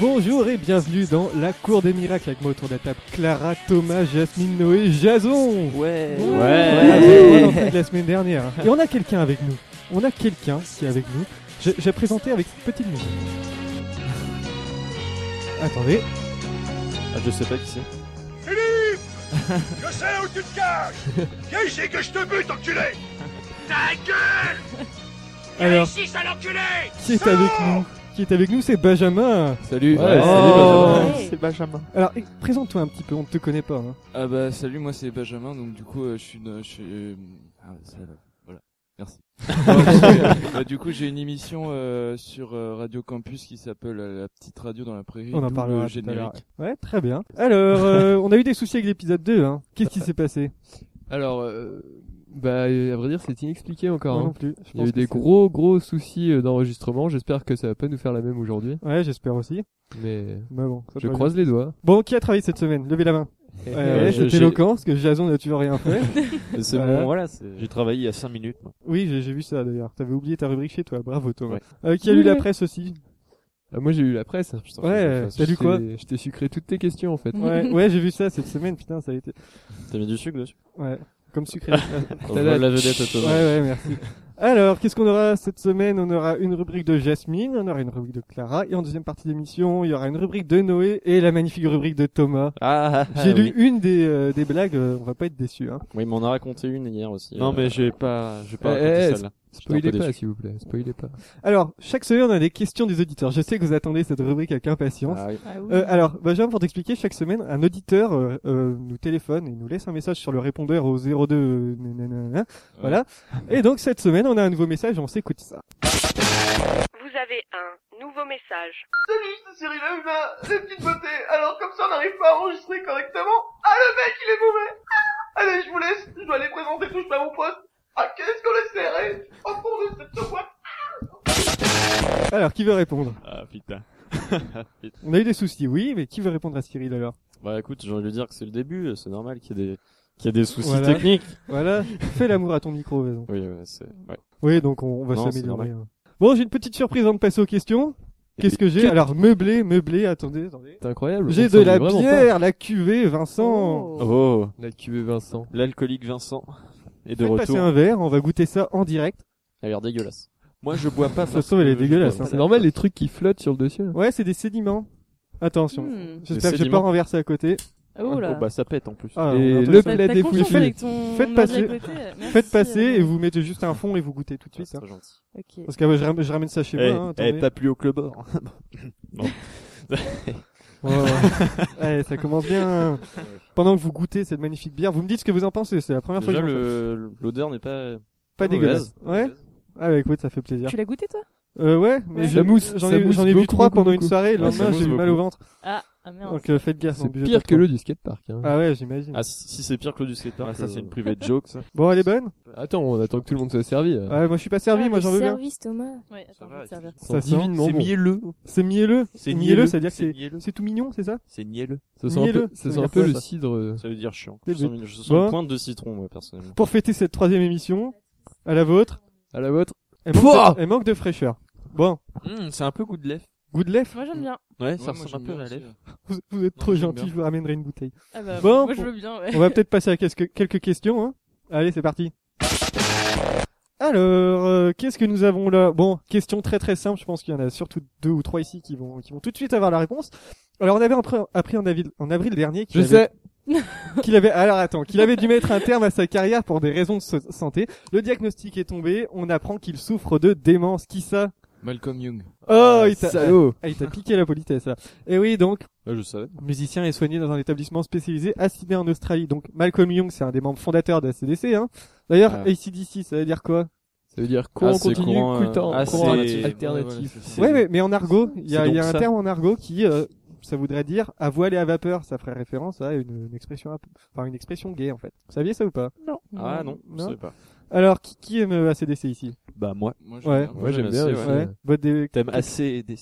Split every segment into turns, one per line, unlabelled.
Bonjour et bienvenue dans la cour des miracles avec moi autour de la table Clara, Thomas, Jasmine, Noé, Jason.
Ouais.
Ouais, c'est la bonne entrée de la semaine dernière. Et on a quelqu'un avec nous. On a quelqu'un qui est avec nous. Je- J'ai présenté avec une petite musique. Attendez,
Ah, je sais pas qui c'est.
Je sais où tu te caches Viens ici que je te bute, enculé Ta gueule Viens
alors
ici, sale enculé
qui est avec nous Qui est avec nous C'est Benjamin.
Salut. Ah.
Ouais, salut,
Benjamin.
Ouais.
C'est Benjamin.
Alors eh, présente-toi un petit peu, on ne te connaît pas. hein.
Ah bah salut, moi c'est Benjamin, donc du coup euh, je suis, une- je suis, euh, ah, ça va, voilà, merci. Alors, je suis, euh, bah, du coup j'ai une émission euh, sur euh, Radio Campus qui s'appelle euh, La petite radio dans la prairie.
On en
d'où
parlera
le
tout à l'heure.
générique.
Ouais, très bien. Alors, euh, on a eu des soucis avec l'épisode 2. Hein. Qu'est-ce qui s'est passé
Alors, euh, bah, euh, à vrai dire, c'est inexpliqué encore.
Moi non
hein.
plus. Je
Il y a
pense
eu
que
des
c'est-
gros, gros soucis euh, d'enregistrement. J'espère que ça va pas nous faire la même aujourd'hui.
Ouais, j'espère aussi.
Mais
Mais Bah bon, ça
je
va
croise les doigts.
bien. Bon, qui a travaillé cette semaine Levez la main.
Eh,
Ouais,
Euh,
ouais,
je-
c'est
j'ai-
éloquent parce que Jason n'a toujours rien fait.
C'est
Euh,
bon, voilà. c'est-
J'ai travaillé il y a 5 minutes. moi.
oui, j'ai j'ai vu ça d'ailleurs. T'avais oublié ta rubrique chez toi. Bravo Thomas.
Ouais.
Euh, qui a lu la presse aussi
Ah, moi, j'ai eu la presse. hein, putain, faut que
Ouais,
je le fasse.
t'as lu
Je t'ai-
quoi
Je t'ai sucré toutes tes questions, en fait.
Ouais, ouais, j'ai vu ça cette semaine. Putain, ça a été.
T'as mis du sucre dessus
Ouais, comme sucré.
On vole la vedette à
ouais,
Thomas.
ouais, merci. Alors, qu'est-ce qu'on aura cette semaine On aura une rubrique de Jasmine, on aura une rubrique de Clara, et en deuxième partie d'émission, il y aura une rubrique de Noé et la magnifique rubrique de Thomas.
Ah, ah, ah,
J'ai lu
oui.
une des, euh, des blagues, euh, on va pas être déçu. Hein.
Oui, mais on a raconté une hier aussi.
Non,
euh,
mais j'ai pas, j'ai pas
Eh,
raconté
eh,
celle-là.
Spoilez
J'étais un peu
pas,
déçu.
s'il vous plaît. Spoilez pas.
Alors, chaque semaine, on a des questions des auditeurs. Je sais que vous attendez cette rubrique avec impatience.
Ah oui.
Ah oui.
Euh, alors, Benjamin, pour t'expliquer, chaque semaine, un auditeur euh, euh, nous téléphone et nous laisse un message sur le répondeur au 02. euh, nanana, Voilà. Et donc, cette semaine, on a un nouveau message, on s'écoute ça.
Vous avez un nouveau message.
Salut, c'est Cyril Hanouna, les petites beautés Alors comme ça, on n'arrive pas à enregistrer correctement Ah, le mec, il est mauvais Ah Allez, je vous laisse, je dois aller présenter tout ça à mon poste Ah, qu'est-ce qu'on est serré Oh, pour de cette boîte
Alors, qui veut répondre
Ah putain.
On a eu des soucis, oui, mais qui veut répondre à Cyril alors
Bah écoute, j'ai envie de lui dire que c'est le début, euh, c'est normal qu'il y ait des, qu'il y ait des soucis
Voilà.
techniques.
Voilà, fais l'amour à ton micro, vas-y.
Oui, ouais, c'est, ouais.
Oui, donc on, on va
Non,
s'améliorer.
c'est
hein. Bon, j'ai une petite surprise avant de passer aux questions. Qu'est-ce que j'ai Alors, meublé, meublé, attendez, attendez.
C'est incroyable.
J'ai
on
de
s'en est
la
vraiment
bière, la cuvée, Vincent.
Oh.
Oh,
pas. La cuvée Vincent.
l'alcoolique Vincent est de
Faites passer
retour.
un verre, on va goûter ça en direct.
Elle a l'air dégueulasse. Moi, je bois pas.
Ça se trouve, elle est dégueulasse. hein.
C'est normal, les trucs qui flottent sur le dessus. hein. là.
Ouais, c'est des sédiments. Attention.
Hmm.
J'espère que
Des
j'ai pas
sédiments.
renversé à côté.
Oh là.
bah ça pète en plus.
Ah, on
Et
a
le
entendu-
T'as-
plaid
t'as
des
confiance
fouilles.
avec ton
Faites
ordi à
passer-
côté. Merci,
Faites passer
euh,
et vous mettez juste un fond et vous goûtez tout de
Ouais,
suite.
c'est
hein.
très gentil.
ok.
Parce que euh, je ram- je ramène ça chez
Eh,
moi. hein, attendez.
t'as plus haut que le bord.
Ouais, ouais. Ouais, Eh, ça commence bien. hein. Pendant que vous goûtez cette magnifique bière, vous me dites ce que vous en pensez. C'est la première fois
Déjà,
que je
le, l'odeur n'est pas,
pas
mauvaise.
dégueulasse. Ouais. Ah bah écoute, ça fait plaisir.
Tu l'as goûté toi
Euh, ouais, mais
Ouais.
je-
Ça mousse,
J'en
ça
ai,
mousse
j'en ai bu
beaucoup,
trois
beaucoup,
pendant une
beaucoup.
soirée. Le
Ah, ça
lendemain,
mousse
j'ai eu mal au
beaucoup.
ventre.
Ah, ah, merde.
Donc euh, faites gaffe.
C'est
en buvez
pire
pas
que
trop.
l'eau du skatepark. hein.
Ah ouais, j'imagine.
Ah, si si c'est pire que l'eau du skatepark.
Ah, ça, c'est une
private joke, ça.
Bon, elle est bonne.
Attends, on attend que tout le monde soit servi. euh.
Ouais, moi je suis pas servi,
Ah,
moi
le
j'en veux bien.
Service Thomas.
Ouais, attends,
Ça
je
va,
vais te servir.
Ça sent-
Ça sent divinement bon.
mielleux.
C'est mielleux.
C'est
mielleux, c'est-à-dire que
c'est
c'est
mielleux.
c'est tout mignon, c'est ça
C'est mielleux.
Ça sent un
Mielleux.
peu,
Ça
ça
veut
sent un
dire
peu
quoi,
le
ça
cidre. euh,
Ça veut dire chiant.
C'est
Je sens, une- je sens
Bon.
une pointe de citron, moi, personnellement.
Pour fêter cette troisième émission, à la vôtre,
À la vôtre.
elle manque,
Pouah
de, elle manque de fraîcheur. Bon,
Hum, c'est un peu goût de lèvres.
goût de lèvres,
Moi j'aime bien.
Ouais,
Ouais,
ça
moi,
ressemble
j'aime
un peu à
bien
la
aussi,
lèvre.
vous êtes
Non,
trop
j'aime
gentils,
bien.
je vous ramènerai une bouteille.
Ah bah,
Bon,
moi je
on-
veux bien. Ouais.
On va peut-être passer à quelques, quelques questions. Hein Allez, c'est parti. Alors, euh, qu'est-ce que nous avons là Bon, question très très simple. Je pense qu'il y en a surtout deux ou trois ici qui vont qui vont tout de suite avoir la réponse. Alors, on avait appris- appris en avril, en avril dernier qu'il
Je
avait,
sais.
qu'il avait alors attends qu'il avait dû mettre un terme à sa carrière pour des raisons de so- santé. Le diagnostic est tombé. On apprend qu'il souffre de démence. Qui ça
Malcolm Young.
Oh, il t'a
Salaud.
ah, il t'a piqué la politesse. là. Et oui, donc
Ouais, je savais.
musicien et soigné dans un établissement spécialisé à Sydney en Australie. Donc Malcolm Young, c'est un des membres fondateurs de la CDC. Hein. D'ailleurs,
Ah.
ACDC, ça veut dire quoi
Ça veut dire courant
Ah, c'est
continu,
courant,
cool temps,
euh, ah,
courant
c'est-
alternatif.
C'est-
Ouais, mais, mais en argot, il y a,
c'est
il y a
donc
un
ça.
terme en argot qui, euh, ça voudrait dire à voile et à vapeur. Ça ferait référence à une, une expression, un peu- enfin une expression gay en fait. Vous saviez ça ou pas
Ah non, je
Non.
savais pas.
Alors, qui, qui aime euh, ACDC ici
Bah, moi.
Moi
Ouais.
Moi, j'aime bien
assez,
aussi.
ouais.
Ouais.
Bah, des-
T'aimes assez et des...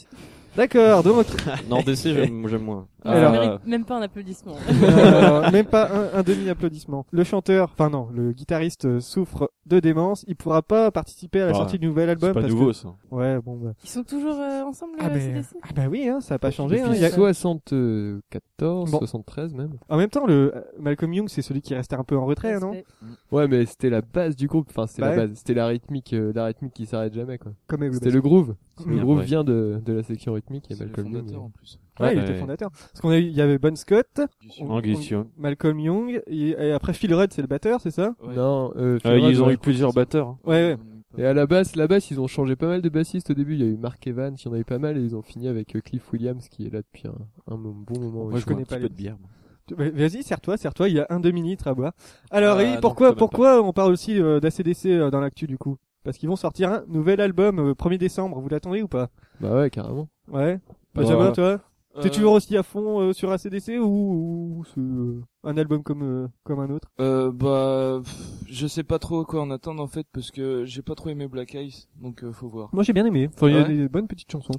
D'accord, donc
Non, DC, j'aime j'aime moins. Euh,
Alors-
Ça mérite même pas un applaudissement.
euh, même pas un, un demi-applaudissement. Le chanteur, enfin non, le guitariste euh, souffre de démence. Il pourra pas participer à la
Ouais.
sortie du nouvel album.
c'est pas
parce
nouveau,
que-
ça.
Ouais, bon. Bah.
Ils sont toujours euh, ensemble,
Ah,
euh,
mais-
CDC?
Ah bah oui, hein, ça a pas changé. hein.
Depuis
Il y a-
74,
Bon.
73 même.
En même temps, le euh, Malcolm Young, c'est celui qui restait un peu en retrait, non
Respect.
Ouais, mais c'était la base du groupe. Enfin, c'était
Bah
la
ouais.
base. C'était la rythmique, euh, la rythmique qui s'arrête jamais, quoi.
Comme
C'était le groove. Le
Mm.
groove
Ouais.
vient de, de la section rythmique et
C'est le
Malcolm Young.
fondateur en plus.
Ouais, il
Ouais,
était
ouais.
fondateur. Parce qu'on a eu, il y avait Bon Scott, on-
En
on- Malcolm Young, et, et après Phil Rudd, c'est le batteur, c'est ça
Ouais.
Non, euh,
Euh,
Fiora,
ils ont
ouais.
eu plusieurs batteurs.
Ouais, ouais.
Et à la basse, la basse, ils ont changé pas mal de bassistes au début. Il y a eu Mark Evans, il y en avait pas mal, et ils ont fini avec euh, Cliff Williams qui est là depuis un, un bon moment.
Moi,
aussi.
je connais pas les.
de bière.
Tu- bah, Vas-y, serre-toi, serre-toi. Il y a un demi-litre à boire. Alors,
Ah,
et
non,
pourquoi,
quand même pas.
pourquoi on parle aussi euh, d'ACDC euh, dans l'actu du coup Parce qu'ils vont sortir un nouvel album euh, 1er décembre. Vous l'attendez ou pas
Bah ouais, carrément.
Ouais. Benjamin,
ouais.
toi,
Euh,
t'es toujours aussi à fond euh, sur ACDC ou, ou c'est, euh, un album comme euh, comme un autre
Euh, bah, pff, je sais pas trop quoi en attendre en fait parce que j'ai pas trop aimé Black Eyes, donc euh, faut voir.
Moi, j'ai bien aimé. Enfin, il y a
Ouais.
des bonnes petites chansons.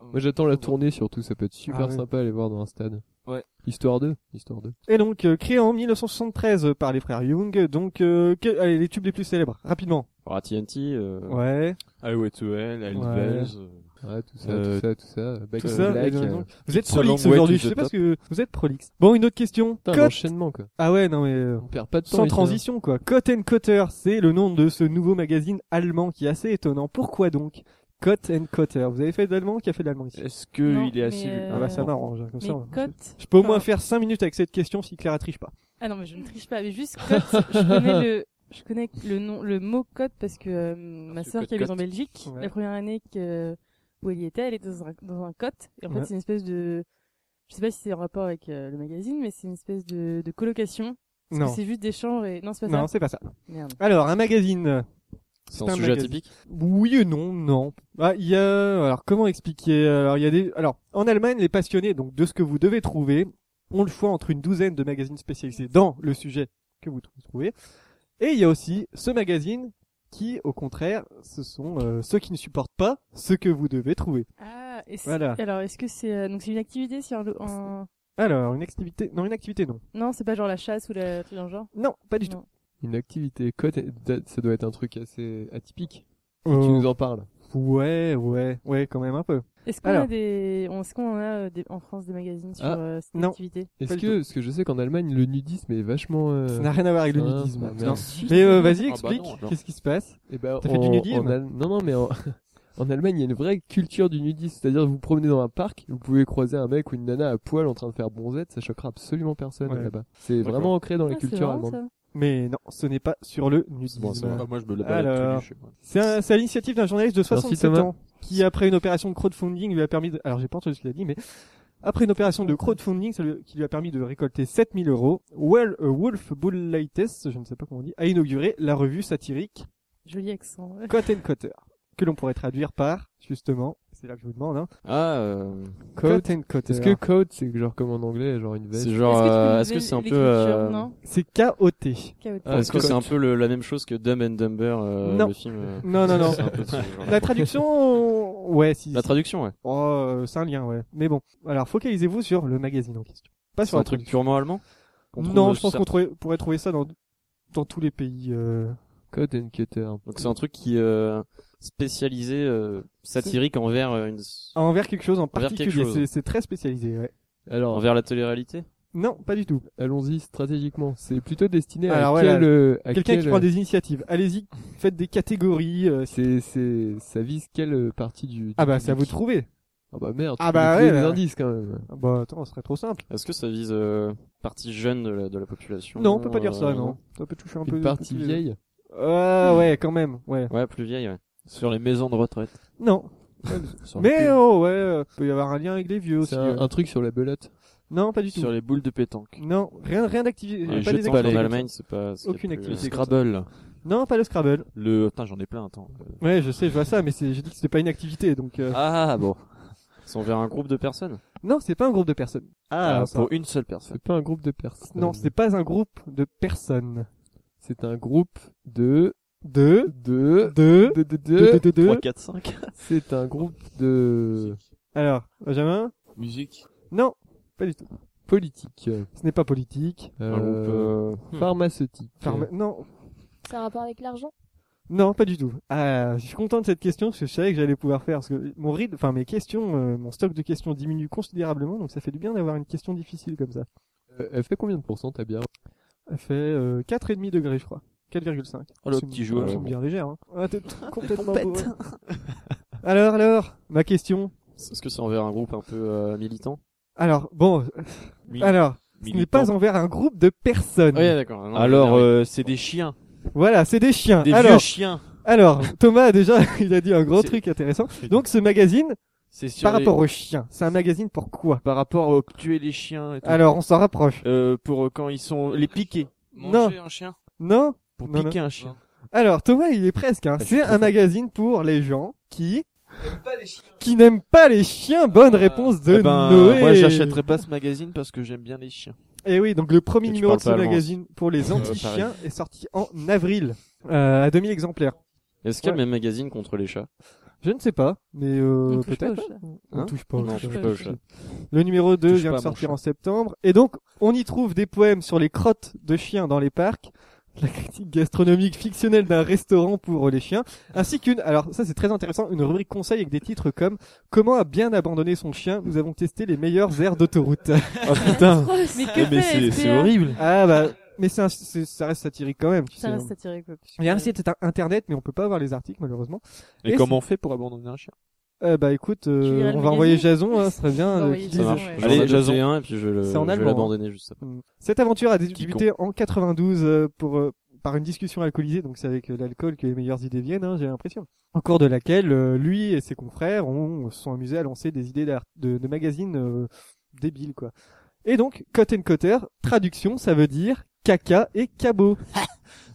Euh,
Moi, j'attends la tournée surtout. Ça peut être super
Ah ouais.
sympa à aller voir dans un stade.
Ouais.
Histoire 2. Histoire 2.
Et donc, euh, créé en 1973 euh, par les frères Young. Donc, euh, que- allez, les tubes les plus célèbres, rapidement.
TNT, euh,
Ouais.
Highway to Hell,
Elvis,
Ouais, tout ça,
Euh,
tout ça, tout ça. Back
Tout
in
ça.
Black,
et donc,
euh,
vous êtes
Prolong
prolixe
Way to
aujourd'hui.
the
Je sais pas
Top.
ce que vous êtes prolixe. Bon, une autre question.
Putain,
Cote-
l'enchaînement, quoi.
Ah ouais, non mais. euh,
On perd pas de
Sans
temps. ici, hein.
transition quoi. Cot and Cotter, c'est le nom de ce nouveau magazine allemand qui est assez étonnant. Pourquoi donc Cot and Cotter Vous avez fait de l'allemand Qui a fait de l'allemand ici
Est-ce que
Non,
il est
mais,
assez
euh,
Ah bah ça m'arrange. hein, Comme
Mais
ça, on-
Cote.
Je peux au moins
enfin,
faire 5 minutes avec cette question si Claire elle triche pas.
Ah non, mais je ne triche pas. Mais juste Cote, je connais le, je connais le nom, le mot Cote parce que euh, ma
que
sœur qui
Cote,
habite en Belgique,
Ouais.
la première année que, où elle y était, elle était dans un, dans un Cote. Et en fait,
Ouais.
c'est une espèce de, je sais pas si c'est en rapport avec euh, le magazine, mais c'est une espèce de, de colocation. Parce que
Non.
C'est juste des chambres et, non, c'est pas
Non,
ça.
c'est pas ça.
Merde.
Alors, un magazine.
c'est
C'est
un
un
sujet
magazine.
atypique.
Oui et non, non. Ah, il y a. Alors, comment expliquer Alors, il y a des. Alors, en Allemagne, les passionnés donc de ce que vous devez trouver ont le choix entre une douzaine de magazines spécialisés dans le sujet que vous trouvez, et il y a aussi ce magazine qui, au contraire, ce sont euh, ceux qui ne supportent pas ce que vous devez trouver.
Ah, et c'est-
Voilà.
alors est-ce que c'est, euh, donc c'est une activité, c'est un, lo- un-
Alors, une activité. Non, une activité, non.
non, c'est pas genre la chasse ou la, truc dans le genre?
Non, pas du tout.
Non.
Une activité cote, ça doit être un truc assez atypique.
Euh,
Tu nous en parles.
Ouais, ouais, ouais, quand même un peu.
Est-ce qu'on
Alors.
a des, on- est-ce qu'on a euh, des, en France des magazines sur
Ah,
euh, cette
non.
activité
Est-ce
Pas du
que, parce que je sais qu'en Allemagne, le nudisme est vachement. euh,
Ça n'a rien à voir avec le
Ah,
nudisme.
bah, merde.
Mais euh, vas-y,
Ah, bah non,
explique.
alors.
Qu'est-ce qui se passe
Eh ben,
T'as fait du
en-
nudisme
en Al- Non, non, mais en... en Allemagne, il y a une vraie culture du nudisme. C'est-à-dire, vous vous promenez dans un parc, vous pouvez croiser un mec ou une nana à poil en train de faire bronzette, ça choquera absolument personne
Ouais.
là-bas. C'est vraiment ancré dans la
Ah, c'est
culture
marrant,
allemande.
ça.
Mais non, ce n'est pas sur le nudisme.
Bon, ça Ah, va.
Moi, je me la
balade tout Alors. nu
chez moi.
C'est un- c'est à l'initiative d'un journaliste de
Merci,
67
Thomas.
ans qui, après une opération de crowdfunding, lui a permis de... Alors, j'ai pas entendu ce qu'il a dit, mais après une opération de crowdfunding ça lui- qui lui a permis de récolter 7000 euros, Wel- euh, Wolf Bulleites, je ne sais pas comment on dit, a inauguré la revue satirique
Joli accent. ouais.
Cot and Cotter, que l'on pourrait traduire par, justement, c'est là que je vous demande, hein,
Ah, euh,
Coat,
Cot and Cotter.
Est-ce que coat, c'est genre comme en anglais, genre une veste
c'est genre, euh, est-ce
Est-ce que
que
tu
c'est
peux
un
nous donner
peu, euh,
l'écriture, non
C'est K-O-T.
Chaotique.
ah, est-ce que c'est un peu le- la même chose que Dumb and Dumber, euh,
Non.
le film euh,
Non, non, non.
c'est un peu ce genre.
La traduction, ouais, si.
La traduction, ouais.
Oh, euh, c'est un lien, ouais. Mais bon. Alors, focalisez-vous sur le magazine en question. Pas
C'est
sur
un
la
truc
traduction.
purement allemand qu'on trouve,
Non,
euh,
je pense
sur-
qu'on trouvait- pourrait trouver ça dans, dans tous les pays. euh,
Coat and cutter.
Donc c'est un truc qui euh, spécialisé euh, satirique envers euh, une
Envers quelque chose en
Envers quelque
particulier.
chose.
C'est- C'est très spécialisé, ouais.
Alors,
envers la télé-réalité.
Non, pas du tout.
allons-y stratégiquement. C'est plutôt destiné
Alors,
à
ouais,
quel,
là,
euh, à
Quelqu'un
quel-
qui prend des initiatives. Allez-y, faites des catégories. euh,
C'est, c'est, ça vise quelle euh, partie du, du
ah bah, c'est à vous de
public
trouver.
Ah bah merde.
Ah
tu
bah
me files
ouais,
des
ouais.
indices quand même.
Ah Bah, attends, ce serait trop simple.
Est-ce que ça vise euh, partie jeune de la, de la population
Non, on peut pas dire
euh,
ça, non. Ça peut toucher un peu. euh,
Une partie vieille.
Ah ouais, quand même, ouais.
Ouais, plus vieille, ouais.
Sur les maisons de retraite.
Non.
Sur les
Mais oh, ouais, euh, peut y avoir un lien avec les vieux aussi.
C'est
euh.
un, un truc sur la belote.
Non, pas du tout.
Sur les boules de pétanque.
Non, rien, rien d'activité.
Les
Pas
jeux
des
de balles en
activités.
Allemagne, c'est pas. ce qu'il y a
Aucune
de plus,
Le
activité.
euh,
Scrabble.
Non, pas le Scrabble.
Le, putain, j'en ai plein, attends. Euh,
Ouais, je sais, je vois ça, mais c'est- j'ai dit que c'était pas une activité, donc. euh,
Ah bon. Ils sont vers un groupe de personnes.
Non, c'est pas un groupe de personnes.
euh,
Ah, ça.
pour une seule personne.
C'est pas un groupe de personnes.
Non, c'est pas un groupe de personnes.
C'est un groupe de
De,
de
de,
de de, de-
de, de, de, de,
3, 4, 5.
C'est un groupe de
Alors, Benjamin
Musique.
Non, pas du tout.
Politique.
Ce n'est pas politique.
Euh, Pharmaceutique.
hmm. Pharma-
Euh.
Non,
Ça a rapport avec l'argent
non, pas du tout. Ah, je suis content de cette question parce que je savais que j'allais pouvoir faire. Parce que mon rythme, enfin mes questions, euh, mon stock de questions diminue considérablement, donc ça fait du bien d'avoir une question difficile comme ça.
Euh, elle fait combien de pourcents ta bière
Elle fait euh, 4,5 degrés, je crois. 4,5.
Oh, le
C'est
petit
une-
joueur.
C'est une bière légère. Hein. Ah, t'es complètement bourré. Alors, alors, ma question.
Est-ce que c'est envers un groupe un peu euh, militant
Alors, bon,
Mi-
alors, ce n'est
militant.
pas envers un groupe de personnes.
Oui, d'accord. non,
Alors,
mais-
euh, c'est des chiens.
Voilà, c'est des chiens.
Des vieux
alors,
chiens.
alors, Thomas a déjà, il a dit un grand
C'est-
truc intéressant. Donc, ce magazine,
C'est sur
par
les-
rapport aux chiens, c'est un magazine pour quoi
par rapport au tuer les chiens et tout.
Alors, on s'en rapproche.
Euh, pour euh, quand ils sont les piquer.
Manger un chien.
Non
Pour
euh,
Non,
piquer un chien.
Alors, Thomas, il est presque. Hein.
Bah, je suis
C'est
trop
un
fort.
magazine pour les gens qui
Pas les chiens.
qui n'aiment pas les chiens. Bonne
Ah.
réponse de
Eh ben,
Noé.
moi j'achèterais pas ce magazine parce que j'aime bien les chiens.
Et oui, donc le premier
Et tu
numéro de
parles
ce
pas allemand.
magazine pour les anti-chiens est sorti en avril euh, à demi exemplaire.
Est-ce qu'il y a le même magazine contre les chats
Je ne sais pas, mais euh,
On touche pas
peut-être.
au chat.
On
Hein
touche pas.
Non,
au
je
chat.
touche pas au chat.
Le numéro 2
Touche
vient de
pas à mon
sortir
chat.
en septembre. Et donc, on y trouve des poèmes sur les crottes de chiens dans les parcs, la critique gastronomique fictionnelle d'un restaurant pour les chiens, ainsi qu'une, alors ça c'est très intéressant, une rubrique conseil avec des titres comme Comment a bien abandonné son chien Nous avons testé les meilleures aires d'autoroute.
Oh putain.
Mais que
Eh, mais
fait
c'est c'est
SPA
horrible.
ah bah, mais c'est un- c'est- ça reste satirique quand même. tu
Ça
sais.
reste satirique. quoi.
Il y a un site internet, mais on peut pas voir les articles malheureusement.
Et,
Et
comment on fait pour abandonner un chien
Euh, bah écoute, euh,
Tu liras le
on va envoyer
magazine
Jason, hein, ce serait bien.
On va
euh,
envoyer
qu'il
Jason,
dise-
ouais.
Allez,
Allez,
Jason.
j'en ai un et puis je le-
C'est
je
en
vais
allemand, hein.
l'abandonner juste après.
Cette aventure a
Qui
débuté en 92 euh, pour, euh, par une discussion alcoolisée, donc c'est avec euh, l'alcool que les meilleures idées viennent, hein, j'ai l'impression. Au cours de laquelle euh, lui et ses confrères ont, se sont amusés à lancer des idées d'art- de, de magazines euh, débiles, quoi. Et donc, Cot and Cotter, traduction, ça veut dire caca et cabot.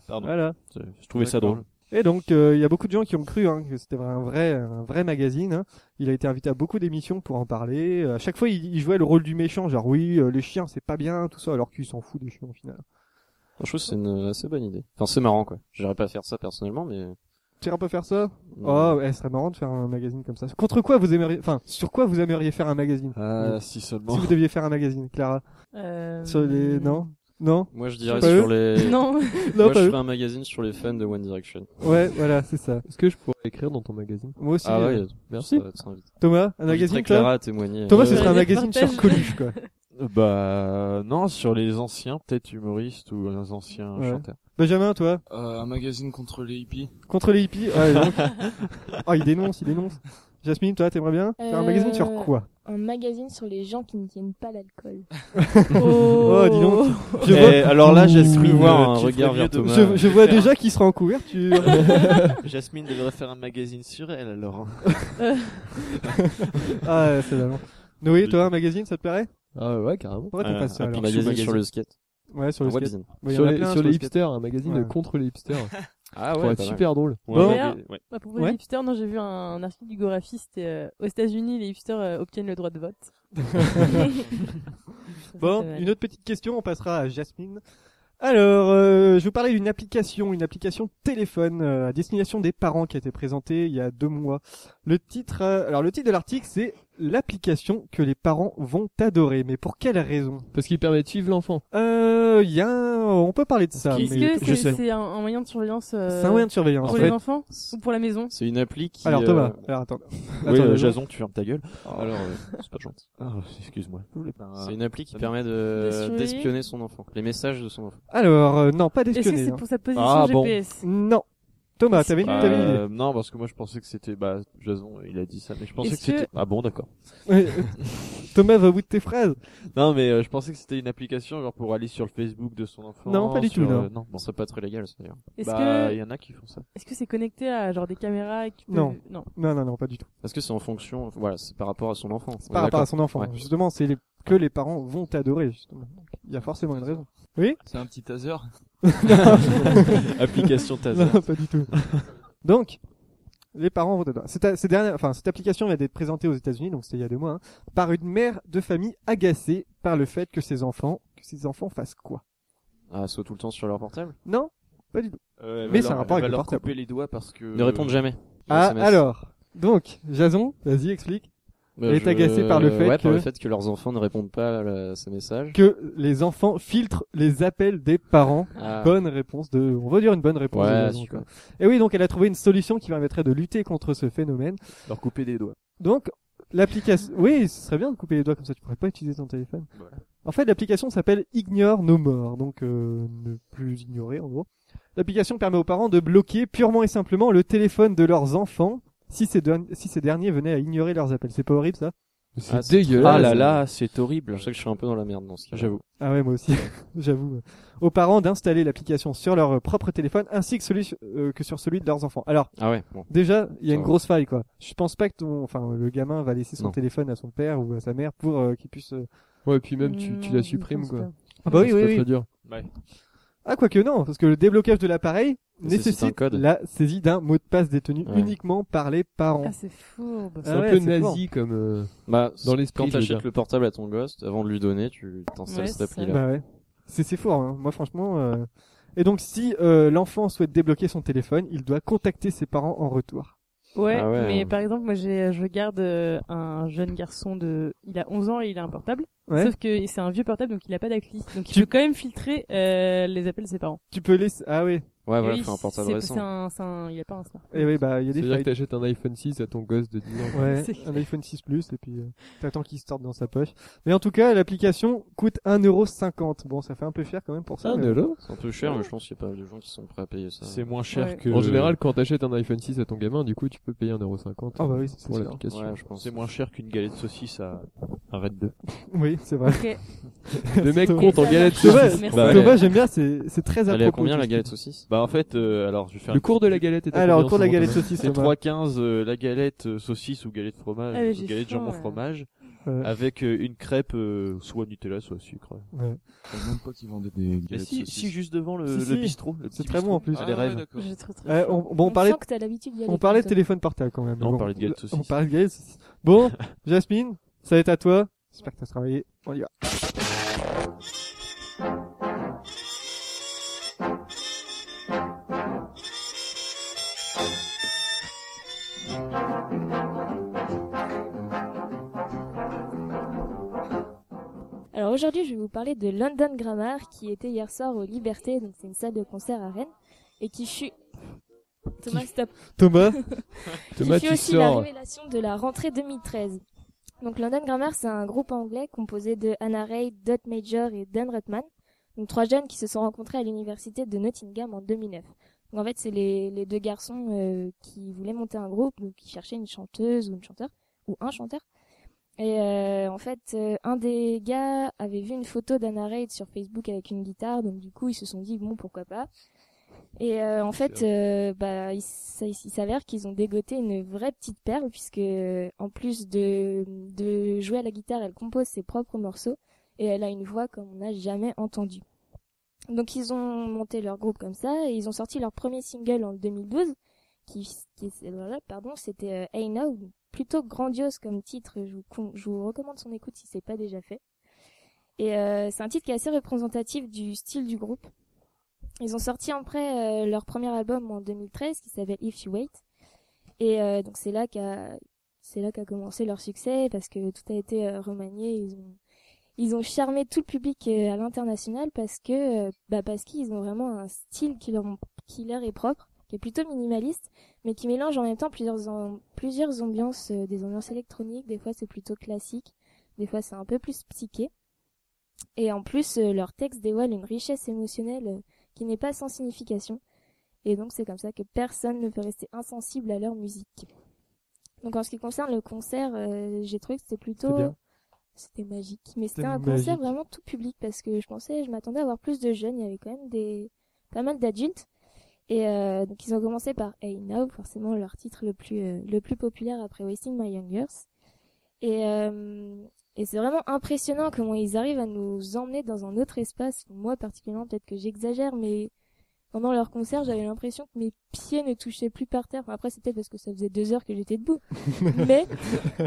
Pardon.
Voilà.
Je trouvais ça
D'accord.
drôle.
Et donc, euh, il y a beaucoup de gens qui ont cru hein, que c'était un vrai, un vrai magazine. hein. Il a été invité à beaucoup d'émissions pour en parler. Euh, À chaque fois, il, il jouait le rôle du méchant, genre oui, euh, les chiens, c'est pas bien, tout ça, alors qu'il s'en fout des chiens au final.
Je trouve que c'est une assez bonne idée. Enfin, c'est marrant, quoi. J'irais pas faire ça personnellement, mais...
Tu iras pas faire ça
Non.
Oh, ouais, ce serait marrant de faire un magazine comme ça. Contre quoi vous aimeriez, enfin, sur quoi vous aimeriez faire un magazine
Ah, si seulement.
Si vous deviez faire un magazine, Clara.
Euh,
Sur les, non, non,
Moi, je dirais
Pas
sur
eux
les...
Non.
non,
Moi, je
pas eux.
ferais un magazine sur les fans de One Direction.
Ouais, voilà, c'est ça.
Est-ce que je pourrais écrire dans ton magazine
Moi aussi.
Ah
euh,
ouais,
Merci.
ça t'invite.
Thomas, un
J'inviterai
magazine, toi
Clara à témoigner.
Thomas,
Euh,
ce serait un
Vas-y,
magazine sur
partage.
Coluche, quoi.
Bah non, sur les anciens, peut-être humoristes ou les anciens
Ouais.
chanteurs.
Benjamin, toi,
Euh, un magazine contre les hippies.
contre les hippies. Ah, donc. oh, il dénonce, il dénonce. Jasmine, toi, t'aimerais bien faire un
Euh,
magazine sur quoi
Un magazine sur les gens qui ne tiennent pas l'alcool.
Oh, dis donc. Je vois,
Eh, alors là, Jasmine, euh,
Ouh,
voir
le
un
petit
regard
premier
vers
de-
Thomas.
je, je vois déjà qu'il sera en couverture.
Jasmine devrait faire un magazine sur elle alors.
ah, c'est la Noé, toi, un magazine, ça te plairait
Ah ouais, carrément.
Pourquoi t'en passes ça,
Euh, un
alors
magazine sur le skate.
Ouais, sur
Un
le skate.
webzine.
Ouais, il y
sur
en a
les,
plein
sur les
le skate.
hipsters, un magazine
Ouais.
contre les hipsters.
Ah
Pour être super drôle.
Bon.
À propos
Ouais.
des hipsters, non, j'ai vu un, un article du Gorafi, c'était euh, aux États-Unis, les hipsters euh, obtiennent le droit de vote.
Bon, une autre petite question, on passera à Jasmine. Alors, euh, je vous parlais d'une application, une application téléphone euh, à destination des parents qui a été présentée il y a deux mois. Le titre, euh, alors le titre de l'article, c'est l'application que les parents vont adorer. Mais pour quelle raison
Parce qu'il permet de suivre l'enfant.
Euh, il y a, un- on peut parler de ça.
Est-ce
mais-
que c'est c'est un, un moyen de surveillance euh,
c'est un moyen de surveillance.
pour
en
les
fait.
enfants ou pour la maison
C'est une appli qui.
Alors
euh,
Thomas, alors attends.
oui,
Attends, Oh.
euh,
deux
Jason, tu fermes ta gueule.
Alors, euh, c'est pas gentil.
Ah, excuse-moi. Je voulais pas-
C'est une appli qui
Ça
permet
De
de
surveiller
d'espionner son enfant, les messages de son enfant.
Alors, euh, non, pas
Est-ce que
d'espionner.
c'est
hein.
pour sa position
Ah, bon.
GPS
Non, Thomas,
Est-ce
t'avais une,
que-
Bah,
t'avais une idée.
euh, non, parce que moi je pensais que c'était. Bah, Jason, il a dit ça, mais je pensais que
Est-ce que-
c'était. Ah bon, d'accord.
Ouais, euh, Thomas va au bout de tes phrases.
Non, mais euh, je pensais que c'était une application genre pour aller sur le Facebook de son enfant.
Non, pas du
sur,
tout, non.
euh, non, bon,
Bon, c'est pas très légal, ça d'ailleurs.
Est-ce
bah, il
que
y en a qui font ça.
est-ce que c'est connecté à genre des caméras qui peuvent-
Non.
non.
Non, non, non, pas du tout.
Parce que c'est en fonction, voilà, c'est par rapport à son enfant.
C'est par rapport à son enfant.
Ouais.
Justement, c'est les... que les parents vont adorer. Justement. Donc, Il y a forcément une raison.
C'est un petit taser.
Application Taser.
Non, pas du tout. Donc, les parents vont adorer. Cette, cette dernière, enfin, cette application vient d'être présentée aux États-Unis, donc c'était il y a deux mois, hein, par une mère de famille agacée par le fait que ses enfants, que ses enfants fassent quoi
Ah, soit tout le temps sur leur portable.
Non, pas du tout.
Euh, elle
Mais ça
va
a
leur-
rapport
elle
avec le
va leur
portable.
Euh,
couper les doigts parce que.
Ne répondent jamais.
Ah,
SMS.
alors. Donc, Jason, vas-y, explique.
Euh,
est agacée par le fait
ouais, par
que-
le fait que leurs enfants ne répondent pas à la- ces messages.
Que les enfants filtrent les appels des parents.
Ah.
Bonne réponse de, on va dire une bonne réponse. de
Ouais,
Jason,
super.
quoi. Et oui, donc elle a trouvé une solution qui permettrait de lutter contre ce phénomène.
Leur couper des doigts.
Donc, l'application, oui, ce serait bien de couper les doigts comme ça, tu pourrais pas utiliser ton téléphone. En fait, l'application s'appelle Ignore nos morts, donc euh, ne plus ignorer en gros. L'application permet aux parents de bloquer purement et simplement le téléphone de leurs enfants si ces, derni- si ces derniers venaient à ignorer leurs appels. C'est pas horrible ça
C'est
Ah, c'est-
dégueulasse.
Ah là là, c'est horrible.
Je sais que je suis un peu dans la merde dans ce cas.
J'avoue.
Ah ouais, moi aussi, j'avoue. Aux parents d'installer l'application sur leur euh, propre téléphone ainsi que, celui, euh, que sur celui de leurs enfants. Alors,
Ah ouais. Bon.
Déjà, il y a
Ça
une
va.
grosse faille quoi. Je pense pas que ton, enfin, le gamin va laisser son
Non.
téléphone à son père ou à sa mère pour euh, qu'il puisse. euh,
Ouais, puis même tu, tu
Non, Mmh, je
la
ne
supprimes
pense
quoi.
pas.
Ah bah oui,
C'est
oui,
pas
oui.
très dur.
Ah quoique non, parce que le déblocage de l'appareil
Nécessite un
nécessite
code.
la saisie d'un mot de passe détenu
Ouais.
uniquement par les parents.
Ah, c'est fourbe.
C'est
Ah
un
ouais,
peu
c'est
nazi comme. euh,
Bah,
Dans l'esprit,
Quand
je veux
t'achètes
dire.
le portable à ton gosse, avant de lui donner, tu t'installes
Ouais,
cette
c'est
appli là.
Bah ouais. C'est c'est fort. Hein. Moi franchement. euh, Et donc si euh, l'enfant souhaite débloquer son téléphone, il doit contacter ses parents en retour.
Ouais,
Ah ouais.
mais par exemple, moi, j'ai, je garde euh, un jeune garçon de, il a 11 ans et il a un portable.
Ouais.
Sauf que c'est un vieux portable, donc il a pas d'appli. Donc il
Tu-
peut quand même filtrer euh, les appels de ses parents.
Tu peux laisser. Ah oui.
Ouais, voilà,
Et oui,
fais un portable
c'est-
récent.
c'est un- c'est un- il a pas un smartphone.
Et oui bah il y a des
C'est-à-dire que
failles.
t'achètes un iPhone 6 à ton gosse de 10 ans.
Ouais,
C'est-
un iPhone 6 Plus et puis euh, t'attends qu'il sorte dans sa poche. Mais en tout cas, l'application coûte 1,50€. Bon, ça fait un peu cher quand même pour ça.
Ah,
mais-
mais là,
C'est un peu cher, mais je pense qu'il y a pas mal de gens qui sont prêts à payer ça.
C'est moins cher
Ouais.
que.
En général, quand t'achètes un iPhone 6 à ton gamin, du coup, tu peux payer 1,50€
Ah bah oui, c'est
pour
sûr.
l'application.
Ouais, je pense.
C'est moins cher qu'une galette de saucisse à un Red 2.
Oui, c'est vrai.
Ok.
Le mec
C'est
compte en
dommage.
galette
C'est vrai.
saucisse.
Merci.
Bah,
Thomas,
ouais.
Thomas, j'aime bien, c'est c'est très à
Elle est à
propos.
combien
tout
la
ce
galette
que-
saucisse
Bah en fait, euh, alors je vais faire.
Le cours de la galette est à
Alors,
combien,
pour la
ce
galette
moment,
saucisse,
C'est
Thomas.
3,15 euh, la galette euh, saucisse ou galette fromage,
Ah, mais
ou
j'ai
galette
faim,
jambon
là.
fromage,
Ouais.
avec euh, une crêpe euh, soit Nutella soit sucre.
Ouais.
Je savais même pas qu'ils vendaient des
Mais
galettes
si,
saucisses.
si juste devant le,
Si,
le
si.
bistrot. le
C'est
petit
très bon en plus.
Ah,
des
ouais,
rêves.
d'accord.
J'ai trop, trop
Ouais,
faim.
Euh, on, bon, on
On
parlait,
sent que t'as l'habitude d'y aller.
on parlait de
comme toi.
téléphone portable quand même.
Non, on
Bon,
parlait de galette saucisse.
On parlait de galette saucisse. Bon, Jasmine, ça va être à toi. J'espère que t'as travaillé. On y va.
Alors aujourd'hui, je vais vous parler de London Grammar qui était hier soir au Liberté, donc c'est une salle de concert à Rennes, et qui fut. Thomas, stop.
Thomas,
Thomas, tu
qui fut aussi la
sors.
révélation de la rentrée 2013. Donc London Grammar, c'est un groupe anglais composé de Hannah Ray, Dot Major et Dan Rutman, donc trois jeunes qui se sont rencontrés à l'université de Nottingham en 2009. Donc en fait, c'est les, les deux garçons euh, qui voulaient monter un groupe, donc qui cherchaient une chanteuse ou une chanteur ou un chanteur. Et euh, en fait, euh, un des gars avait vu une photo d'Anna Reid sur Facebook avec une guitare, donc du coup ils se sont dit bon pourquoi pas. Et euh, en fait, euh, bah, il s- il s'avère qu'ils ont dégoté une vraie petite perle puisque euh, en plus de, de jouer à la guitare, elle compose ses propres morceaux et elle a une voix comme on n'a jamais entendue. Donc ils ont monté leur groupe comme ça et ils ont sorti leur premier single en 2012 qui, qui voilà, pardon, c'était euh, Hey Now, plutôt grandiose comme titre. Je vous, con- je vous recommande son écoute si c'est pas déjà fait. Et euh, c'est un titre qui est assez représentatif du style du groupe. Ils ont sorti après euh, leur premier album en 2013 qui s'appelle If You Wait. Et euh, donc c'est là qu'a c'est là qu'a commencé leur succès parce que tout a été euh, remanié. Ils ont ils ont charmé tout le public euh, à l'international parce que euh, bah parce qu'ils ont vraiment un style qui leur qui leur est propre, qui est plutôt minimaliste, mais qui mélange en même temps plusieurs am- plusieurs ambiances, euh, des ambiances électroniques. Des fois c'est plutôt classique, des fois c'est un peu plus psyché. Et en plus euh, leur texte dévoile une richesse émotionnelle euh, qui n'est pas sans signification. Et donc c'est comme ça que personne ne peut rester insensible à leur musique. Donc en ce qui concerne le concert, euh, j'ai trouvé que c'était plutôt
bien.
c'était magique, mais
C'était
c'était un concert
magique.
vraiment tout public parce que je pensais, je m'attendais à avoir plus de jeunes, il y avait quand même des pas mal d'adultes. Et euh, donc ils ont commencé par Hey Now, forcément leur titre le plus euh, le plus populaire après Wasting My Young Years. Et euh, et c'est vraiment impressionnant comment ils arrivent à nous emmener dans un autre espace. Moi particulièrement, peut-être que j'exagère, mais pendant leur concert, j'avais l'impression que mes pieds ne touchaient plus par terre. Enfin, après, c'est peut-être parce que ça faisait deux heures que j'étais debout. mais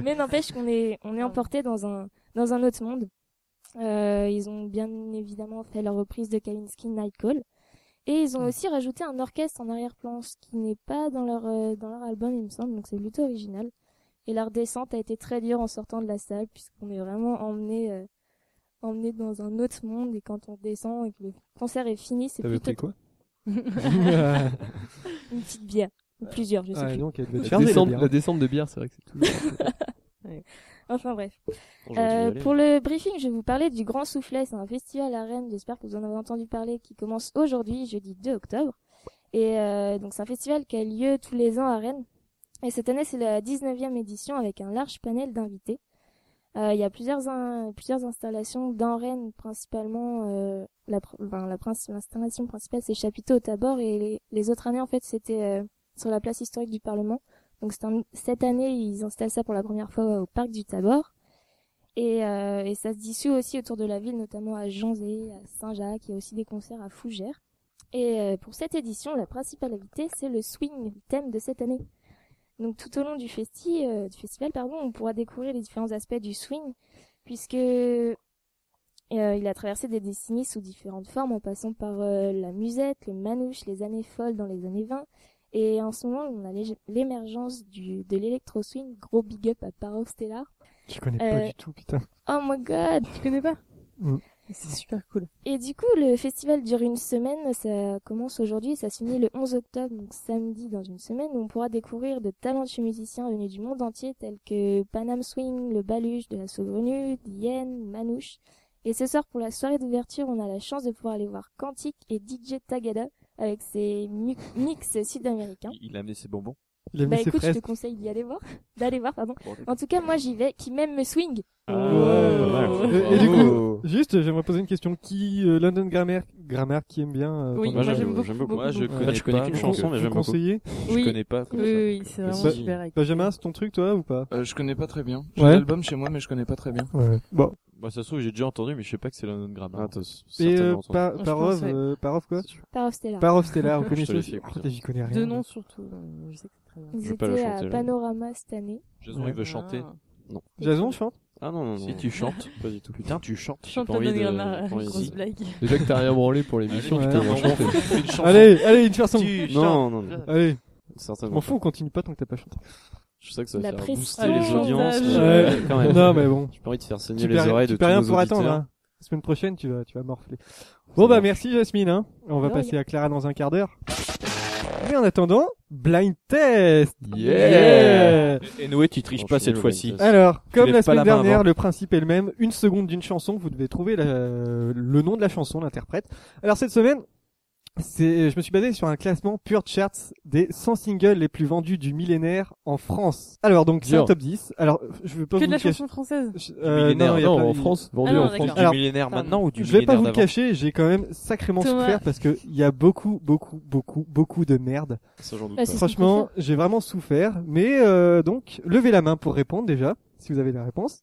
mais n'empêche qu'on est on est emporté dans un dans un autre monde. Euh, ils ont bien évidemment fait leur reprise de Kavinsky Night Call. Et ils ont aussi rajouté un orchestre en arrière-plan, ce qui n'est pas dans leur, euh, dans leur album, il me semble, donc c'est plutôt original. Et leur descente a été très dure en sortant de la salle, puisqu'on est vraiment emmené, euh, emmené dans un autre monde. Et quand on descend et que le concert est fini, c'est
T'avais
plutôt
pris quoi
Euh,
une petite bière. Ou plusieurs, je sais
ah,
plus.
donc, elle devait
la
charger, la
descente,
bière.
la descente de bière, c'est vrai que c'est
Oh.
toujours.
Enfin bref.
Aujourd'hui,
Euh,
allez.
pour le briefing, je vais vous parler du Grand Soufflet. C'est un festival à Rennes, j'espère que vous en avez entendu parler, qui commence aujourd'hui, jeudi 2 octobre. Et euh, donc c'est un festival qui a lieu tous les ans à Rennes. Et cette année, c'est la 19e édition avec un large panel d'invités. Euh, Il y a plusieurs, in- plusieurs installations dans Rennes, principalement euh, la, pr- enfin, la princi- l'installation principale, c'est Chapiteau au Tabor. Et les, les autres années, en fait, c'était euh, sur la place historique du Parlement. Donc c'est un- cette année, ils installent ça pour la première fois au parc du Tabor. Et, euh, et ça se dissout aussi autour de la ville, notamment à Janzé, à Saint-Jacques. Il y a aussi des concerts à Fougères. Et euh, pour cette édition, la principale invitée, c'est le swing, le thème de cette année. Donc tout au long du, festi, euh, du festival, pardon, on pourra découvrir les différents aspects du swing, puisque euh, il a traversé des décennies sous différentes formes, en passant par euh, la musette, le manouche, les années folles dans les années 20. Et en ce moment, on a l'é- l'émergence du- de l'électro-swing, gros big up à Paro Stellar.
Je connais pas
Euh,
du tout, putain.
Oh my god
Tu connais pas
Mm.
Mais C'est super cool.
Et du coup, le festival dure une semaine. Ça commence aujourd'hui et ça se finit le 11 octobre, donc samedi dans une semaine, où on pourra découvrir de talentueux musiciens venus du monde entier, tels que Panam Swing, le Baluche, de la Saugrenue, Yen, Manouche. Et ce soir, pour la soirée d'ouverture, on a la chance de pouvoir aller voir Quantique et DJ Tagada avec ses mu- mix sud-américains.
Il il a amené ses bonbons.
Il a mis
Bah
ses
écoute, je
fraises.
te conseille d'y aller voir, d'aller voir, pardon. En tout cas, moi j'y vais, qui même me swing.
Ouais. Euh, Et, et du coup, juste, j'aimerais poser une question. Qui, euh, London Grammar, Grammar qui aime bien, euh,
Oui,
ton
moi,
avis
j'aime beaucoup,
Moi, je
beaucoup,
beaucoup.
connais,
Je connais
pas,
qu'une
donc,
chanson,
euh,
mais
vous
j'aime beaucoup.
conseillez
Je
Oui.
connais pas.
Oui,
comme ça.
oui, oui, c'est vraiment
Bah,
super. avec-
Benjamin, c'est ton truc, toi, ou pas
Euh, je connais pas très bien. J'ai
Ouais.
l'album chez moi, mais je connais pas très bien.
Ouais. Bon.
Bah, ça se trouve, j'ai déjà entendu, mais je sais pas que c'est London Grammar.
Ah, t'as s-
Et euh,
certainement entendu.
par,
Je
Parov,
pense, ouais.
euh, Parov quoi
Par Stella.
Parov Stella, vous
te l'ai
connaissez Oh,
fait écouter.
putain, J'y connais rien.
Deux noms surtout. euh, Je sais que c'est très bien.
Ils
vais pas la
étaient
chanter,
à
là.
Panorama cette année.
Jason, il veut chanter.
Ah.
Jason, chante
Ah non, non, non.
Si tu chantes,
Pas du tout. Putain, tu chantes. J'ai
Chante
pas
la
envie
Donne
de-
Grammar,
pas envie de-
grosse
Si.
blague.
Déjà que t'as rien branlé pour l'émission,
Allez,
tu peux
putain,
en chanter.
Allez, allez, une chanson.
Tu
Non, non, non.
Allez, je
Certainement.
m'en fous, on continue pas tant que t'as pas chanté.
Je sais que ça va
La
faire
pression.
booster les
Ouais.
audiences.
Ouais.
mais Euh, Quand même.
Non, mais bon.
J'ai pas envie de faire saigner
Tu
les
peux,
oreilles
tu
de
peux
tous
rien
nos
pour attendre,
auditeurs.
hein. La semaine prochaine, tu vas, tu vas morfler. Bon, bah,
marche.
merci, Jasmine, hein. On va
De
passer
rien.
à Clara dans un quart d'heure. Mais en attendant, blind test!
Yeah Et Noé, tu triches
Non,
pas
je suis
cette
nul au
fois-ci.
blind test.
Alors, comme
lèves
la
pas
semaine
la main
dernière,
avant.
le principe est le même. Une seconde d'une chanson, vous devez trouver la- le nom de la chanson, l'interprète. Alors cette semaine, c'est, je me suis basé sur un classement pure charts des 100 singles les plus vendus du millénaire en France. Alors donc c'est
Bien.
un top 10. Alors je vais pas
Que
vous
de la
le cacher.
chanson française.
Je-
millénaire,
il y a
Non,
pas-
en
il-
France,
Ah
vendu
non,
en
d'accord.
France.
Alors,
du millénaire
pardon.
maintenant ou du
Je vais pas
millénaire
vous le
d'avant
cacher, j'ai quand même sacrément
Thomas.
souffert parce que il y a beaucoup, beaucoup, beaucoup, beaucoup de merde.
Ça, j'en doute
Ah,
pas.
c'est-
Franchement, j'ai vraiment souffert. Mais euh, donc, levez la main pour répondre déjà, si vous avez la réponse.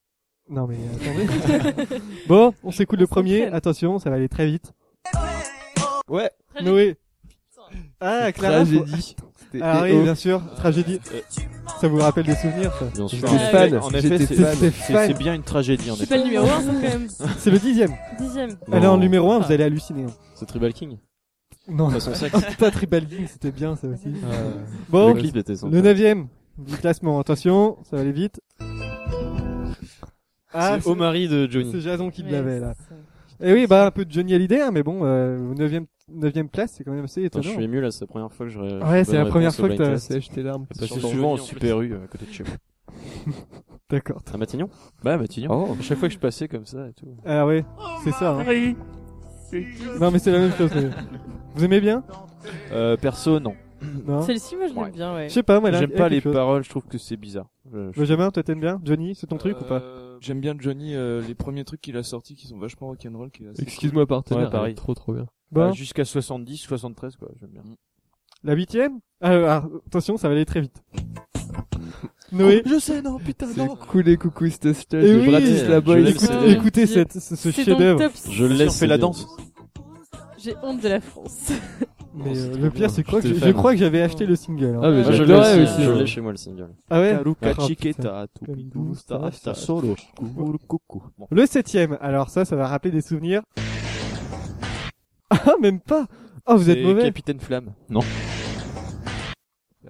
Non mais euh, attendez. bon, on s'écoute le
On s'entraîne.
premier. Attention, ça va aller très vite.
Ouais.
Très
Noé. Ah, Clara. faut-
Tragédie. C'était
Ah oui,
énorme.
bien sûr. Tragédie. Ça vous rappelle des souvenirs ça
Bien sûr.
J'étais
Ah,
fan.
oui.
En effet,
J'étais
c'est-
fan.
C'était
C'est
fan.
c'est bien une tragédie en
C'est
effet.
pas le numéro 1, c'est quand même
C'est le dixième.
dixième.
Elle est en
Non.
numéro un. Vous
Ah.
allez halluciner. hein.
C'est Tribal King.
Non.
De son sexe.
Putain, Tribal King, c'était bien ça aussi. Bon,
Le clip était sympa.
le neuvième du classement. Attention, ça va aller vite. Ah,
C'est au mari de Johnny.
c'est Jason qui me
Mais
l'avait là.
c'est-
Et oui, bah un peu de Johnny Hallyday, hein, mais bon, euh, 9 neuvième place, c'est quand même assez
Putain, je
étonnant.
suis ému là, c'est la première fois que je. ré-
Ouais,
je
c'est la
donne
première
réponse au
fois que
blind
t'as-
test.
C'est acheté l'arme.
Parce que
Sur
souvent en
Johnny, en plus.
super U à côté de chez moi.
D'accord.
À Matignon Oh.
Bah, Matignon. À chaque fois que je passais comme ça et tout.
Ah ouais, c'est ça. hein. Non, mais c'est la même chose. mais- Vous aimez bien
Euh, perso, non.
Non. Je
Hein Celle-ci, moi, je l'aime
Ouais.
bien, ouais.
sais pas, moi. elle a-
J'aime
elle a
pas les
quelque chose.
paroles, je trouve que c'est bizarre. Euh, je-
Benjamin, toi t'aimes bien Johnny, c'est ton truc ou pas
Euh, J'aime bien Johnny, euh, les premiers trucs qu'il a sortis qui sont vachement rock'n'roll. qui est assez
Excuse-moi, partenaire.
Ouais, pareil.
elle est Trop, trop bien.
Bon,
Ah, Jusqu'à 70, 73, quoi. J'aime bien.
la huitième. Alors, attention, ça va aller très vite. Noé.
Je sais, non, putain,
C'est coulé coucou, c'était stage
Eh
de
oui,
Bratislava.
je l'aime,
écoutez,
c'est-
écoutez cette, ce, ce
C'est dans le
chef-d'œuvre.
top
Je le laisse.
fait la danse.
J'ai honte de la France.
Mais
Oh, c'est
euh,
trop
le pire,
bien.
c'est quoi que
J'étais
je,
fan.
je crois que j'avais acheté le single. hein.
Ah, mais
Ah, je l'ai
j'adorais
aussi,
aussi.
Je l'ai
ouais.
chez moi le single.
Ah ouais.
Taruka,
Ah, putain.
chiqueta, tupidou, sta, sta, solo, kukuru, kuku. Bon.
Le septième. Alors ça, ça va rappeler des souvenirs. Ah, même pas. Oh, vous êtes
C'est
mauvais.
Capitaine Flamme. Non.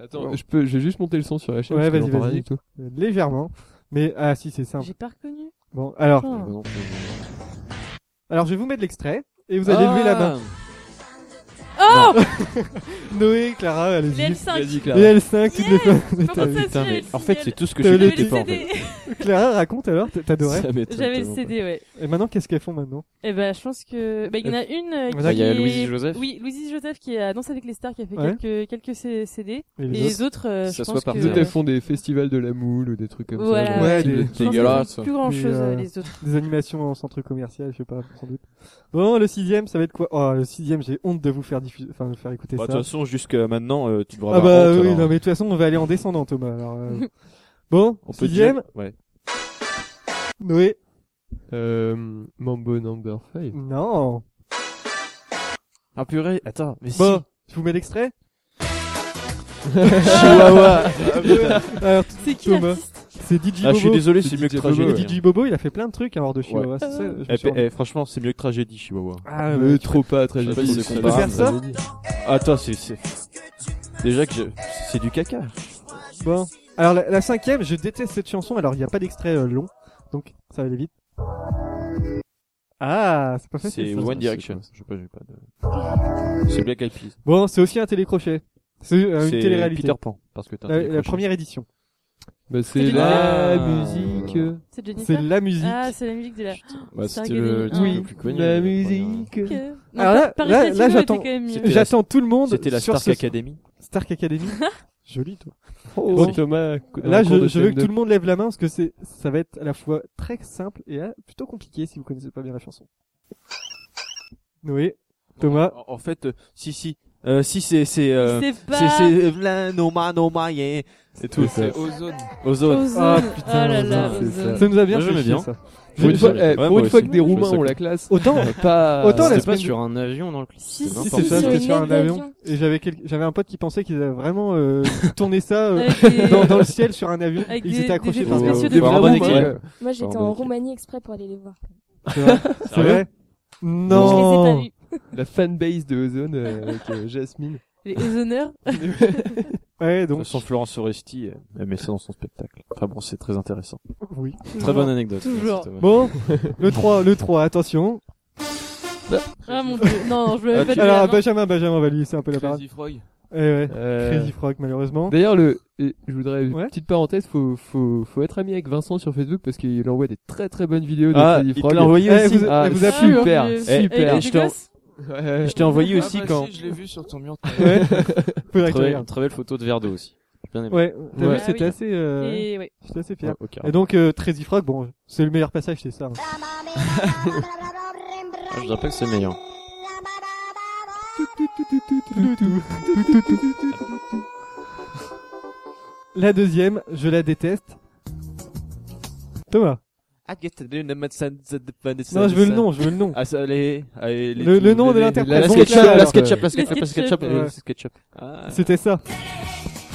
Attends,
Ouais.
je peux, j'ai juste monté le son sur la chaîne.
Ouais,
parce que
vas-y,
j'entends
vas-y.
rien du tout.
Euh, Légèrement. Mais, ah si, c'est simple.
J'ai pas reconnu.
Bon, alors,
Ah.
alors je vais vous mettre l'extrait et vous allez lever la main.
Ah.
Oh
Noé, Clara,
Le
allez-y.
L5
Et L5, toutes les
Je pensais
femmes.
Putain,
à celui-là,
mais
le
en fait,
single.
c'est tout ce que
T'avais
je
le
connais
J'avais le
pas, en fait.
CD.
Clara, raconte alors, t'- t'adorais.
Ça m'étonne
J'avais le
tellement
CD, ouais.
Et maintenant, qu'est-ce qu'elles font maintenant
Et ben, je pense que. Bah, il y en a une. euh,
Il y a
qui
a
est-
Louise Joseph.
Oui, Louise Joseph qui est à Danse avec les stars, qui a fait
Ouais.
quelques, quelques C- CD.
Et
Et
les autres
les autres, euh, je
Ça se
pense
voit par
que.
Peut-être elles font des festivals de la moule ou des trucs comme
Voilà.
ça.
Ouais,
genre,
des-
le-
Je pense qu'elles
dégueulasse.
font plus grand
Mais,
chose,
euh,
les autres.
Des animations en centre commercial, je sais pas, sans doute. Bon, le sixième, ça va être quoi Oh, le sixième, j'ai honte de vous faire diffuser, enfin, de vous faire écouter
Bah, de
ça.
toute façon, jusqu'à maintenant, euh, tu devras
ah bah
avoir honte,
oui,
alors.
non, mais de toute façon, on va aller en descendant, Thomas. Alors, euh, bon,
On peut
sixième,
dire. Ouais.
Noé.
Euh, Mambo Number 5.
Non.
Ah purée, attends, mais
Bon,
Bah.
je vous mets l'extrait.
Chihuahua.
Alors,
C'est qui
Thomas.
l'artiste
c'est DJ
Ah, je suis
Bobo.
désolé, c'est
C'est
mieux que
DJ
Et
Bobo,
tragédie.
ouais.
DJ Bobo, il a fait plein de trucs avant de Chihuahua. c'est ça, je me
Eh,
suis rendu
eh, franchement, c'est mieux que tragédie, Chihuahua.
Ah,
Euh,
ouais, ouais.
trop pas très
Je sais
gentil.
pas si
le
c'est
salaud.
comparable. Tu peux faire
Attends, c'est, c'est, déjà que je, c'est du caca.
Bon. Alors, la, la cinquième, je déteste cette chanson. Alors, il n'y a pas d'extrait euh, long. Donc, ça va aller vite. Ah, c'est pas facile.
C'est
ça.
One Direction. Je sais pas, j'ai pas de- C'est Black Eyed Peas.
Bon, c'est aussi un télécrochet. C'est euh, une
C'est
télé-réalité.
Peter Pan. Parce que t'as un
La, la
télécrochet.
première édition.
Bah, c'est
C'est
la
du-
musique. euh,
C'est
C'est
Jennifer
la musique.
Ah, c'est la musique de la.
Bah,
Star
c'était le
Academy,
titre
hein.
le plus connu.
La
le premier.
musique.
Que- Non,
Alors là-
Pa- Paris
là-
Latino
là,
était
j'attends-
quand même mieux.
J'attends tout le monde.
C'était la
sur
Stark
ce-
Academy.
Stark Academy. Joli, toi.
Oh, Thomas.
Là, je, je veux que tout le monde lève la main parce que c'est, ça va être à la fois très simple et euh, plutôt compliqué si vous connaissez pas bien la chanson. Noé, Thomas.
En, en fait, euh, si, si. Euh, si, c'est, c'est, euh,
C'est
c'est,
pas.
c'est, euh, no ma, no ma, yeah. C'est tout.
C'est Ozone.
Ozone.
Ozone.
Ah,
Oh là là,
c'est ça.
Ozone.
Ça nous a bien
Moi,
fait
j'aimais
chier,
bien.
ça.
Pour une fois,
Ouais,
eh, pour
moi
une fois
aussi.
que des Roumains
ça
ont
colle.
la classe.
Autant,
euh, Pas.
Autant la
C'était pas
semaine-
sur un avion dans le clip.
Si,
C'est
si,
c'est
n'importe
ça,
quoi.
c'était
une
sur un
aile
avion.
d'avion.
Et j'avais quel- j'avais un pote qui pensait qu'ils avaient vraiment euh, tourné ça euh,
Avec des-
dans, dans le ciel sur un avion.
Avec
et ils
des-
étaient accrochés
des
par
effets
des
spéciaux
roues.
de-
Vraiment
Vraiment
des
quoi.
clips.
Moi, j'étais en Roumanie exprès pour aller les voir.
C'est vrai. C'est vrai
Je
Non.
les ai
La fanbase de Ozone euh, avec euh, Jasmine.
pas vus. Les Ozoneurs.
Ouais,
De toute
donc
façon, Florence Oresti, euh, elle met ça dans son spectacle. Enfin bon, c'est très intéressant.
oui.
Très bonne anecdote.
Toujours.
Merci, Thomas.
Bon, le 3, le 3, attention.
Ah mon dieu. Non, je me l'avais pas dit.
Alors
avant.
Benjamin, Benjamin on va lui laisser un peu la parole.
Crazy Frog.
Eh ouais.
Euh,
Crazy Frog malheureusement.
D'ailleurs, le, et je voudrais une
Oh. Ouais.
petite parenthèse, faut, faut, faut être ami avec Vincent sur Facebook parce qu'il envoie des très très bonnes vidéos de
Ah,
Freddy
il te
Frog.
l'a envoyé
Eh,
aussi.
vous-
Ah,
elle vous a
Ah,
plu.
mon
super,
Dieu.
eh,
Avec
eh,
les
je t'en-
gosses.
Ouais.
Je t'ai envoyé aussi
ah, bah,
quand.
Si, je l'ai vu sur ton mur.
Ouais. Faudrait que tu
Très,
regardes.
très belle photo de verre d'eau aussi. J'ai bien aimé.
Ouais, t'as
Ouais.
vu, c'était
Ah oui.
assez, euh, ouais,
Et ouais.
j'étais assez fier.
Ah, ok.
Et donc, euh, Crazy Frog, bon, c'est le meilleur passage, c'est ça. hein.
Ah, je dirais pas que c'est meilleur.
La deuxième, je la déteste. Thomas. Non, je veux le nom, je veux le nom.
Ah, ça, allez, allez, les-
Le- le nom de
les-
l'interprète.
La
Bon,
SketchUp,
alors.
la SketchUp, la SketchUp,
Les
la SketchUp,
SketchUp.
la SketchUp. Ah.
C'était ça.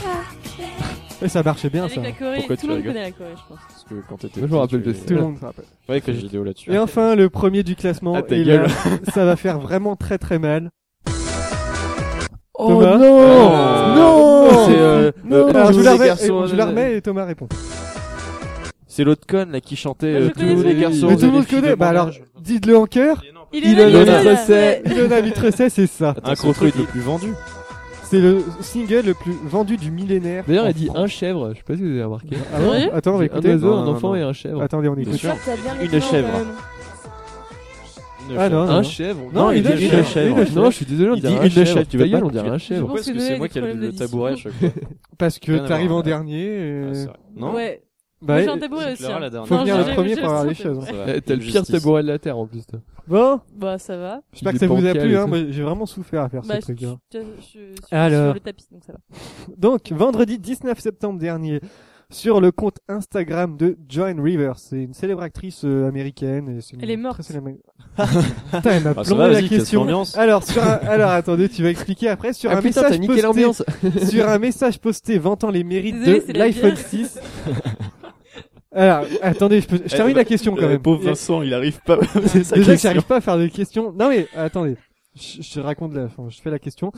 Ah.
Et ça marchait bien,
Avec
ça.
la Corée.
Pourquoi
Tout
tu
le monde
rigoles
connaît
Oh
la Corée, je pense.
Parce que quand t'étais
Moi, je me rappelle de
petit,
Tout
tu-
le monde se rappelle.
Ouais, que j'ai vidéo là-dessus.
Et enfin, le premier du classement.
Ah, ta
et là, ça va faire vraiment très très mal. Thomas.
Oh, non! euh, C'est, euh,
Oh,
euh,
Alors, je vous
tous
la
les
remets,
garçons-
et- je la remets et Thomas répond.
C'est l'autre conne, là, qui chantait,
Ah, je
euh,
connais
tous
ce
les
gars.
garçons.
Mais
et
tout le
les
monde
filles de
connaît. Bah
mon
alors,
âge.
dites-le en cœur.
Il
Il
est
a
là,
le
il est là.
recette.
Ouais.
Ilona Vitrecet, c'est ça.
Un crocodile le plus vendu.
C'est le single le plus vendu du millénaire.
D'ailleurs,
en
elle dit
France.
un chèvre, je sais pas si vous avez remarqué.
Ah bon
Sérieux
eh. Attends, on va
un
écouter.
oiseau,
Non,
un
non,
enfant
non.
et un chèvre.
Attendez, on
Bien
écoute.
sûr.
J'espère que t'as bien les
Une
plans,
chèvre.
quand même.
Ah non, non,
Un
non.
chèvre. on
Non,
dirait.
il dit une chèvre.
Non, je suis désolé, on
Il
dirait
dit
un
une
chèvre.
chèvre, tu
Ta
veux
gueule,
pas
on dirait un chèvre.
pense
Pourquoi est-ce
que
que
Noël a
c'est moi
des
qui ai
problèmes de
le tabouret à chaque fois
Parce que
Rien à
t'arrives
voir,
en
ouais.
dernier.
Ah,
euh,
Non
Ouais.
bah,
Moi, j'ai
euh,
un tabouret aussi.
Clara,
hein.
la dernière.
faut
Non,
venir
j'ai-
le premier
j'ai
pour avoir les
ressenti.
choses. hein.
Ça va.
Eh, T'as le pire
Injustice.
tabouret de la terre en plus. toi.
Bon,
Bah ça va.
j'espère
Il
que
est
ça vous a
bancal
plu.
et
Hein.
tout.
Moi, j'ai vraiment souffert à faire
Bah,
ce truc. hein.
je, je- je- je suis
Alors.
sur le tapis, donc ça va.
Donc, vendredi 19 septembre dernier, sur le compte Instagram de Joan Rivers, c'est une célèbre actrice euh, américaine. Et c'est une
Elle est morte.
très célèbre- Putain, elle m'a
Bah, ça
plombé
va,
la
vas-y, casse
question.
l'ambiance.
Alors, sur un- alors, attendez, tu vas expliquer après sur
Ah
un
putain, t'as
message
niqué
posté
l'ambiance.
sur un message posté vantant les mérites
Désolée,
de
c'est la
l'iPhone
bière.
6. Alors, attendez, je, peux- je termine la question quand même.
Eh, Pauvre Vincent, il arrive pas. C'est ça
Déjà que j'arrive pas à faire des questions. Non mais attendez, je, je raconte la, enfin, je fais la question.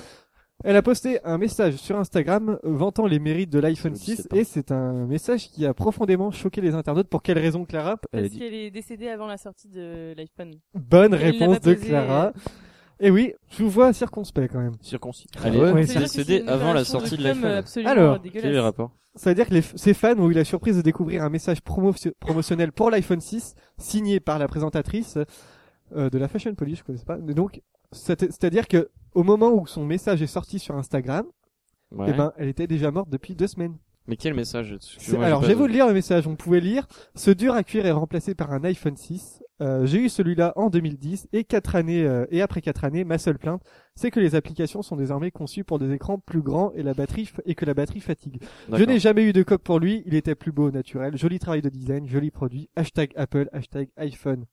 Elle a posté un message sur Instagram vantant les mérites de l'iPhone
Je sais
6
pas.
et c'est un message qui a profondément choqué les internautes. Pour quelle raison, Clara
Elle a
Parce
dit-
qu'elle est décédée avant la sortie de l'iPhone.
Bonne
Elle l'a
réponse
pas
de
posé,
Clara. Et oui, je vous vois circonspect quand même.
Circoncis.
Elle est- Ah ouais.
Elle est
C'est juste que
décédée
c'est une
avant la
déclaration
sortie de
com, euh,
l'iPhone.
Absolument
Alors,
Quel est le
dégueulasse.
rapport
Ça veut dire que les f- ses fans ont eu la surprise de découvrir un message promo- promotionnel pour l'iPhone 6 signé par la présentatrice euh, de la Fashion Police, je connaissais pas. Mais donc, c'est- c'est-à-dire que au moment où son message est sorti sur Instagram,
Ouais.
eh ben, elle était déjà morte depuis deux semaines.
Mais quel message
C'est-
Excuse-moi,
Alors,
pas
je vais vous
de-
lire le message. On pouvait lire. Ce dur à cuire est remplacé par un iPhone 6. Euh, J'ai eu celui-là en 2010 et quatre années euh, et après quatre années, ma seule plainte, c'est que les applications sont désormais conçues pour des écrans plus grands et la batterie f- et que la batterie fatigue. Je
D'accord.
n'ai jamais eu de cop pour lui. Il était plus beau au naturel. Joli travail de design, joli produit. Hashtag Apple, hashtag iPhone.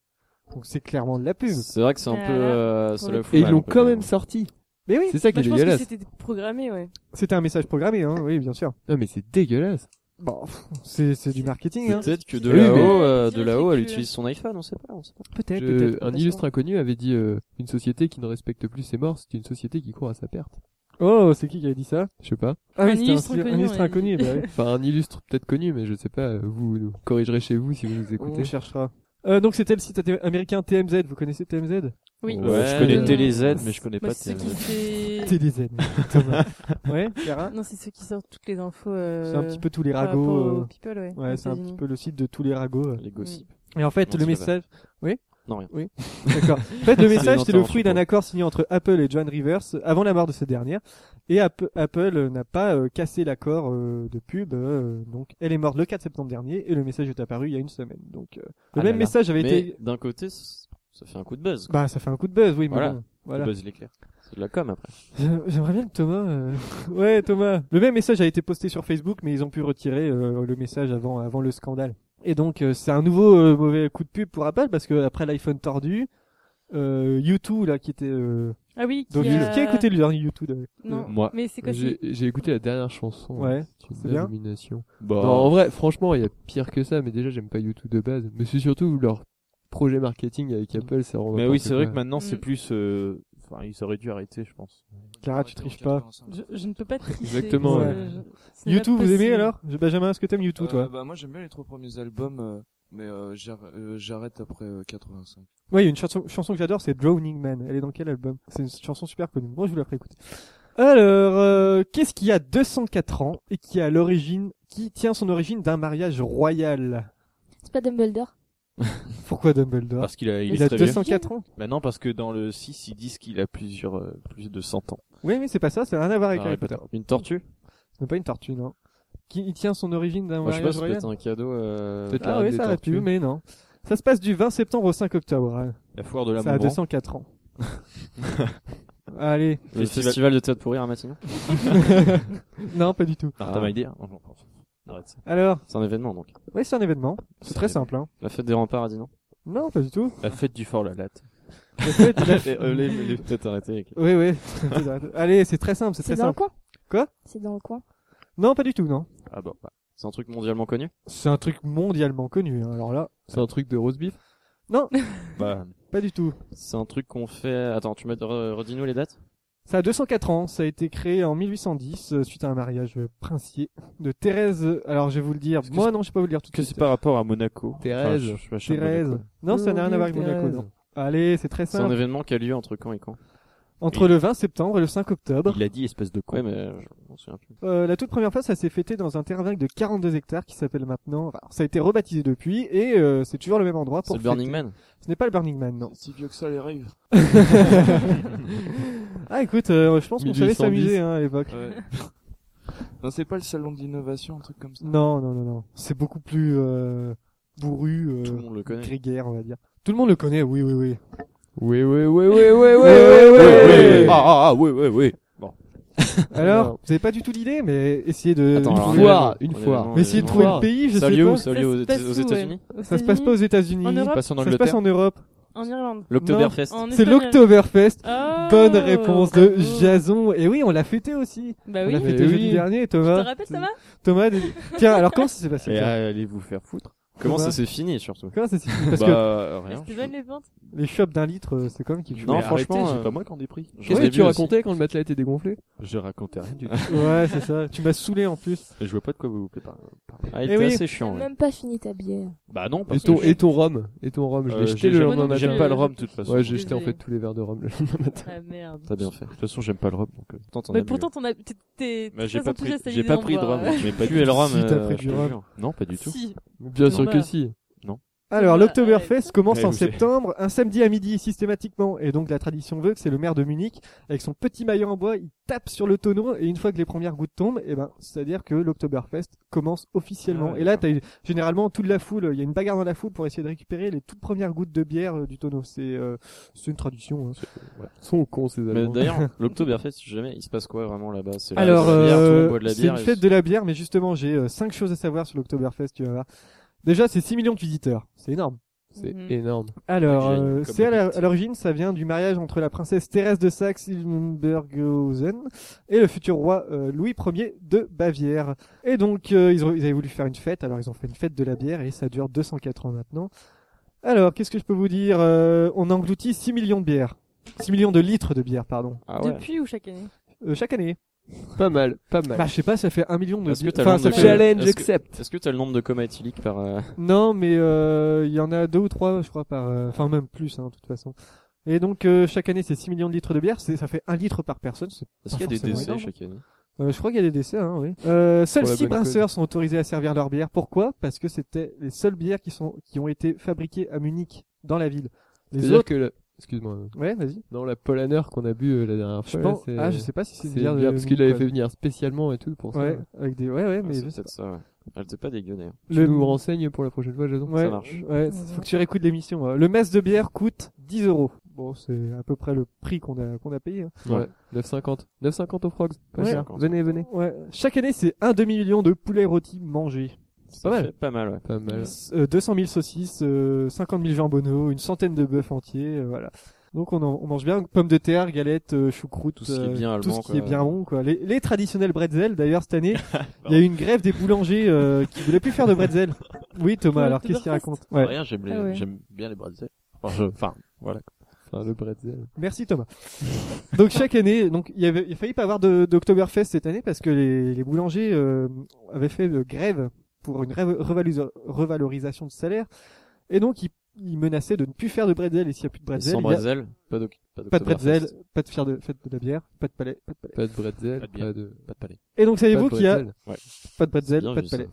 Donc c'est clairement de la pub.
C'est vrai que c'est un peu. euh, ça la fout
Et ils
mal,
l'ont
un peu,
quand
mais
même
bon.
sorti.
Mais oui,
C'est ça qui
Moi,
est
Bah, je pense que
dégueulasse.
c'était programmé, ouais.
c'était un message programmé, hein. Oui, bien sûr.
Non mais c'est dégueulasse.
Bon, pff, c'est c'est du marketing, hein.
Peut-être que de
Oui, mais-
là-haut, euh, de
C'est
là-haut, elle
respectueux.
utilise son iPhone, on sait pas, on sait pas.
Peut-être,
Je-
peut-être.
Euh, un illustre inconnu avait dit euh, une société qui ne respecte plus ses morts, c'est une société qui court à sa perte.
Oh, c'est qui qui avait dit ça
Je sais pas.
Ah
Un
c'était
illustre
un
inconnu,
illustre
on a
inconnu.
dit.
Bah, oui.
Enfin un illustre peut-être connu, mais je sais pas. euh, Vous nous corrigerez chez vous si vous nous
On
écoutez.
cherchera. Euh, donc c'était le site até- américain TMZ. Vous connaissez TMZ
Oui.
Ouais, Bah,
Euh,
ouais,
je connais
mais-
TéléZ, mais je connais
Moi,
pas
c'est ceux
TMZ.
qui fait-
TDZ. Thomas. ouais, Clara
Non, c'est ceux qui sortent toutes les infos. euh,
C'est un petit peu tous les
par rapport aux
ragots.
people, ouais.
euh, Ouais,
aux
c'est un petit
États-Unis.
peu le site de tous les ragots. euh.
Les gossips.
Et en fait, le
Non, c'est pas
message. Oui.
Non, rien.
Oui. D'accord. En fait, le message,
une
c'est le
entente,
fruit
je
d'un
crois.
accord signé entre Apple et John Rivers avant la mort de cette dernière. Et App- Apple euh, n'a pas euh, cassé l'accord euh, de pub. euh, donc, elle est morte le 4 septembre dernier et le message est apparu il y a une semaine. Donc, euh, le même
Ah là là.
message avait
Mais
été.
d'un côté, c- ça fait un coup de buzz. quoi.
Bah, ça fait un coup de buzz, oui, mais
Voilà.
bon,
Le
voilà.
buzz l'éclair. C'est de la com après.
J'aim- J'aimerais bien que Thomas. euh, Ouais, Thomas. Le même message a été posté sur Facebook, mais ils ont pu retirer euh, le message avant, avant le scandale. Et donc, euh, c'est un nouveau euh, mauvais coup de pub pour Apple parce que après l'iPhone tordu, euh, U2 là qui était. euh,
Ah oui, qui,
Donc, qui,
a...
a écouté le dernier U2 d'ailleurs
Non,
Moi.
mais c'est quoi c'est-
J'ai j'ai écouté la dernière chanson. euh,
Ouais,
C'est une
c'est bien.
abomination.
Bah,
Non, en vrai, franchement, il y a pire que ça, mais déjà, j'aime pas YouTube de base. Mais c'est surtout leur projet marketing avec Apple, c'est vraiment.
Mm. mais oui,
n'importe
c'est vrai que
quoi.
maintenant c'est
Mm.
plus. euh, Enfin, ils auraient dû arrêter, je pense.
Clara, tu triches pas.
Je, je ne peux pas tricher.
Exactement,
je-
ouais.
je- ce n'est pas
U2, vous aimez
possible.
alors Benjamin, est-ce que t'aimes U2
Euh,
toi
Bah moi j'aime bien les trois premiers albums, euh, mais euh, j'ar- euh, j'arrête après euh, 85.
Ouais, il y a une chanson, chanson que j'adore, c'est Drowning Man. Elle est dans quel album C'est une chanson super connue. Moi, je vous la ferai écouter. Alors, euh, qu'est-ce qui a 204 ans et qui a à l'origine, qui tient son origine d'un mariage royal
C'est pas Dumbledore.
Pourquoi Dumbledore
Parce qu'il a, il
Il
est
a
très vieux.
204 ans.
Bah non, parce que dans le 6, ils disent qu'il a plusieurs, euh, plus de 100 ans.
Oui, mais c'est pas ça. Ça n'a rien à voir avec
Ah,
Harry
ouais,
Potter.
Une tortue
Ce n'est pas une tortue, non Qui il tient son origine d'un
Moi, je
mariage
sais pas, ça peut
royal
être un cadeau. euh,
Peut-être
Ah
la reine
oui,
des
ça aurait pu,
tortues.
mais non. Ça se passe du 20 septembre au 5 octobre. hein.
La foire de la
Ça a
Mouban.
204 ans. Allez,
Le festival de théâtre pourri à Matignon.
non, pas du tout.
Ah, t'as ma idée hein Non, j'en pense. Arrête ça.
Alors,
C'est un événement donc.
oui, c'est un événement. C'est très simple. Hein.
La fête des remparts à Dinan.
Non, pas du tout.
La fête du fort la latte.
La fête- la-
euh, les, les, peut-être arrêter avec.
Oui, oui. Allez, c'est très simple, c'est
C'est
très
dans le
simple.
coin.
Quoi
C'est dans le coin.
Non, pas du tout, non.
Ah bon, bah.
C'est un truc mondialement connu.
C'est un truc mondialement connu, hein, alors là.
C'est un truc de roast beef.
bah
Pas du tout.
C'est un truc qu'on fait. Attends, tu m'as re- redis-nous les dates.
Ça a 204 ans, ça a été créé en 1810 euh, suite à un mariage euh, princier de Thérèse. euh, Alors je vais vous le dire.
Est-ce que
Moi non, je vais pas vous le dire tout de
que
suite.
c'est par rapport à Monaco.
Thérèse.
Enfin, je- je- je- je-
Thérèse.
Monaco.
Non, ça n'a rien à voir avec Monaco.
Thérèse.
Non. Allez, c'est très
C'est un
simple.
événement qui a lieu entre quand et quand
Entre le 20 septembre et le 5 octobre.
Il a dit espèce de con.
Ouais, mais euh, je m'en souviens plus.
Euh, la toute première fois, ça s'est fêté dans un terrain vague de 42 hectares qui s'appelle maintenant. enfin, ça a été rebaptisé depuis et euh, c'est toujours le même endroit
C'est
pour.
le Burning
fêter.
Man.
Ce n'est pas le Burning Man, non.
Si vieux que ça les rêves.
Ah écoute, euh, je pense qu'on savait
1810.
s'amuser hein, à l'époque.
non c'est pas le salon de l'innovation, un truc comme ça.
Non, non, non, non. C'est beaucoup plus euh, bourru,
Tout le
euh,
monde le connaît.
grégaire, on va dire. Tout le monde le connaît, oui, oui, oui.
Oui, oui, oui, oui, oui,
ouais,
oui,
ouais.
Ah, ah, ah, oui, oui, oui.
Alors, vous avez pas du tout l'idée, mais essayez de,
Attends,
de
alors,
trouver-
foire,
on est
une
vraiment-
foire.
on est
mais essayez de
vraiment-
trouver le
voir.
pays, je
euh, Ça a
sais
lieu
pas.
où Ça a lieu
Ça
aux
se
aux
passe où, ouais
États-Unis
Aux
Ça se passe pas aux
États-Unis,
États-Unis.
En Europe,
Passe en
Ça se passe
Angleterre.
en Europe.
en Irlande.
L'Octoberfest.
En
C'est
Espagne.
l'Oktoberfest.
Oh,
Bonne réponse de
bravo.
Jason. Et oui, on l'a fêté aussi.
Bah
On l'a
oui.
fêté
Eh
jeudi
oui.
dernier,
Je te
Thomas.
rappelle, ça va
Thomas, dis- tiens, alors comment ça s'est passé
euh,
Et
tiens
allez vous faire foutre.
Comment
Quoi
ça s'est fini surtout
Comment ça s'est fini Parce que
Bah,
Est-ce
rien.
que bonne les ventes
les chopes d'un litre, euh, c'est quand même quelque chose.
Non,
Mais arrêtez,
franchement, euh,
c'est pas moi qui en ai pris.
J'en
Qu'est-ce
ai
que tu
vu
racontais quand le matelas était dégonflé
Je racontais rien du tout.
Ouais, c'est ça. Tu m'as saoulé en plus.
Et je vois pas de quoi vous parlez.
aussi. Ah, il
Eh
était
oui.
assez
T'as
chiant. ouais.
même pas fini ta bière.
Bah non,
et
parce
ton,
que
et ton rhum Et ton rhum, je l'ai
Euh,
jeté
j'ai-
le lendemain
j'ai-
matin.
j'aime pas le rhum de toute façon.
Ouais, j'ai jeté en
Désolé.
fait tous les verres de rhum le lendemain matin.
Ah merde.
T'as bien fait.
De toute façon, j'aime pas le rhum. Donc... euh,
Pourtant, t'en as
Mais
bu.
pourtant, t'en as. t'es- T'es.
Bah,
très
j'ai pas pris,
enthousiaste à
j'ai
l'idée
pas
d'en
pris de
boire.
rhum. Mais pas
Tu es le rhum.
Si, t'as
euh,
pris du
je te
rhum.
jure. Non, pas du tout.
Si.
Bien sûr
Bah.
que si.
Alors,
Ouais,
l'Oktoberfest commence
Ouais,
en
vous savez.
septembre, un samedi à midi systématiquement. Et donc, la tradition veut que c'est le maire de Munich, avec son petit maillot en bois, il tape sur le tonneau, et une fois que les premières gouttes tombent, eh ben, c'est-à-dire que l'Oktoberfest commence officiellement.
Ah,
et là, t'as généralement toute la foule, il y a une bagarre dans la foule pour essayer de récupérer les toutes premières gouttes de bière euh, du tonneau. C'est, euh, c'est une tradition. hein.
Ils sont cons ces
Mais
Allemands.
d'ailleurs, l'Octoberfest, si jamais, il se passe quoi vraiment là-bas C'est la-
Alors,
la bière, tout le monde
euh,
boit de la
c'est
bière
une
et-
fête de la bière, mais justement, j'ai euh, cinq choses à savoir sur l'Oktoberfest, tu vas voir. Déjà, c'est 6 millions de visiteurs. C'est énorme.
C'est
Mhm.
énorme.
Alors,
Comme
euh,
comme
c'est à la-
Hobbit.
à l'origine, ça vient du mariage entre la princesse Thérèse de Saxe-Ilmenberghausen et le futur roi euh, Louis Ier de Bavière. Et donc, euh, ils, ont, ils avaient voulu faire une fête, alors ils ont fait une fête de la bière et ça dure 204 ans maintenant. Alors, qu'est-ce que je peux vous dire Euh, On engloutit 6 millions de bières. 6 millions de litres de bière, pardon,
Ah ouais.
Depuis ou chaque année
euh, chaque année.
Pas mal, pas mal.
Bah, je sais pas, ça fait 1 million de
Est-ce que
bières.
t'as le
Enfin,
nombre
ça
de
fait-
bières
Challenge
Est-ce que-
accept.
Est-ce que t'as le nombre de comas éthyliques par euh,
Non, mais euh, il y en a deux ou trois, je crois, par, euh, enfin même plus, hein, de toute façon. Et donc euh, chaque année, c'est 6 millions de litres de bière, c'est- ça fait un litre par personne. c'est-
Est-ce qu'il y a
Pas
des
forcément
décès
énorme.
chaque année
euh, je crois qu'il y a des décès, hein, oui. Euh, seuls
Pour la
six
bonne
brasseurs sont autorisés à servir leur bière. Pourquoi Parce que c'était les seules bières qui sont qui ont été fabriquées à Munich, dans la ville. Les
C'est-à-dire
autres,
que la... Excuse-moi.
ouais, vas-y.
Non, la Polaner qu'on a bu euh, la dernière
Je
fois.
pense.
là, c'est-
Ah, je sais pas si c'est
c'est
une
une
bière de.
bière, parce qu'il l'avait fait
Munich,
venir spécialement et tout pour ça.
Ouais, Ouais, avec des. Ouais, ouais,
Ah,
mais
C'est peut-être ça, ouais. Elle était pas dégueu d'ailleurs.
Tu nous renseignes pour la prochaine fois, Jason.
Ouais,
Ça marche.
Ouais, faut que tu réécoutes l'émission. hein. Le mess de bière coûte 10 euros. Bon, c'est à peu près le prix qu'on a qu'on a payé. hein.
Ouais. 9,50. 9,50 au Frogs. Pas
Ouais.
cher. Venez, venez.
Ouais. Chaque année, c'est un demi million de poulets rôtis mangés.
C'est
pas mal.
Pas mal, ouais.
Pas mal.
Euh, 200 000 saucisses, euh, 50 000 jambonneaux, une centaine de bœufs entiers, euh, voilà. Donc on, en- on mange bien pommes de terre, galettes, euh, choucroute,
Tout ce qui est
euh,
bien
tout ce
allemand,
qui
quoi.
est bien bon quoi. Les, les traditionnels bretzels d'ailleurs cette année, il y a eu une grève des boulangers euh, qui voulaient plus faire de bretzels. Oui Thomas,
Pour
alors qu'est-ce qu'il
l'Oktoberfest
raconte Ouais.
Rien, j'aime les-
Ah ouais.
j'aime bien les bretzels. Enfin, je- enfin,
Enfin, le bretzel.
Merci Thomas. donc chaque année, donc il y avait, il fallait pas avoir de- d'Oktoberfest cette année parce que les, les boulangers euh, avaient fait de grève pour une rêve- revalorisa- revalorisation de salaire et donc ils, ils menaçaient de ne plus faire de bretzel et s'il n'y a plus de bretzel,
Sans
il y a
bretzel, pas d'oc-
pas de
d'Oktoberfest.
bretzel, pas de faire de fête de la bière, pas de palais, pas de palais.
Pas de bretzel.
Pas de bière.
Pas de.
pas de palais.
Et donc
pas de
savez-vous qu'il y a
bretzel.
pas de bretzel,
Bien
pas
vu,
de palais.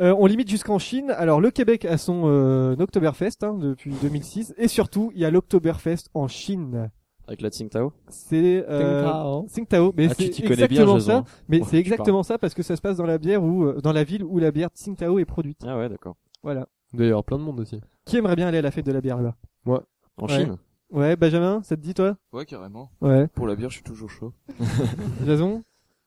Euh, on limite jusqu'en Chine. Alors le Québec a son euh, Oktoberfest hein, depuis 2006 et surtout il y a l'Oktoberfest en Chine.
Avec la Tsingtao
C'est euh,
Tintin.
Tsingtao, mais
Ah, tu
c'est
t'y connais bien,
exactement
Jason. Oh,
ça. Mais
Ouais,
c'est
je
exactement ça parce que ça se passe dans la bière où, euh, dans la ville où la bière Tsingtao est produite.
Ah ouais, d'accord.
Voilà.
D'ailleurs, plein de monde aussi.
Qui aimerait bien aller à la fête de la bière là-bas
En
Ouais.
Chine
Ouais, Benjamin, ça te dit toi
Ouais, carrément.
Ouais.
Pour la bière, je suis toujours chaud.
Jason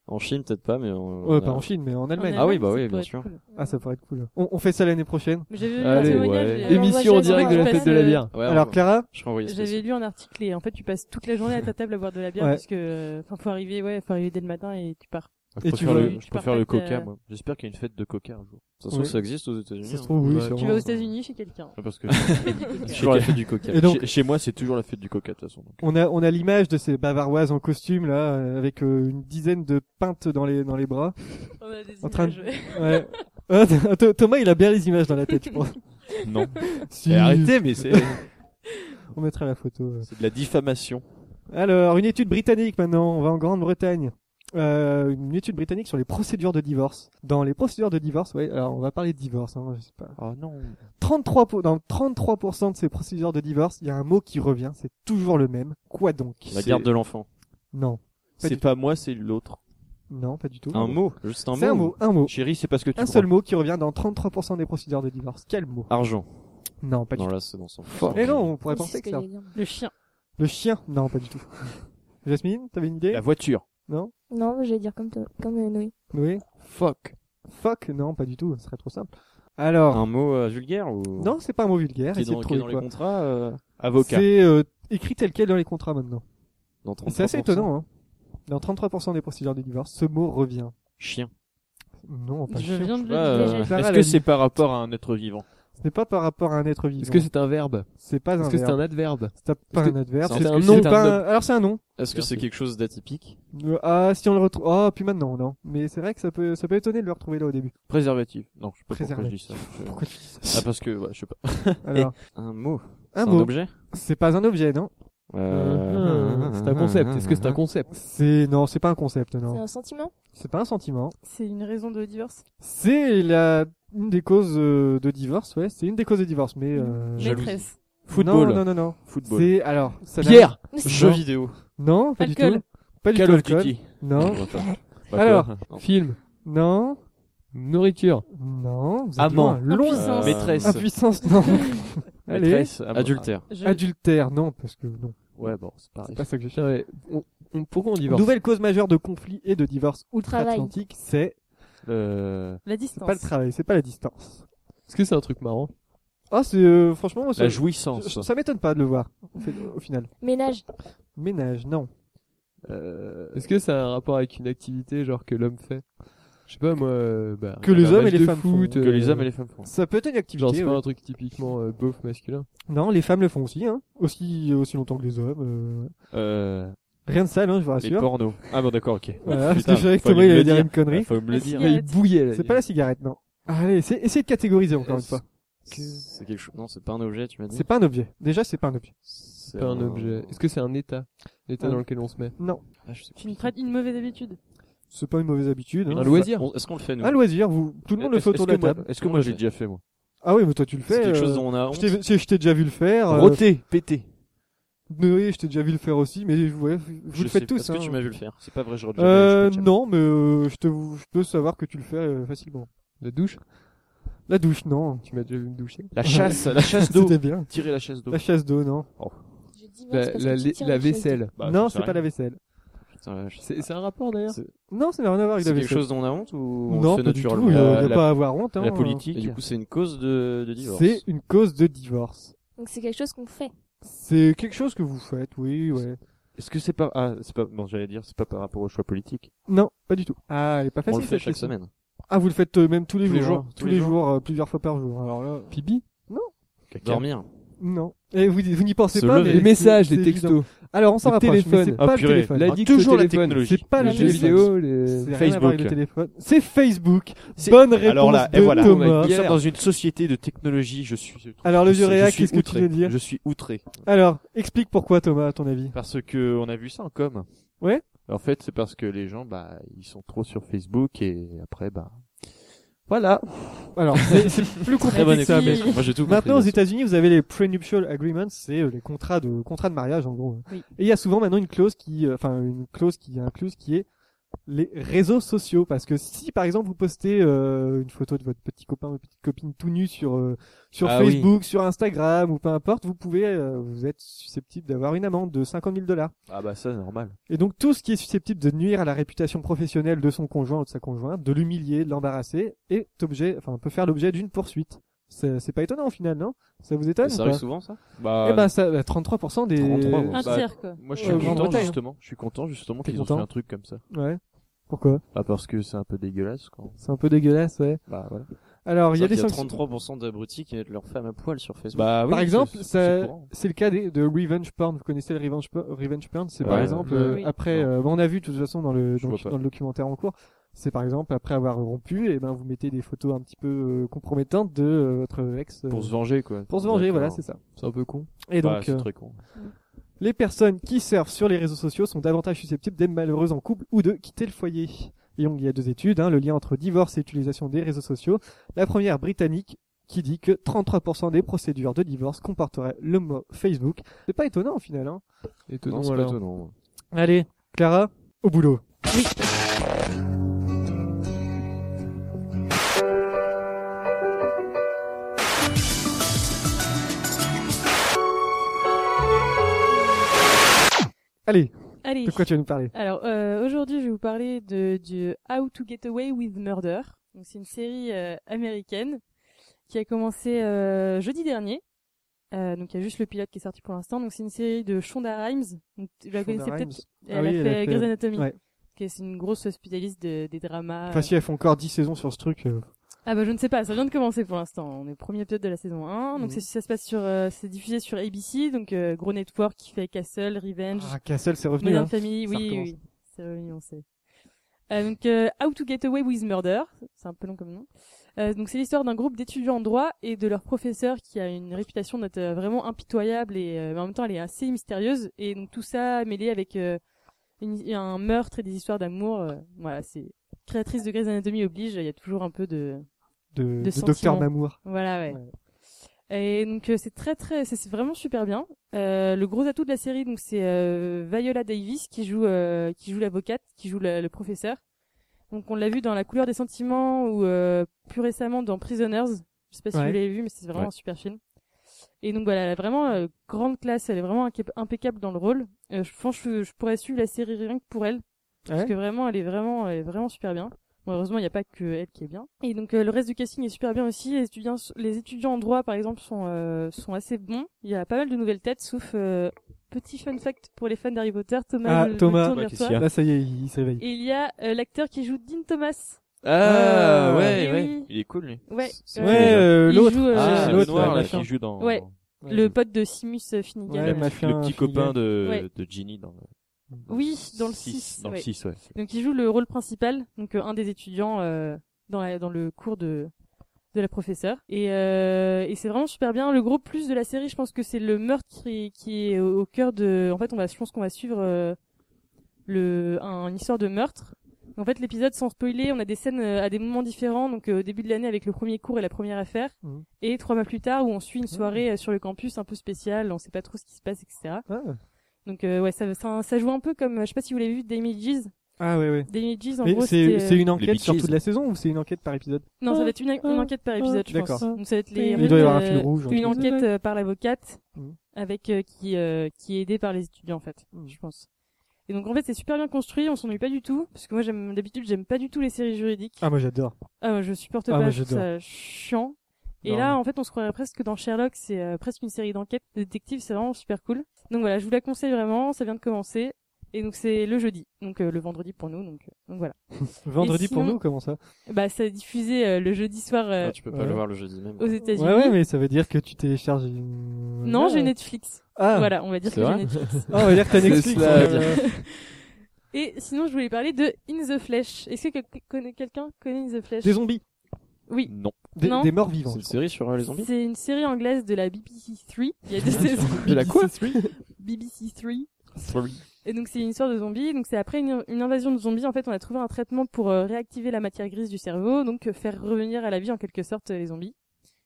En Chine, peut-être pas, mais en.
Ouais, pas en Chine, mais en Allemagne.
Ah oui, bah
ça
oui,
pourrait
bien
être
sûr.
cool.
Ah, ça pourrait être cool. On, on fait ça l'année prochaine.
Mais J'avais lu un
Allez,
témoignage.
ouais.
et-
Alors,
Émission
moi,
en direct de
Jason,
la
je
fête de
passe
la
le-
bière.
Ouais,
Alors
on-
Clara
je renvoie les
J'avais lu un article et en fait tu passes toute la journée à ta table à boire de la bière
Ouais.
parce que euh, enfin faut arriver ouais faut arriver dès le matin et tu pars.
Et
Je
tu
préfère
veux-
le,
tu
je préfère le
parfaites,
coca,
euh,
moi. J'espère qu'il y a une fête de coca un jour.
Ça se trouve,
Oui.
ça existe aux États-Unis.
Ça se
hein.
trouve oui,
Ouais,
sûrement.
Tu vas aux États-unis chez quelqu'un.
Parce que
Toujours la fête du coca.
Et donc-
chez, chez moi, c'est toujours la fête du coca de toute façon. donc.
On a on a l'image de ces bavaroises en costume là euh, avec euh, une dizaine de pintes dans les dans les bras.
On a des
En train de-
images, ouais.
Ouais. Ah, Th- Thomas, il a bien les images dans la tête, je pense.
Non.
Si,
Eh, arrêtez, mais c'est
On mettra la photo. euh.
c'est de la diffamation.
Alors, une étude britannique maintenant, on va en Grande-Bretagne. Euh, une étude britannique sur les procédures de divorce. Dans les procédures de divorce, ouais, alors on va parler de divorce, hein, je sais pas.
Oh non.
33 pour- dans 33% de ces procédures de divorce, il y a un mot qui revient, c'est toujours le même. Quoi donc
La
C'est-
garde de l'enfant.
Non, du
C'est pas moi, c'est l'autre.
non, pas du tout.
Un mot Juste un
C'est un
mot
mot, un mot.
Chérie, c'est parce que tu
Un
crois.
seul mot qui revient dans 33% des procédures de divorce. Quel mot
Argent.
Non, pas du
Non,
tout.
là, c'est dans son.
Et non, on pourrait
C'est
penser
ce
que ça.
j'allais dire.
Le chien.
Le chien Non, pas du tout. Jasmine, t'avais une idée
La voiture.
Non, je vais dire comme, toi- comme euh, Noé.
Oui.
Fuck.
Fuck Non, pas du tout, ce serait trop simple. Alors,
Un mot euh, vulgaire ou
non, c'est pas un mot vulgaire,
Qui est
essayez
dans,
de
qui est
trouver
dans les
quoi.
contrats euh,
Avocat.
C'est euh, écrit tel quel dans les contrats maintenant.
dans
Et C'est assez
33%.
étonnant. Hein. Dans 33% des procédures de divorce, ce mot revient.
Chien.
Non, pas
Je
sûr.
viens de le
Ouais,
dire.
euh,
Clara,
Est-ce
elle a
que c'est par rapport à un être vivant
Ce n'est pas par rapport à un être vivant.
Est-ce que c'est un verbe
C'est pas un
Est-ce que c'est
verbe.
un adverbe
C'est pas
est-ce
un
que-
adverbe.
c'est
c'est-
un
c'est
nom
pas
d'un-
un- Alors c'est un nom.
Est-ce que c'est quelque chose d'atypique
Euh, Ah, si on le retrouve. Ah, puis maintenant, non. Mais c'est vrai que ça peut, ça peut étonner de le retrouver là au début.
Préservatif. Non, je sais pas pourquoi je dis
Préservatif.
ça. Je- Ah, parce que, ouais, je sais pas.
Alors,
Un mot.
un
C'est
mot.
Un objet
C'est pas un objet, non
Euh,
Ah, C'est un concept. Est-ce que c'est un concept
C'est non, c'est pas un concept,
C'est
non.
un sentiment
C'est pas un sentiment.
C'est une raison de divorce.
C'est la une des causes euh, de divorce, ouais. C'est une des causes de divorce, mais euh...
Maîtresse.
football.
Football.
Non, non, non.
Football.
C'est alors. Ça n'a-
Pierre
Jeu
Non.
vidéo.
Non, pas du
Alcool.
tout. Pas du tout.
Call of
alcool.
Duty.
Non,
Bah, quoi.
Alors.
Non.
Film
non,
Nourriture
non. vous êtes
Amant.
loin, Loin.
Impuissance.
Ah,
Maîtresse.
Impuissance, non. Allez.
Maîtresse, am-
Adultère.
Je-
Adultère, non, parce que non.
Ah,
Ouais, bon, c'est pareil.
C'est pas ça que j'ai
Tiens, ouais, on- on- Pourquoi on divorce
Nouvelle cause majeure de conflit et de divorce outre-Atlantique, c'est
euh,
La
c'est
distance.
pas le travail, c'est pas la distance.
Est-ce que c'est un truc marrant
Ah, c'est euh, franchement, ça,
la jouissance.
ça- ça m'étonne pas de le voir au fait- au final.
Ménage.
Ménage, non.
Euh,
Est-ce que ça a un rapport avec une activité genre que l'homme fait Je sais pas moi. euh, bah,
Que
regarder
les
un
hommes
match
et les
de
femmes font.
foot,
Que
que
euh,
Ah, les hommes et les femmes font.
Ça peut être une activité.
Genre c'est pas
ouais.
un truc typiquement euh, beauf masculin.
Non, les femmes le font aussi, hein. Aussi, aussi longtemps que les hommes. euh.
Euh,
Rien de sale, hein, je vous
les
rassure.
pornos. Ah bon, d'accord, ok.
Voilà, parce
Putain,
que je savais que
fallait
Thomas il
me
allait
le
dire
dire.
une connerie.
faut me
La
le dire.
cigarette.
bouillait
C'est pas la cigarette, non. Allez, essayez, essayez de catégoriser encore une fois.
C'est quelque chose. Non, c'est pas un objet, tu m'as dit.
C'est pas un objet. Déjà, c'est pas un objet.
C'est
pas un objet. Est-ce que c'est un état L'état
Un-
dans lequel on se met
Non,
Ah, je sais pas.
C'est une, pra- une mauvaise habitude.
c'est pas une mauvaise habitude. hein.
Un loisir
On- Est-ce qu'on le fait nous
Un loisir, vous, tout Ah, le monde le fait
Est-ce-
autour de la
est-ce que moi-
table.
Est-ce que moi j'ai déjà fait moi
Ah oui, mais toi tu le fais.
C'est quelque
euh,
chose dont on a honte.
je t'ai- je je t'ai déjà vu le faire. euh,
Roté, pété.
Mais oui, je t'ai déjà vu le faire aussi, mais vous, ouais, vous
Je
le
sais,
faites tous.
Parce que
hein.
tu m'as vu le faire. C'est pas vrai, je regrette.
Euh,
Je peux te-
non, mais euh, je, te, je peux savoir que tu le fais euh, facilement.
La douche
La douche, non.
Tu m'as déjà vu me doucher
La chasse, la chasse d'eau.
C'était bien.
Tirer la chasse d'eau.
La chasse d'eau, non.
Je dis non,
La,
c'est parce
Bah, la-
que tu tires
la
les choses.
vaisselle.
Bah,
non,
ça
c'est
sert à
pas la
rien.
vaisselle.
Putain, la chasse.
C'est c'est un rapport d'ailleurs
C'est-
Non, ça n'a rien à voir avec la
C'est quelque
vaisselle.
chose dont on a honte ou on
non,
le fait
pas du tout.
naturellement
Il n'y a,
Euh,
il y a
la-
pas à avoir honte. hein.
La politique.
Et du coup, c'est une cause de, de divorce.
C'est une cause de divorce.
Donc c'est quelque chose qu'on fait.
C'est quelque chose que vous faites, oui, ouais.
Est-ce que c'est pas ah c'est pas bon j'allais dire c'est pas par rapport au choix politique.
Non, pas du tout. Ah, elle est pas
On
facile.
le fait
cette
chaque
question.
semaine.
Ah, vous le faites euh, même tous les
Tous les
jours.
jours,
hein. Tous les jours, euh, plusieurs fois par jour. Alors là,
Pibi
Dormir.
non. Et vous, vous n'y pensez
Se
pas.
lever.
mais
Les messages,
c'est-
les
c'est évident.
textos,
Alors on s'en
Le
rapproche.
téléphone.
mais c'est
Ah,
pas le
purée.
téléphone.
l'addict au
toujours la
téléphone,
technologie.
C'est pas
les
la
jeux vidéo, les...
C'est rien à voir avec
Facebook.
le téléphone. C'est Facebook.
C'est-
Bonne réponse
Alors là,
de
et voilà.
Thomas.
Nous sommes dans une société de technologie, je suis
Alors le
je
vieux
suis- je
réac,
suis
qu'est-ce que tu
outré.
veux dire
Je suis outré
Alors, explique pourquoi Thomas, à ton avis.
parce que on a vu ça en com.
Ouais.
En fait, c'est parce que les gens bah ils sont trop sur Facebook et après bah voilà.
Alors, c'est c'est plus
Très bonne
compliqué que ça. mais-
explication. Moi, j'ai tout compris.
Maintenant, aux États-Unis, vous avez les prenuptial agreements, c'est euh, les contrats de contrats de mariage en gros.
Oui.
Et il y a souvent maintenant une clause qui, euh, enfin une clause qui est incluse, qui est les réseaux sociaux, parce que si par exemple vous postez euh, une photo de votre petit copain ou petite copine tout nu sur euh, sur
Ah
Facebook, sur Instagram ou peu importe, vous pouvez, euh, vous êtes susceptible d'avoir une amende de 50 000 dollars.
Ah bah ça normal.
Et donc tout ce qui est susceptible de nuire à la réputation professionnelle de son conjoint ou de sa conjointe, de l'humilier, de l'embarrasser, est objet, enfin peut faire l'objet d'une poursuite. C'est c'est pas étonnant au final, non Ça vous étonne
Ça
ou pas
arrive souvent, ça
Bah
Eh ben ça, bah, 33% des.
33,
Un
Bah,
tiers, quoi.
moi
euh,
je suis content
Grande-Bretagne.
justement, je suis content justement
T'es
qu'ils ont fait
content
un truc comme ça.
Ouais. Pourquoi
Bah parce que c'est un peu dégueulasse quand.
C'est un peu dégueulasse, ouais.
Bah voilà.
Alors il y a
Il
des
y a
sanctions.
33% d'abrutis qui mettent leur femme à poil sur Facebook.
Bah oui,
Par
c'est-
exemple,
c'est-
ça-
c'est courant.
c'est le cas des, de revenge porn. Vous connaissez le revenge, por- revenge porn C'est par
Ouais.
exemple euh,
Oui.
après. euh, bah, on a vu de toute façon dans le
Je
dans, le-
vois pas.
dans le documentaire en cours. C'est par exemple après avoir rompu, et ben vous mettez des photos un petit peu euh, compromettantes de euh, votre ex euh,
pour se venger quoi.
pour se venger. Voilà,
D'accord.
c'est ça.
C'est un peu con.
Et
Bah,
donc
c'est
euh,
très con.
les personnes qui surfent sur les réseaux sociaux sont davantage susceptibles d'être malheureuses en couple ou de quitter le foyer. Et donc il y a deux études, hein, le lien entre divorce et utilisation des réseaux sociaux. La première britannique qui dit que 33% des procédures de divorce comporteraient le mot Facebook. C'est pas étonnant au final. Hein.
Étonnant
Non, c'est pas
alors.
étonnant. hein.
Allez, Clara, au boulot. Allez,
Allez.
de quoi tu vas nous parler
Alors euh, aujourd'hui, je vais vous parler de du How to Get Away with Murder. Donc c'est une série euh, américaine qui a commencé euh, jeudi dernier. Euh, donc il y a juste le pilote qui est sorti pour l'instant. Donc c'est une série de Shonda Rhimes. Donc, tu la
Shonda
connaissez peut-être.
Rhimes.
Elle,
Ah oui,
a fait Grey's Anatomy.
ouais.
qui est- C'est une grosse spécialiste de- des dramas.
Enfin, si elle fait encore 10 saisons sur ce truc, euh,
Ah bah je ne sais pas, ça vient de commencer pour l'instant. On est au premier épisode de la saison 1,
Mhm.
donc c'est- ça se passe sur, euh, c'est diffusé sur ABC, donc euh, gros network qui fait Castle, Revenge,
Ah, Castle, c'est revenu.
Modern
hein.
Family,
Ça
oui,
recommence.
oui, c'est revenu, on sait. Euh, donc euh, How to Get Away with Murder, c'est un peu long comme nom. Euh, donc c'est l'histoire d'un groupe d'étudiants en droit et de leur professeur qui a une réputation d'être euh, vraiment impitoyable et euh, mais en même temps elle est assez mystérieuse et donc tout ça mêlé avec euh, une- un meurtre et des histoires d'amour, euh, voilà c'est créatrice de Grey's Anatomy oblige, il y a toujours un peu de
De, de
sentiments.
Docteur Mamour.
voilà, ouais. Et donc euh, c'est très très, c'est c'est vraiment super bien. Euh, le gros atout de la série, donc c'est euh, Viola Davis qui joue euh, qui joue l'avocate, qui joue la- le professeur. Donc on l'a vu dans La couleur des sentiments ou euh, plus récemment dans Prisoners. Je sais pas si
Ouais.
vous l'avez vu, mais c'est vraiment
Ouais.
un super film. Et donc voilà, elle a vraiment euh, grande classe, elle est vraiment inca- impeccable dans le rôle. Euh, je pense que je pourrais suivre la série rien que pour elle. Parce que vraiment, elle est vraiment, elle est vraiment super bien. Bon, heureusement, il n'y a pas que elle qui est bien. Et donc, euh, le reste du casting est super bien aussi. Les étudiants, les étudiants en droit, par exemple, sont, euh, sont assez bons. Il y a pas mal de nouvelles têtes, sauf euh, petit fun fact pour les fans d'Harry Potter. Thomas,
Ah,
je me
Thomas.
tourne vers
Ouais,
toi.
qu'est-ce
Là, ça y est, il, il se réveille.
Et il y a euh, l'acteur qui joue Dean Thomas.
Ah, ouais,
Eh
ouais.
oui.
Il est cool, lui.
Ouais,
C'est-
euh,
Ouais, euh,
il
l'autre.
joue, euh,
Ah,
c'est
le
l'autre, hein.
noir,
là,
là,
machin.
qui joue dans.
Ouais. le pote de Simus Finnegan.
Ouais,
Euh,
machin,
Le petit
Finnegan.
copain de,
Ouais.
de Ginny dans le
Oui, dans le 6.
six, Dans le 6, ouais.
Donc il joue le rôle principal, donc euh, un des étudiants euh, dans, la- dans le cours de de la professeure et, euh, et c'est vraiment super bien le gros plus de la série je pense que c'est le meurtre qui, qui est au au cœur de en fait on va je pense qu'on va suivre euh, le un- une histoire de meurtre en fait l'épisode sans spoiler on a des scènes euh, à des moments différents donc euh, au début de l'année avec le premier cours et la première affaire
Mhm.
et trois mois plus tard où on suit une soirée euh, sur le campus un peu spéciale on sait pas trop ce qui se passe etc
Ah.
donc euh, ouais ça, ça ça joue un peu comme euh, je sais pas si vous l'avez vu Damien Gies
Ah ouais, ouais.
Damien Gies en
Mais
gros
c'est
c'était, euh,
c'est une
euh, Les
enquête
Bee
sur
Gees.
toute la saison ou c'est une enquête par épisode
Non, ça va être une, une enquête par épisode, je
D'accord.
pense. Donc ça va être les
Ah, Il doit y avoir un
euh,
fil rouge, un
Une
truc.
enquête euh, par l'avocate,
Mhm.
avec euh, qui euh, qui est aidée par les étudiants en fait,
Mm.
je pense. Et donc en fait c'est super bien construit, on s'ennuie pas du tout, parce que moi j'aime d'habitude j'aime pas du tout les séries juridiques.
Ah, moi j'adore.
Ah, moi, je supporte
Ah,
pas,
moi,
je trouve ça chiant. Et
Non,
là
mais-
en fait on se croirait presque dans Sherlock, c'est euh, presque une série d'enquête de détective, c'est vraiment super cool. Donc voilà, je vous la conseille vraiment, ça vient de commencer. Et donc c'est le jeudi, donc euh, le vendredi pour nous, donc, euh, donc voilà.
Vendredi pour
sinon-
nous, comment ça
Bah ça est diffusé euh, le jeudi soir euh,
Ah, tu peux pas
ouais.
le voir le jeudi même.
aux États-Unis.
Ouais, ouais, mais ça veut dire que tu télécharges une.
Non,
Ah.
j'ai Netflix.
Ah.
Voilà, on va dire que
euh, C'est
j'ai
vrai
Netflix.
Ah, on va dire que t'as
C'est
Netflix.
cela,
euh,
dire.
Et sinon, je voulais parler de In the Flesh. Est-ce que quel- connaît- quelqu'un connaît In the Flesh
Des zombies.
Oui.
Non.
Des,
Non.
des morts vivants.
C'est une série sur euh, les zombies
C'est une série anglaise de la BBC 3. Il y a deux saisons.
De la quoi
BBC 3. Et donc c'est une histoire de zombies. Donc c'est après une, une invasion de zombies. En fait, on a trouvé un traitement pour euh, réactiver la matière grise du cerveau, donc euh, faire revenir à la vie en quelque sorte euh, les zombies.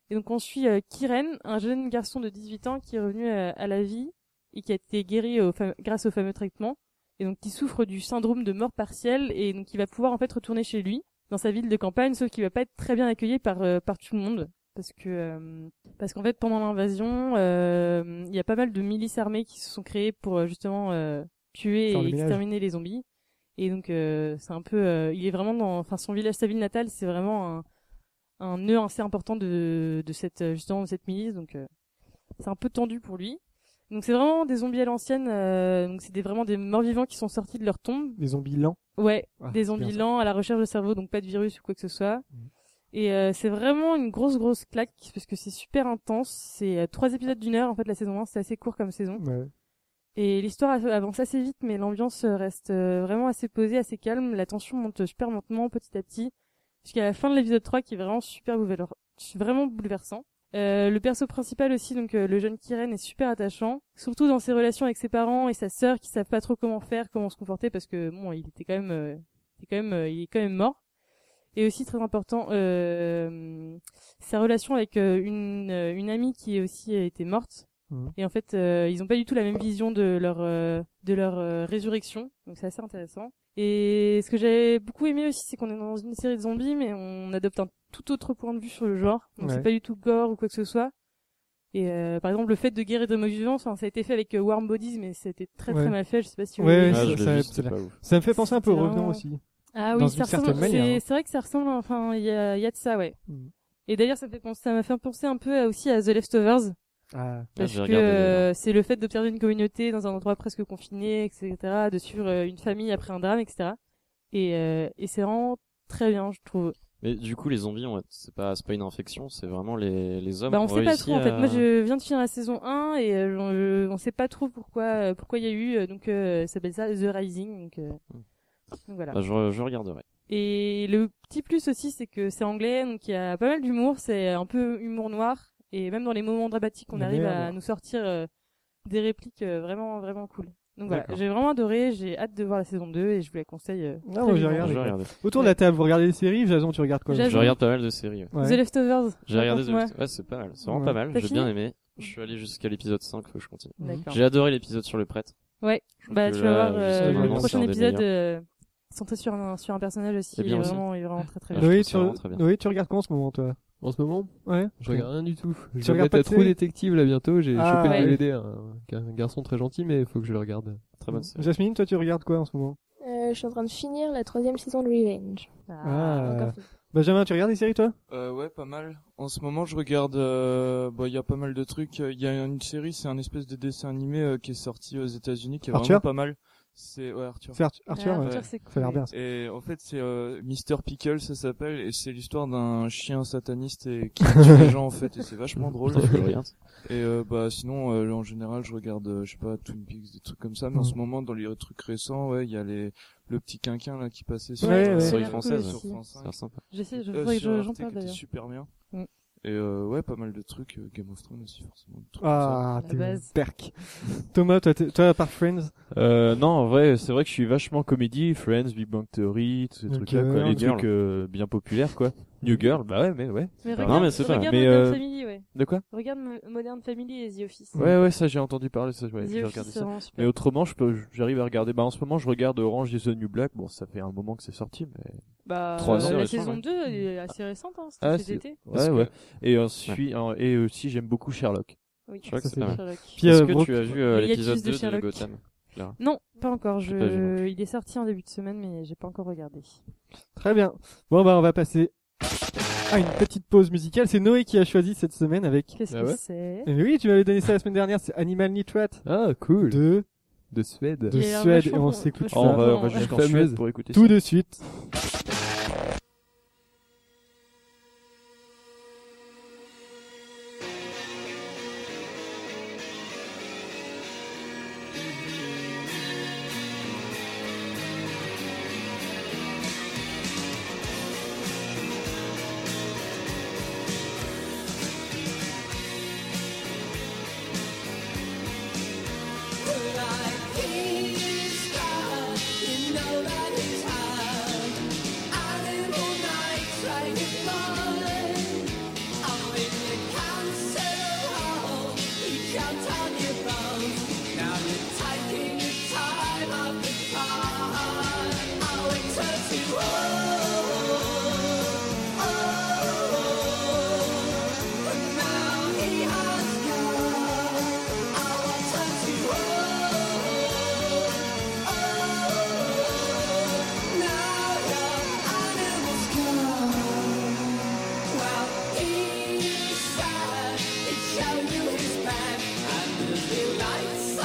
Et donc on suit euh, Kiren, un jeune garçon de 18 ans qui est revenu euh, à la vie et qui a été guéri au fa- grâce au fameux traitement. Et donc qui souffre du syndrome de mort partielle et donc il va pouvoir en fait retourner chez lui dans sa ville de campagne, sauf qu'il va pas être très bien accueilli par euh, par tout le monde parce que euh, parce qu'en fait pendant l'invasion euh, il y a pas mal de milices armées qui se sont créées pour euh, justement euh, tuer
Faire le
et
ménage.
exterminer les zombies et donc euh, c'est un peu euh, il est vraiment dans enfin son village sa ville natale c'est vraiment un un nœud assez important de de cette euh, justement de cette milice donc euh, c'est un peu tendu pour lui donc c'est vraiment des zombies à l'ancienne euh, donc c'est des, vraiment des morts vivants qui sont sortis de leur tombe
Des zombies lents.
ouais
Ah,
des
c'est bien
zombies
ça.
lents à la recherche de cerveau, donc pas de virus ou quoi que ce soit.
Mhm.
Et euh, c'est vraiment une grosse grosse claque parce que c'est super intense. C'est euh, trois épisodes d'une heure en fait la saison 1, c'est assez court comme saison.
Ouais.
Et l'histoire av- avance assez vite, mais l'ambiance euh, reste euh, vraiment assez posée, assez calme. La tension monte super lentement, petit à petit, jusqu'à la fin de l'épisode 3 qui est vraiment super boulever- vraiment bouleversant. Euh, le perso principal aussi, donc euh, le jeune Kiren, est super attachant, surtout dans ses relations avec ses parents et sa sœur qui savent pas trop comment faire, comment se comporter parce que bon, il était quand même, euh, il était quand même, euh, il est quand même mort. Et aussi très important, euh, sa relation avec euh, une, euh, une amie qui est aussi euh, était morte.
Mmh.
Et en fait, euh, ils n'ont pas du tout la même vision de leur euh, de leur euh, résurrection, donc c'est assez intéressant. Et ce que j'avais beaucoup aimé aussi, c'est qu'on est dans une série de zombies, mais on adopte un tout autre point de vue sur le genre. Donc
Ouais.
c'est pas du tout gore ou quoi que ce soit. Et euh, par exemple, le fait de guérir de morts vivants, enfin, ça a été fait avec euh, Warm Bodies, mais c'était très très
Ouais.
mal fait. Je sais pas si vous
Ouais,
l'avez
ouais, ça-
Ah, je
vu.
l'ai
ça-
vu,
ça-
c'était pas ouf.
Ça me fait penser un peu au
C'est
revenant
vraiment-
aussi.
Ah
dans
oui,
une
ça ressemble.
certaine manière, hein.
C'est c'est vrai que ça ressemble. Enfin, il y a, il y a de ça, ouais.
Mm.
Et d'ailleurs, ça me fait penser- ça m'a fait penser un peu à- aussi à The Leftovers,
Ah,
parce
j'ai
que
regardé,
euh, c'est le fait d'observer une communauté dans un endroit presque confiné, etc., de suivre euh, une famille après un drame, etc. Et, euh, et c'est vraiment très bien, je trouve.
Mais du coup, les zombies, en fait, c'est pas, c'est pas une infection, c'est vraiment les, les hommes.
Bah, on
ont
sait pas
réussi
trop en fait.
à-
Moi je viens de finir la saison 1 et euh, on, je- on sait pas trop pourquoi euh, pourquoi il y a eu euh, donc euh, ça s'appelle ça The Rising donc, euh,
Mm.
Hmm.
donc voilà.
Bah, je, je regarderai.
Et le petit plus aussi c'est que c'est anglais donc il y a pas mal d'humour, c'est un peu humour noir et même dans les moments dramatiques on
Mais
arrive à
merde.
nous sortir euh, des répliques euh, vraiment vraiment cool. Donc voilà,
D'accord.
j'ai vraiment adoré, j'ai hâte de voir la saison 2 et je vous la conseille. euh,
Ah,
très
moi, j'ai
vivement.
Je
regardé.
vais
quoi.
regarder.
Autour de la table, vous regardez les séries, Jason, tu regardes quoi
Jason.
Je regarde pas mal de séries. ouais.
Ouais.
The Leftovers.
J'ai regardé The
raconte-moi.
Last- Ouais, c'est pas mal. C'est vraiment
Ouais.
pas mal.
T'as
J'ai
fini
bien aimé. Je suis allé jusqu'à l'épisode 5, faut que je continue.
Mhm.
D'accord.
J'ai adoré l'épisode sur le prêtre.
Ouais,
Je trouve
bah
que
tu
là,
vas voir euh,
justement,
le
c'est
prochain
un des
épisode
meilleurs.
euh, centré sur un sur un personnage aussi,
C'est
il est
bien aussi.
vraiment il est vraiment très très
Ouais,
bien.
je
Noé,
trouve
tu,
ça vraiment très bien.
Noé, tu regardes quoi en ce moment, toi
En ce moment,
Ouais.
je regarde rien du tout. Je
Tu
vais
regardes
mettre
pas
à
de
Trou
série
Détective là bientôt. J'ai
Ah,
chopé
ouais.
le DVD, hein. un, un garçon très gentil, mais il faut que je le regarde.
euh,
Très bonne série.
Jasmine, toi, tu regardes quoi en ce moment
Euh, je suis en train de finir la troisième saison de Revenge.
Ah.
Pas encore
Euh,
fini.
Benjamin, tu regardes les séries, toi
Euh, ouais, pas mal. En ce moment, je regarde. euh, bah, il y a pas mal de trucs. Il y a une série, c'est un espèce de dessin animé euh, qui est sorti aux États-Unis, qui est
Arthur
vraiment pas mal. C'est ouais, Arthur.
C'est Arthur, Arthur,
Ah,
ouais.
Arthur, c'est cool.
Ça a l'air bien. ça.
Et en fait, c'est euh, Mister Pickle, ça s'appelle, et c'est l'histoire d'un chien sataniste et qui tue les gens en fait, et c'est vachement drôle.
Attends, faut que je regarde.
Et euh, bah sinon, euh, en général, je regarde, euh, je sais pas, Twin Peaks, des trucs comme ça. Mais en
Mhm.
ce moment, dans les trucs récents, ouais, il y a les le petit quinquin là qui passait sur
Ouais,
euh,
ouais.
Série
Ouais,
française.
cool
sur
aussi.
France
Ça a
5.
l'air sympa.
J'essaie, je
Euh,
faudrait que
sur
je-
Arte,
j'en
qui
parle
était
d'ailleurs.
super bien.
Mm.
Et euh, ouais, pas mal de trucs, euh, Game of Thrones aussi forcément. des trucs comme ça.
Ah,
La
t'es une
base.
perque. Thomas, toi, t'es- toi, à part Friends,
Euh, non, en vrai, c'est vrai que je suis vachement comédie, Friends, Big Bang Theory, tous ces
New
trucs-là, quoi,
Girl.
les
New Girl.
trucs euh, bien populaires, quoi. New Girl, bah ouais, mais ouais.
Mais
Non,
regarde,
mais c'est pas-
regarde
mais,
Modern
euh,
Family, ouais.
De quoi
Regarde Mo- Modern Family et The Office.
Ouais, ouais, ça j'ai entendu parler, ça, ouais,
The
j'ai
Office,
regardé
c'est
ça.
vraiment
Mais
super.
autrement, je peux, j'arrive à regarder. Bah en ce moment, je regarde Orange is the New Black. Bon, ça fait un moment que c'est sorti, mais.
Bah,
trois
euh,
ans,
la
récent,
saison
ouais.
2 elle est assez récente, hein, c'était
Ah,
cet
c'est-
été.
Ouais,
que-
ouais. Et ensuite, en- et aussi, j'aime beaucoup Sherlock.
Oui,
Je crois que c'est pas mal.
Sherlock.
Puis,
Est-ce
euh,
que
Brooke-
tu as vu euh,
Le hiatus
l'épisode
de
2 de
Sherlock.
Gotham
Non, pas encore.
J'ai pas vu non
Je... Il est sorti en début de semaine, mais j'ai pas encore regardé.
Très bien. Bon, bah, on va passer à une petite pause musicale. C'est Noé qui a choisi cette semaine avec.
Qu'est-ce
Ah
que
ouais
c'est
Eh oui, tu m'avais donné ça la semaine dernière, c'est Animal Nitrate
Ah, cool. De,
de,
Suède.
de
Il a l'air
Suède. Et
vachement
on
bon.
s'écoute
Vachement
ça
on va, on va
bon, ouais.
euh, bah, jusqu'en
La fameuse.
Suède pour écouter
tout
ça.
de suite.
Well, he's sad, it showed you his back, and the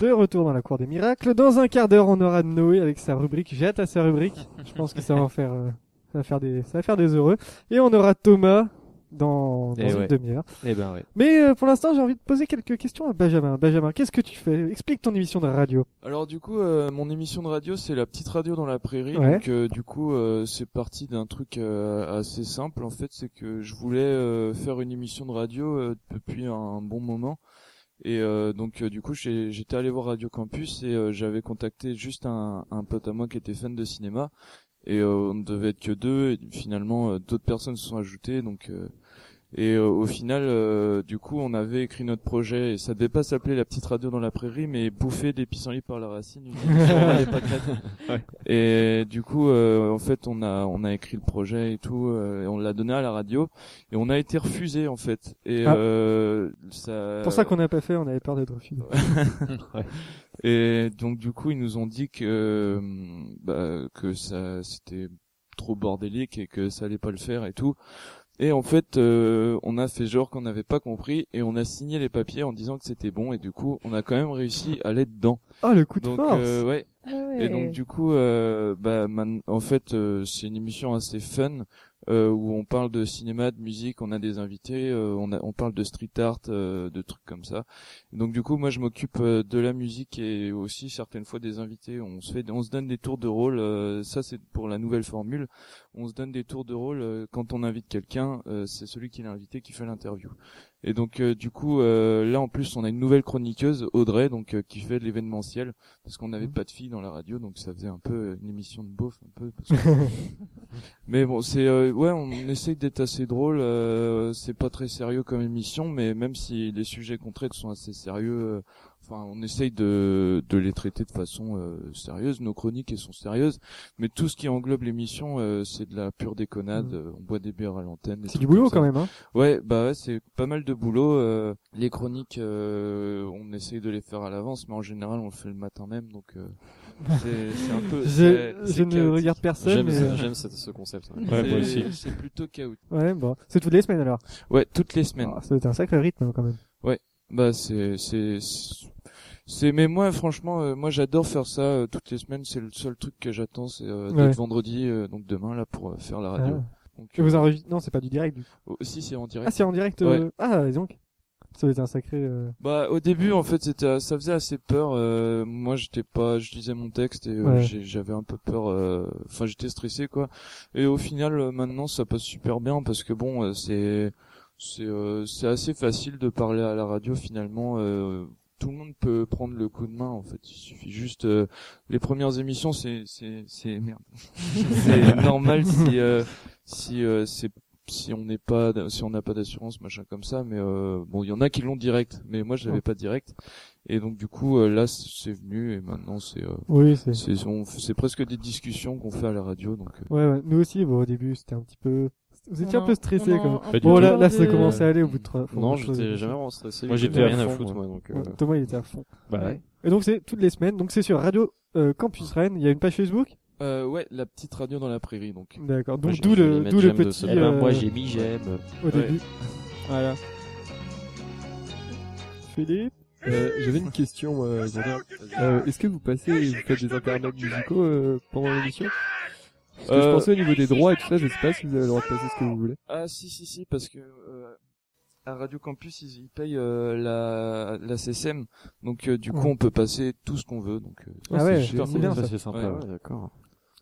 De retour dans la cour des miracles. Dans un quart d'heure, on aura Noé avec sa rubrique. J'ai hâte à sa rubrique. Je pense que ça va en faire, euh, ça va faire des, ça va faire des heureux. Et on aura Thomas dans, dans
Eh
une
ouais.
demi-heure.
Eh ben ouais.
Mais euh, pour l'instant, j'ai envie de poser quelques questions à Benjamin. Benjamin, qu'est-ce que tu fais Explique ton émission de radio.
Alors du coup, euh, mon émission de radio, c'est la petite radio dans la prairie.
Ouais.
Donc euh, du coup, euh, c'est parti d'un truc euh, assez simple. En fait, c'est que je voulais euh, faire une émission de radio euh, depuis un bon moment. Et euh, donc euh, du coup, j'ai- j'étais allé voir Radio Campus et euh, j'avais contacté juste un, un pote à moi qui était fan de cinéma. Et euh, on ne devait être que deux. Et finalement, euh, d'autres personnes se sont ajoutées. Donc euh, et euh, au final, euh, du coup, on avait écrit notre projet et ça devait pas s'appeler La Petite Radio dans la Prairie, mais Bouffer des pissenlits par la racine. une émission à des pâquerettes. Et du coup, euh, en fait, on a on a écrit le projet et tout, euh, et on l'a donné à la radio et on a été refusé en fait. Et
Ah.
euh, ça.
Pour ça qu'on n'a pas fait, on avait peur d'être refusé.
Et donc du coup, ils nous ont dit que euh, bah, que ça c'était trop bordélique et que ça allait pas le faire et tout. Et en fait, euh, on a fait genre qu'on n'avait pas compris et on a signé les papiers en disant que c'était bon et du coup, on a quand même réussi à l'être dedans.
Ah, le coup de
Donc
force.
euh, ouais, et donc du coup, euh, bah, man- en fait, euh, c'est une émission assez fun euh, où on parle de cinéma, de musique, on a des invités, euh, on, a, on parle de street art, euh, de trucs comme ça. Et donc du coup, moi, je m'occupe euh, de la musique et aussi certaines fois des invités. On se fait, on se donne des tours de rôle. euh, ça, c'est pour la nouvelle formule. On se donne des tours de rôle euh, quand on invite quelqu'un. euh, c'est celui qui l'a invité qui fait l'interview. Et donc euh, du coup, euh, là en plus, on a une nouvelle chroniqueuse, Audrey, donc euh, qui fait de l'événementiel parce qu'on
Mhm.
n'avait pas de filles dans la radio, donc ça faisait un peu euh, une émission de beauf, un peu. parce que- mais bon, c'est euh, ouais, on essaye d'être assez drôle. euh, c'est pas très sérieux comme émission, mais même si les sujets qu'on traite sont assez sérieux, euh, enfin, on essaye de de les traiter de façon euh, sérieuse. Nos chroniques elles sont sérieuses, mais tout ce qui englobe l'émission, euh, c'est de la pure déconnade.
Mhm.
euh, On boit des bières à l'antenne. des
C'est du
trucs
boulot
comme ça.
quand même, hein.
Ouais, bah ouais, c'est pas mal de boulot. euh, les chroniques, euh, on essaye de les faire à l'avance, mais en général, on le fait le matin même, donc euh, c'est c'est un peu.
Je,
c'est-
je
c'est
ne
chaotique.
regarde personne.
J'aime
mais,
ce-
euh,
j'aime ce, ce concept. ouais.
Ouais, moi aussi.
C'est- C'est plutôt chaotique.
Ouais, bon. C'est toutes les semaines alors.
Ouais, toutes les semaines.
Ah, ça doit être un sacré rythme quand même.
Bah c'est c'est c'est- c'est mais moi franchement euh, moi j'adore faire ça euh, toutes les semaines c'est le seul truc que j'attends c'est euh, d'être
Ouais.
vendredi euh, donc demain là pour euh, faire la radio.
Ah.
Donc euh,
Que vous enregistrez Non, c'est pas du direct. Du coup.
aussi c'est en direct.
Ah, c'est en direct. euh, Ah, dis donc. Ça doit être un sacré. euh,
Bah au début en fait c'était ça faisait assez peur euh, moi j'étais pas je lisais mon texte et euh,
Ouais.
j'ai- j'avais un peu peur euh, enfin j'étais stressé quoi et au final euh, maintenant ça passe super bien parce que bon euh, c'est c'est euh, c'est assez facile de parler à la radio finalement euh, tout le monde peut prendre le coup de main en fait il suffit juste euh, les premières émissions c'est c'est c'est merde c'est normal si euh, si euh, c'est si on n'est pas si on n'a pas d'assurance machin comme ça mais euh, bon il y en a qui l'ont direct mais moi je l'avais pas direct et donc du coup euh, là c'est venu et maintenant c'est euh,
Oui, c'est.
c'est on- c'est presque des discussions qu'on fait à la radio donc euh,
Ouais, ouais. Nous aussi, bon, au début, c'était un petit peu. Vous étiez un peu stressé quand même.
Pas du
Bon,
tout.
là, là, ça
de-
commence à aller au bout de trois. faut
Non,
autre chose.
j'étais jamais vraiment stressé.
Moi,
du coup,
j'étais à
rien à
fond,
foutre,
moi.
moi, donc. euh,
Ouais, Thomas, il était à fond.
Bah,
Ouais. Et donc, c'est toutes les semaines. Donc, c'est sur Radio euh, Campus Rennes. Il y a une page Facebook.
euh, ouais la petite radio dans la prairie donc
D'accord.
moi,
Donc,
j'ai-
d'où
j'allais
le,
mettre
Euh, d'où le
j'aime de Ah
petit
ce- Eh ben, moi,
euh,
j'ai mis j'aime.
au début. Voilà. Philippe.
Euh, J'avais une question, moi, Gordon. Euh, Est-ce que vous passez, vous faites des intermèdes musicaux euh, pendant l'émission Parce que je
Euh,
pensais au niveau des droits et tout ça, je sais pas si vous avez le droit de passer ce que vous voulez.
Ah si si si parce que euh, à Radio Campus ils, ils payent euh, la la CCM donc euh, du coup
Ouais.
on peut passer tout ce qu'on veut donc euh,
Ah ouais,
super
c'est bien ça.
C'est sympa,
Ouais.
ouais, d'accord.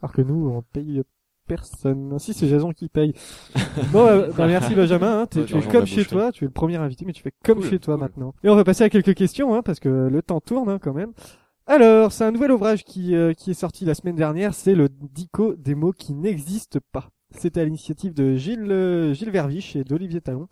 Alors que nous, on paye personne. Si, c'est Jason qui paye. bon, bah, bah, merci Benjamin. hein. T'es-
Ouais,
tu es
Jason
comme
la
chez
boucherie.
toi. Tu es le premier invité, mais tu fais comme
Cool,
chez toi
cool.
maintenant. Et on va passer à quelques questions, hein, parce que le temps tourne hein, quand même. Alors, c'est un nouvel ouvrage qui, euh, qui est sorti la semaine dernière. C'est le Dico des mots qui n'existent pas. C'était à l'initiative de Gilles, euh, Gilles Verviche et d'Olivier Talon.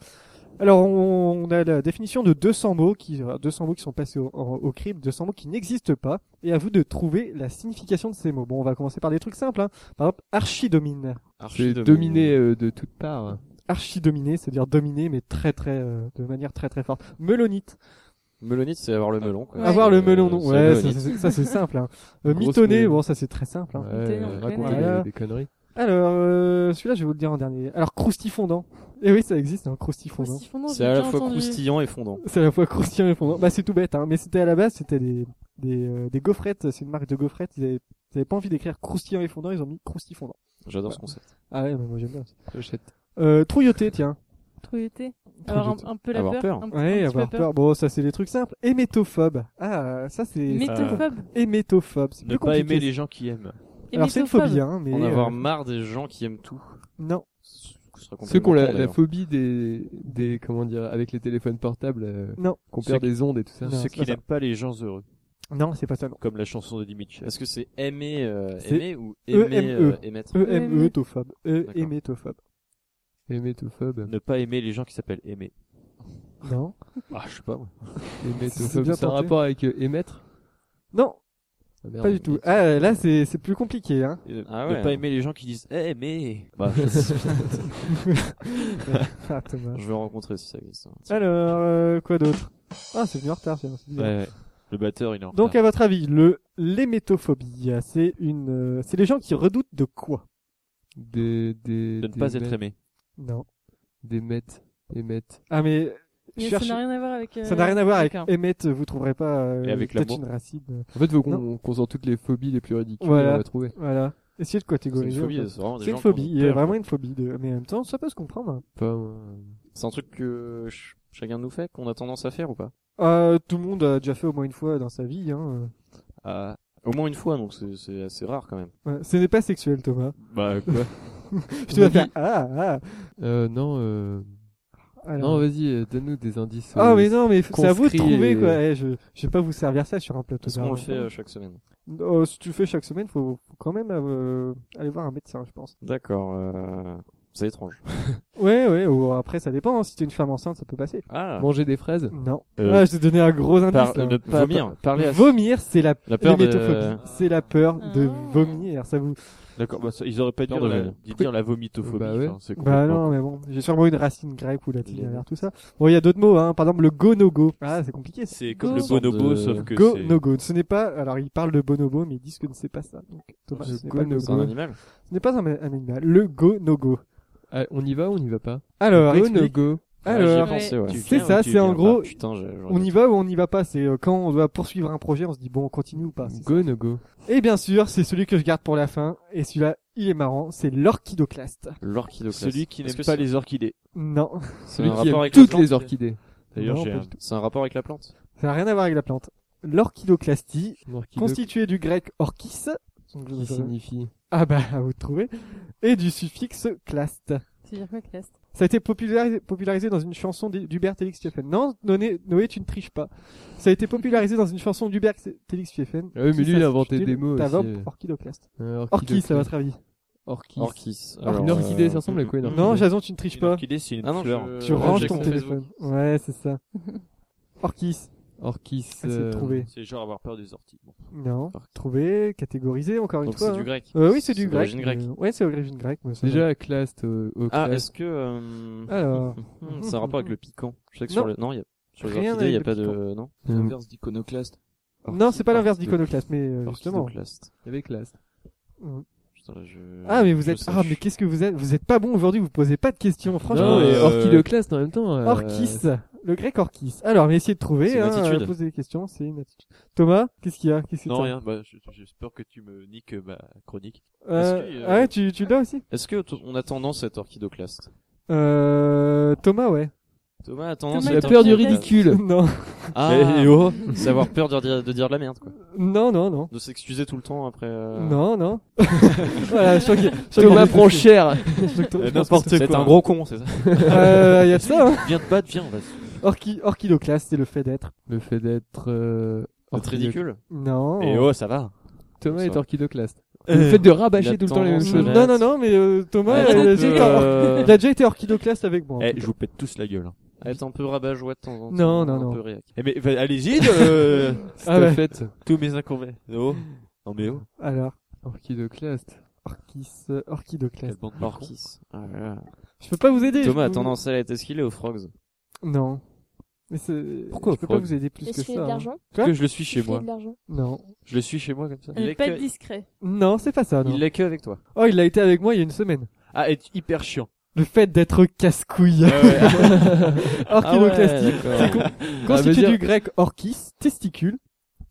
Alors, on, on a la définition de 200 mots qui, euh, 200 mots qui sont passés au, en- au crible, 200 mots qui n'existent pas et à vous de trouver la signification de ces mots. Bon, on va commencer par des trucs simples. Hein. Par exemple, archidomine.
J'ai
Archi-dominé.
dominé euh, de toutes parts.
Archidominé, c'est-à-dire dominé, mais très très, euh, de manière très très forte. Melonite.
Melonite, c'est avoir
Ah.
le melon, quoi.
Avoir
Euh,
le melon, non.
c'est
Ouais, ça,
melonite.
c'est- ça c'est simple. Hein. Euh,
Grosse
mitonné,
mêlée.
bon ça c'est très simple. Hein.
Ouais,
Mitonné, on
raconter
connaît.
des, des conneries.
Alors, euh, celui-là, je vais vous le dire en dernier. Alors, croustifondant. Et oui, ça existe, un croustifondant.
Croustifondant, je
C'est
l'ai
à la
déjà
fois
entendu.
croustillant et fondant.
C'est à la fois croustillant et fondant. Bah, c'est tout bête, hein. Mais c'était à la base, c'était des, des, euh, des gaufrettes. C'est une marque de gaufrettes. Ils avaient, ils avaient pas envie d'écrire croustillant et fondant, ils ont mis croustifondant.
J'adore ce concept.
Ah ouais, bah, moi j'aime bien. ça.
J'achète.
Euh, trouilloté, tiens.
Trouilloté. Avoir un, un peu la
Avoir
peur.
peur.
Un, petit- un
Ouais,
petit
avoir
peu
peur. Bon, ça, c'est des trucs simples. Hémétophobe. Ah, ça, c'est,
Métophobe.
hémétophobe. C'est
Ne
plus
pas
compliqué.
aimer les gens qui aiment.
Alors, c'est une
Hémétophobe.
phobie, hein, mais.
En avoir
euh,
marre des gens qui aiment tout.
Non.
Ce sera complètement
Ceux qui ont la, la
d'ailleurs.
phobie des, des, comment dire, avec les téléphones portables, euh,
Non.
qu'on
Ceux
perd des ondes et tout ça.
Non,
Ceux
c'est
qui
pas ça.
n'aiment pas les gens heureux.
Non, c'est pas ça, non.
Comme la chanson de Dimitri.
Est-ce que c'est aimer, euh,
C'est
aimer ou aimer,
E-M-E.
euh, émettre
E-M-E-tophobe.
D'accord.
E-hémétophobe.
Hémétophobe.
Ne pas aimer les gens qui s'appellent aimer.
Non.
Ah, je sais pas. moi.
C'est
Hémétophobe.
bien
C'est un
tenté.
rapport avec euh, émettre?
Non,
Ah, merde.
pas du tout. Ah, là, c'est, c'est plus compliqué, hein.
Et ne-
Ah
Ne
ouais.
pas aimer les gens qui disent Eh, mais. Bah,
Ah, Thomas.
Je vais rencontrer si ça existe. hein.
Alors, euh, quoi d'autre Ah, c'est venu en retard, c'est c'est bizarre.
ouais, ouais. Le batteur, il est en
Donc,
retard.
à votre avis, le l'hémétophobie, c'est une, euh, c'est les gens qui redoutent de quoi
Des, des,
De ne pas être aimé.
Non.
Des mètres. Émettre.
Ah, mais
Mais
cherche-
Ça n'a rien à voir avec. euh,
ça n'a rien à voir avec
d'accord.
émettre. Vous trouverez pas. euh,
Et avec
peut-être
l'amour.
une racine. euh,
En fait, faut qu'on, qu'on sort toutes les phobies les plus ridicules,
Voilà.
on va trouver.
Voilà. Essayez de
C'est une
catégoriser.
phobie,
en fait.
c'est vraiment des
C'est
gens
une
qui ont
phobie. Il y a
peur.
vraiment une phobie de. Mais en même temps, ça peut se comprendre. hein.
Pas, euh,
C'est un truc que ch- chacun de nous fait, qu'on a tendance à faire ou pas
Euh, tout le monde a déjà fait au moins une fois dans sa vie. Hein.
Ah, Au moins une fois, donc c'est- c'est assez rare quand même.
Ouais, Ce n'est pas sexuel, Thomas.
Bah, quoi
Je te vois faire. Ah, ah.
euh, non, euh,
Alors.
non, vas-y, euh, donne-nous des indices.
Ah
euh,
mais non mais c'est à vous de
conscrit
trouver
et-
quoi. Eh, je je vais pas vous servir ça sur un plateau.
Parce qu'on le
d'argent.
fait euh, chaque semaine.
Euh, si tu le fais chaque semaine, faut, faut quand même euh, aller voir un médecin, je pense.
D'accord. euh, C'est étrange.
Ouais ouais. Ou après ça dépend. hein. Si t'es une femme enceinte, ça peut passer.
Ah
Manger des fraises?
Non.
Euh,
ah, je t'ai donné un gros indice.
Par-
là.
ne pas
Vomir.
parler à.
Vomir, c'est la,
La peur de-
l'hémétophobie. C'est la peur de
Ah.
vomir. Ça vous.
D'accord, bah, ça- ils auraient pas dû
Peur de
la-
venir.
dû dire la vomitophobie.
Bah ouais.
enfin, c'est
Bah
complètement-
non, mais bon, j'ai sûrement une racine grecque ou latine
Il y a-
derrière tout ça. Bon, il y a d'autres mots, hein. Par exemple, le go no go. Ah, c'est compliqué. ça.
C'est comme
Go.
le bonobo,
De-
sauf que.
Go
c'est-
no go. Ce n'est pas. Alors, ils parlent de bonobo, mais ils disent que ne c'est pas ça. Donc, Thomas,
Le
ce n'est
go
pas, le
no
C'est
bonobo.
un
go.
animal
Ce n'est pas un, un animal. Le go no go.
Ah, on y va ou on y va pas?
Alors,
go, no
explique.
go.
Ah,
Alors,
J'y ai pensé, ouais.
Tu
c'est
viens
ça.
ou tu
C'est en
viens Ah,
gros,
Putain, j'ai- j'aurais
on
dû-
y va ou on n'y va pas. C'est euh, quand on doit poursuivre un projet, on se dit bon, on continue ou pas. Ah, c'est ça.
Go, no go.
Et bien sûr, c'est celui que je garde pour la fin. Et celui-là, il est marrant. C'est l'orchidoclaste.
L'orchidoclaste.
Celui qui
Est-ce
n'aime
que
pas
c'est-
les orchidées.
Non,
C'est
Celui
un
qui
rapport
aime
avec la
toutes
plante
les orchidées.
D'ailleurs,
Non,
j'ai
pas
un-
du tout.
C'est un rapport avec la plante
ça n'a rien à voir avec la plante. L'orchidoclastie,
Une orchidée
constituée du grec orchis.
qui signifie.
Ah bah, à vous de trouver. Et du suffixe claste.
C'est dire quoi, classe
Ça a été popularisé, popularisé dans une chanson d'Hi- d'Hubert Félix Stephen. Non, Noé, Noé, tu ne triches pas. Ça a été popularisé dans une chanson d'Hubert Félix Stephen.
Ah oui, mais lui, il a inventé des mots
T'as
aussi. euh,
orchidoclaste.
un
Orchis, à votre avis
Orchis.
Orchis. euh,
Alors, Une orchidée, ça ressemble à quoi une orchidée
Non, Jason, tu ne triches
Une
pas.
orchidée, c'est une
Ah non,
fleur.
je-
Tu
Euh,
ranges
j'ai
ton
son
téléphone. Ouais, c'est ça. Orchis,
Orchis.
essayez de
euh,
trouver.
C'est genre avoir peur des orties.
Eh,
Bon.
Non, trouver, catégoriser, encore une
Donc
fois.
c'est du
hein.
grec.
Euh, oui, c'est du grec.
d'origine grecque.
euh, ouais, c'est d'origine grecque. mais ça va.
Déjà, claste euh, au
Ah,
classe.
est-ce que euh,
Alors.
hum, c'est un rapport avec le piquant Je sais que
Non.
sur le non, il y a sur les
Rien
orchidées, il y a
avec le
pas de non.
Euh,
L'inverse d'iconoclaste.
Non, c'est pas l'inverse
orchidée.
d'iconoclaste, mais euh, justement.
Orchidoclaste.
Il y avait classe.
Putain, là, je...
Ah, mais vous
je
êtes,
sèche.
ah, mais qu'est-ce que vous êtes, vous êtes pas bon aujourd'hui, vous posez pas de questions, franchement.
Non, mais
euh,
orchidoclaste en même temps. euh,
Orchis, le grec Orchis. Alors, mais essayez de trouver,
C'est une
hein,
attitude.
euh, poser des questions, c'est une attitude. Thomas, qu'est-ce qu'il y a Qu'est-ce que
Non,
t'as
rien. Bah, je- j'espère que tu me niques ma chronique.
Euh,
Est-ce que, euh,
ah ouais, tu, tu l'as aussi
Est-ce que t- on a tendance à être orchidoclaste
euh, Thomas, ouais.
Thomas a tendance
Thomas
à
La
être
peur du
orchidoclaste.
Euh.
ridicule.
non,
Ah,
Eh, oh.
savoir peur de dire, de dire de la merde quoi.
non, non, non.
De s'excuser tout le temps après euh,
Non, non. voilà, je crois que- je crois
Thomas
que-
prend cher.
je crois que-
Euh,
je pense
N'importe quoi.
C'est un gros con, c'est ça.
que- Euh, il y a de ça, hein.
Viens te battre, viens, on va. se-
Orchi, orchidoclaste, c'est le fait d'être.
Le fait d'être. euh,
Être
orchidoc-
ridicule.
Non.
Et oh, ça va.
Thomas est
Ça.
orchidoclaste.
Eh,
Le fait de rabâcher
la
tout le temps les mêmes
tendance
choses.
à-
Non, non, non, mais euh, Thomas, il,
Ah,
a
donc,
déjà été, or-
euh,
il a déjà été orchidoclaste avec moi. en
Eh,
tout
je
cas.
vous pète tous la gueule. hein.
Être un peu rabat joie de temps en temps.
Non, non,
un
non.
peu réac.
Eh, mais va- allez-y, de...
C'est
Ah
la
ouais.
fête.
tous mes inconvénients. Oh. Non mais oh.
Alors,
Orchidoclaste.
orchis, euh, orchidoclaste.
bande de cons.
Orchis. Ah là là.
Je peux pas vous aider.
Thomas
je
a
peux-
tendance à être esquilé aux frogs.
Non. Mais c'est.
Pourquoi
Je peux pas
Frog
vous aider plus que
Est-ce qu'il y
ça.
a de
hein.
l'argent
Parce que je le suis chez
Est-ce qu'il y a
moi.
de l'argent
Non.
Je le suis chez moi comme ça.
Il
Il
ne
est
pas
que-
être discret.
Non, c'est pas ça, non.
Il est que avec toi.
Oh, il a été avec moi il y a une semaine.
Ah, être hyper chiant.
Le fait d'être casse-couille. Ah
Ah
Orchidoclastique. c'est con- constitué
dire-
du grec orchis, testicule,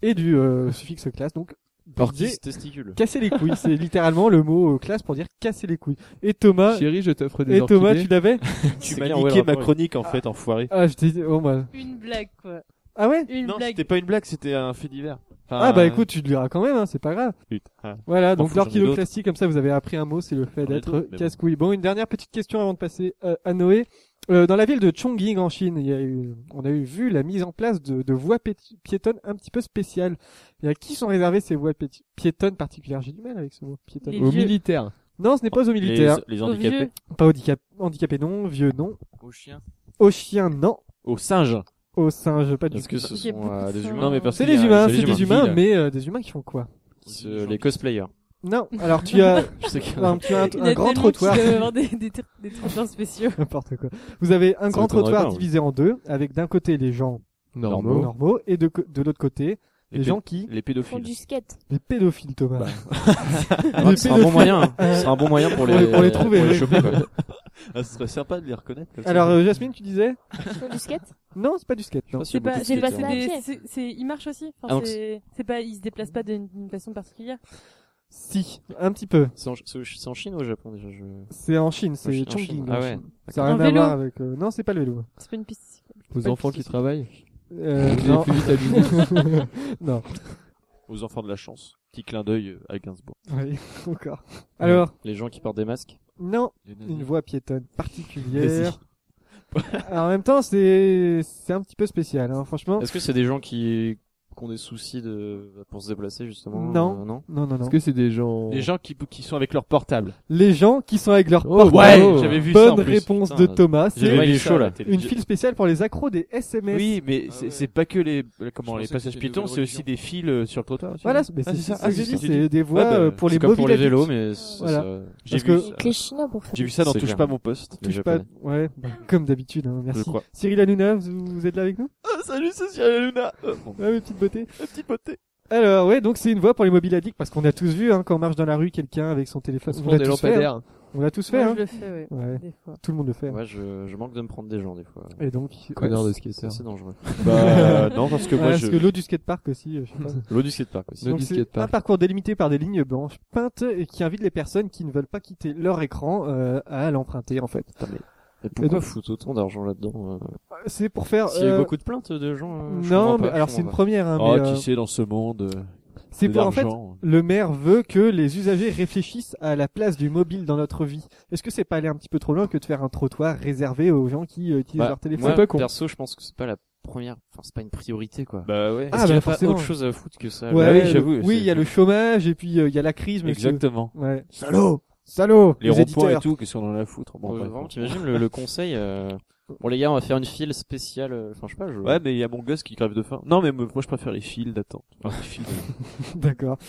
et du euh, suffixe classe, donc.
Orchis
Orchis.
testicule.
Casser les couilles, c'est littéralement le mot euh, classe pour dire casser les couilles. Et Thomas,
Chérie, je t'offre des
Ah. et Thomas, tu
orchidées.
l'avais
C'est
Tu m'as
clair, ouais,
niqué
le
ma
rapport est-
chronique en fait, enfoiré.
Ah, je t'ai dit, oh, bah.
Une blague, quoi.
Ah ouais
Une
Non,
blague.
c'était pas une blague, c'était un fait divers. Enfin,
Ah bah
euh,
écoute, tu le diras quand même, hein, c'est pas grave.
putain.
Voilà,
M'en
donc
fous, j'en ai
l'orchidoclastie, comme ça vous avez appris un mot, c'est le fait
J'en ai
d'être
d'autres, mais bon.
casse-couille. Bon, une dernière petite question avant de passer euh, à Noé. Euh, dans la ville de Chongqing en Chine, il y a eu, on a eu vu la mise en place de, de voies pé- piétonnes un petit peu spéciales. Et à qui sont réservées ces voies pé- piétonnes particulières J'ai du mal avec ce mot piétonne.
Les
Au
vieux.
militaire.
Non, ce n'est pas aux militaires.
Les, les
Au
handicapés.
vieux.
Pas aux handicap- handicapés non, vieux non,
Au chien.
aux chiens non,
Aux singes.
hein,
aux singes pas du
Parce que ce
Il y a
sont
beaucoup
euh,
de
des
singes.
humains. mais parce
C'est
qu'il y
des
a-
humains,
c'est
c'est des humains,
villes.
mais euh, des humains qui font quoi
C'est, euh, les cosplayers.
Non, alors tu as,
Je sais qu'il y en a.
alors, tu as un,
Il y
un
a
grand
tellement
trottoir.
qu'il doit y avoir des, des, tr- des trottoirs spéciaux.
N'importe quoi. Vous avez un grand
m'étonnerait
trottoir
pas, ouais.
divisé en deux, avec d'un côté les gens
Normaux.
Normaux.
normaux et de, co- de l'autre côté les,
Les
gens qui
Les
Ils font
pédophiles.
du skate.
les pédophiles Thomas.
Bah. Ah, C'est un bon moyen. hein. C'est un bon moyen pour
Pour les-
les
pour les trouver,
Pour les
oui.
choper, quoi.
Ah, ce serait sympa de les reconnaître. comme ça.
Alors euh, Jasmine, tu disais
Ils font du skate
Non, c'est pas du skate. Non.
Je sais
C'est
pas
pas,
s'il
c'est
y a
pas,
beaucoup
c'est
de
skate,
des,
hein.
c'est, c'est, ils marchent aussi.
Ah,
Enfin,
donc
c'est, c'est pas, ils se déplacent pas d'une d'une façon particulière.
Si, un petit peu.
C'est en- C'est en Chine ou au Japon déjà je...
C'est en Chine,
En
c'est
Chine.
Chongqing.
Ah
en
ouais.
Chine. Ça n'a
En
rien à
vélo.
voir avec. euh, Non, c'est pas le vélo.
C'est pas une piste.
Aux
Pas
enfants
de
qui
soucis.
travaillent.
Euh,
Vous
non.
allez plus vite à Dubaï.
non.
Aux enfants de la chance. Petit clin d'œil euh, à Gainsbourg.
Oui, encore. Alors,
Les gens qui portent des masques.
non,
Les nazis.
une voie piétonne particulière. Alors, en même temps, c'est c'est un petit peu spécial, hein, franchement.
Est-ce que c'est des gens qui, qui ont des soucis de... pour se déplacer justement
Non.
euh, non
Non, non, non.
Est-ce que c'est des gens...
Les gens qui, qui sont avec leur portable.
Les gens qui sont avec leur
Oh,
portable.
ouais,
j'avais vu ça en
Bonne
plus.
réponse
Putain,
de Thomas.
j'avais
C'est
vu ça, là.
Une file spéciale pour les accros des SMS.
Oui, mais
Ah
c'est
ouais.
c'est pas que les euh, comment
Je pensais
les
que
passages
c'était une
piétons,
nouvelle
c'est aussi
religion.
des fils euh, sur le trottoir. aussi.
Voilà, c'est- mais
Ah,
c'est
c'est
ça.
ça.
que
Ah,
j'ai
c'est
dit,
ça.
c'est des voies
Ah, bah,
euh, pour les
C'est comme
mobiles.
pour les
adultes.
vélos, mais c'est-
Voilà.
c'est-
J'ai
parce
vu,
que-
ça.
Avec les Chinois pour faire.
J'ai vu ça dans
C'est
Touche
clair.
pas mon poste.
les
Touche pas.
Japonais.
Ouais, bah, comme d'habitude, hein,
Je
merci.
crois.
Cyril Hanouna, vous, vous êtes là avec nous
salut, c'est Cyril Luna.
Ouais, mes petites beautés.
Petit poté.
Alors, ouais, donc c'est une voie pour les mobiles addicts parce qu'on a tous vu, hein, quand on marche dans la rue, quelqu'un avec son téléphone.
Ils
On
font
l'a
des
tous fait. hein.
lampadaires.
On l'a tous fait,
Moi,
hein.
je le fais, ouais.
Ouais,
Des fois.
tout le monde le fait. hein.
Ouais, je, je manque de me prendre des gens des fois.
Et donc,
Connard de
ouais,
C'est
skater.
assez dangereux.
Bah non, parce que
ouais,
moi
parce que
je
l'eau du skatepark aussi, euh, je sais pas.
L'eau du skatepark aussi.
Le
Donc
disquette
c'est un
park.
parcours délimité par des lignes blanches peintes et qui invite les personnes qui ne veulent pas quitter leur écran euh, à l'emprunter en fait.
Et pourquoi
donc-
foutre autant d'argent là-dedans euh
C'est pour faire.
S'il y a eu
euh,
beaucoup de plaintes de gens. euh, je
non,
comprends
mais
pas,
alors
je
c'est une
comprends
première. Hein,
Oh,
mais, euh,
qui sait dans ce monde euh,
c'est
de
pour en fait.
l'argent.
Le maire veut que les usagers réfléchissent à la place du mobile dans notre vie. Est-ce que c'est pas aller un petit peu trop loin que de faire un trottoir réservé aux gens qui euh, utilisent
Bah,
leur
pas.
téléphone Ah,
Moi,
pas con.
perso, je pense que c'est pas la première. Enfin, c'est pas une priorité quoi.
Bah ouais.
Ah,
Est-ce qu'il y
bah,
a pas
forcément.
autre chose à foutre que ça Bah
Ouais,
là
le-
j'avoue,
Oui,
c'est-
il y a le chômage et puis euh, il y a la crise. monsieur.
Exactement.
Ouais. Salaud, salaud.
Les ronds-points et
éditeurs.
tout, qu'est-ce qu'on en a à foutre
Bon,
Bon, bref.
vraiment, t'imagines le, le conseil euh... Bon les gars, on va faire une file spéciale. euh, Enfin, je sais pas. Je...
Ouais, mais il y a mon gosse qui crève de faim. Non, mais moi je préfère les fils d'attente. Enfin, les fils.
D'accord.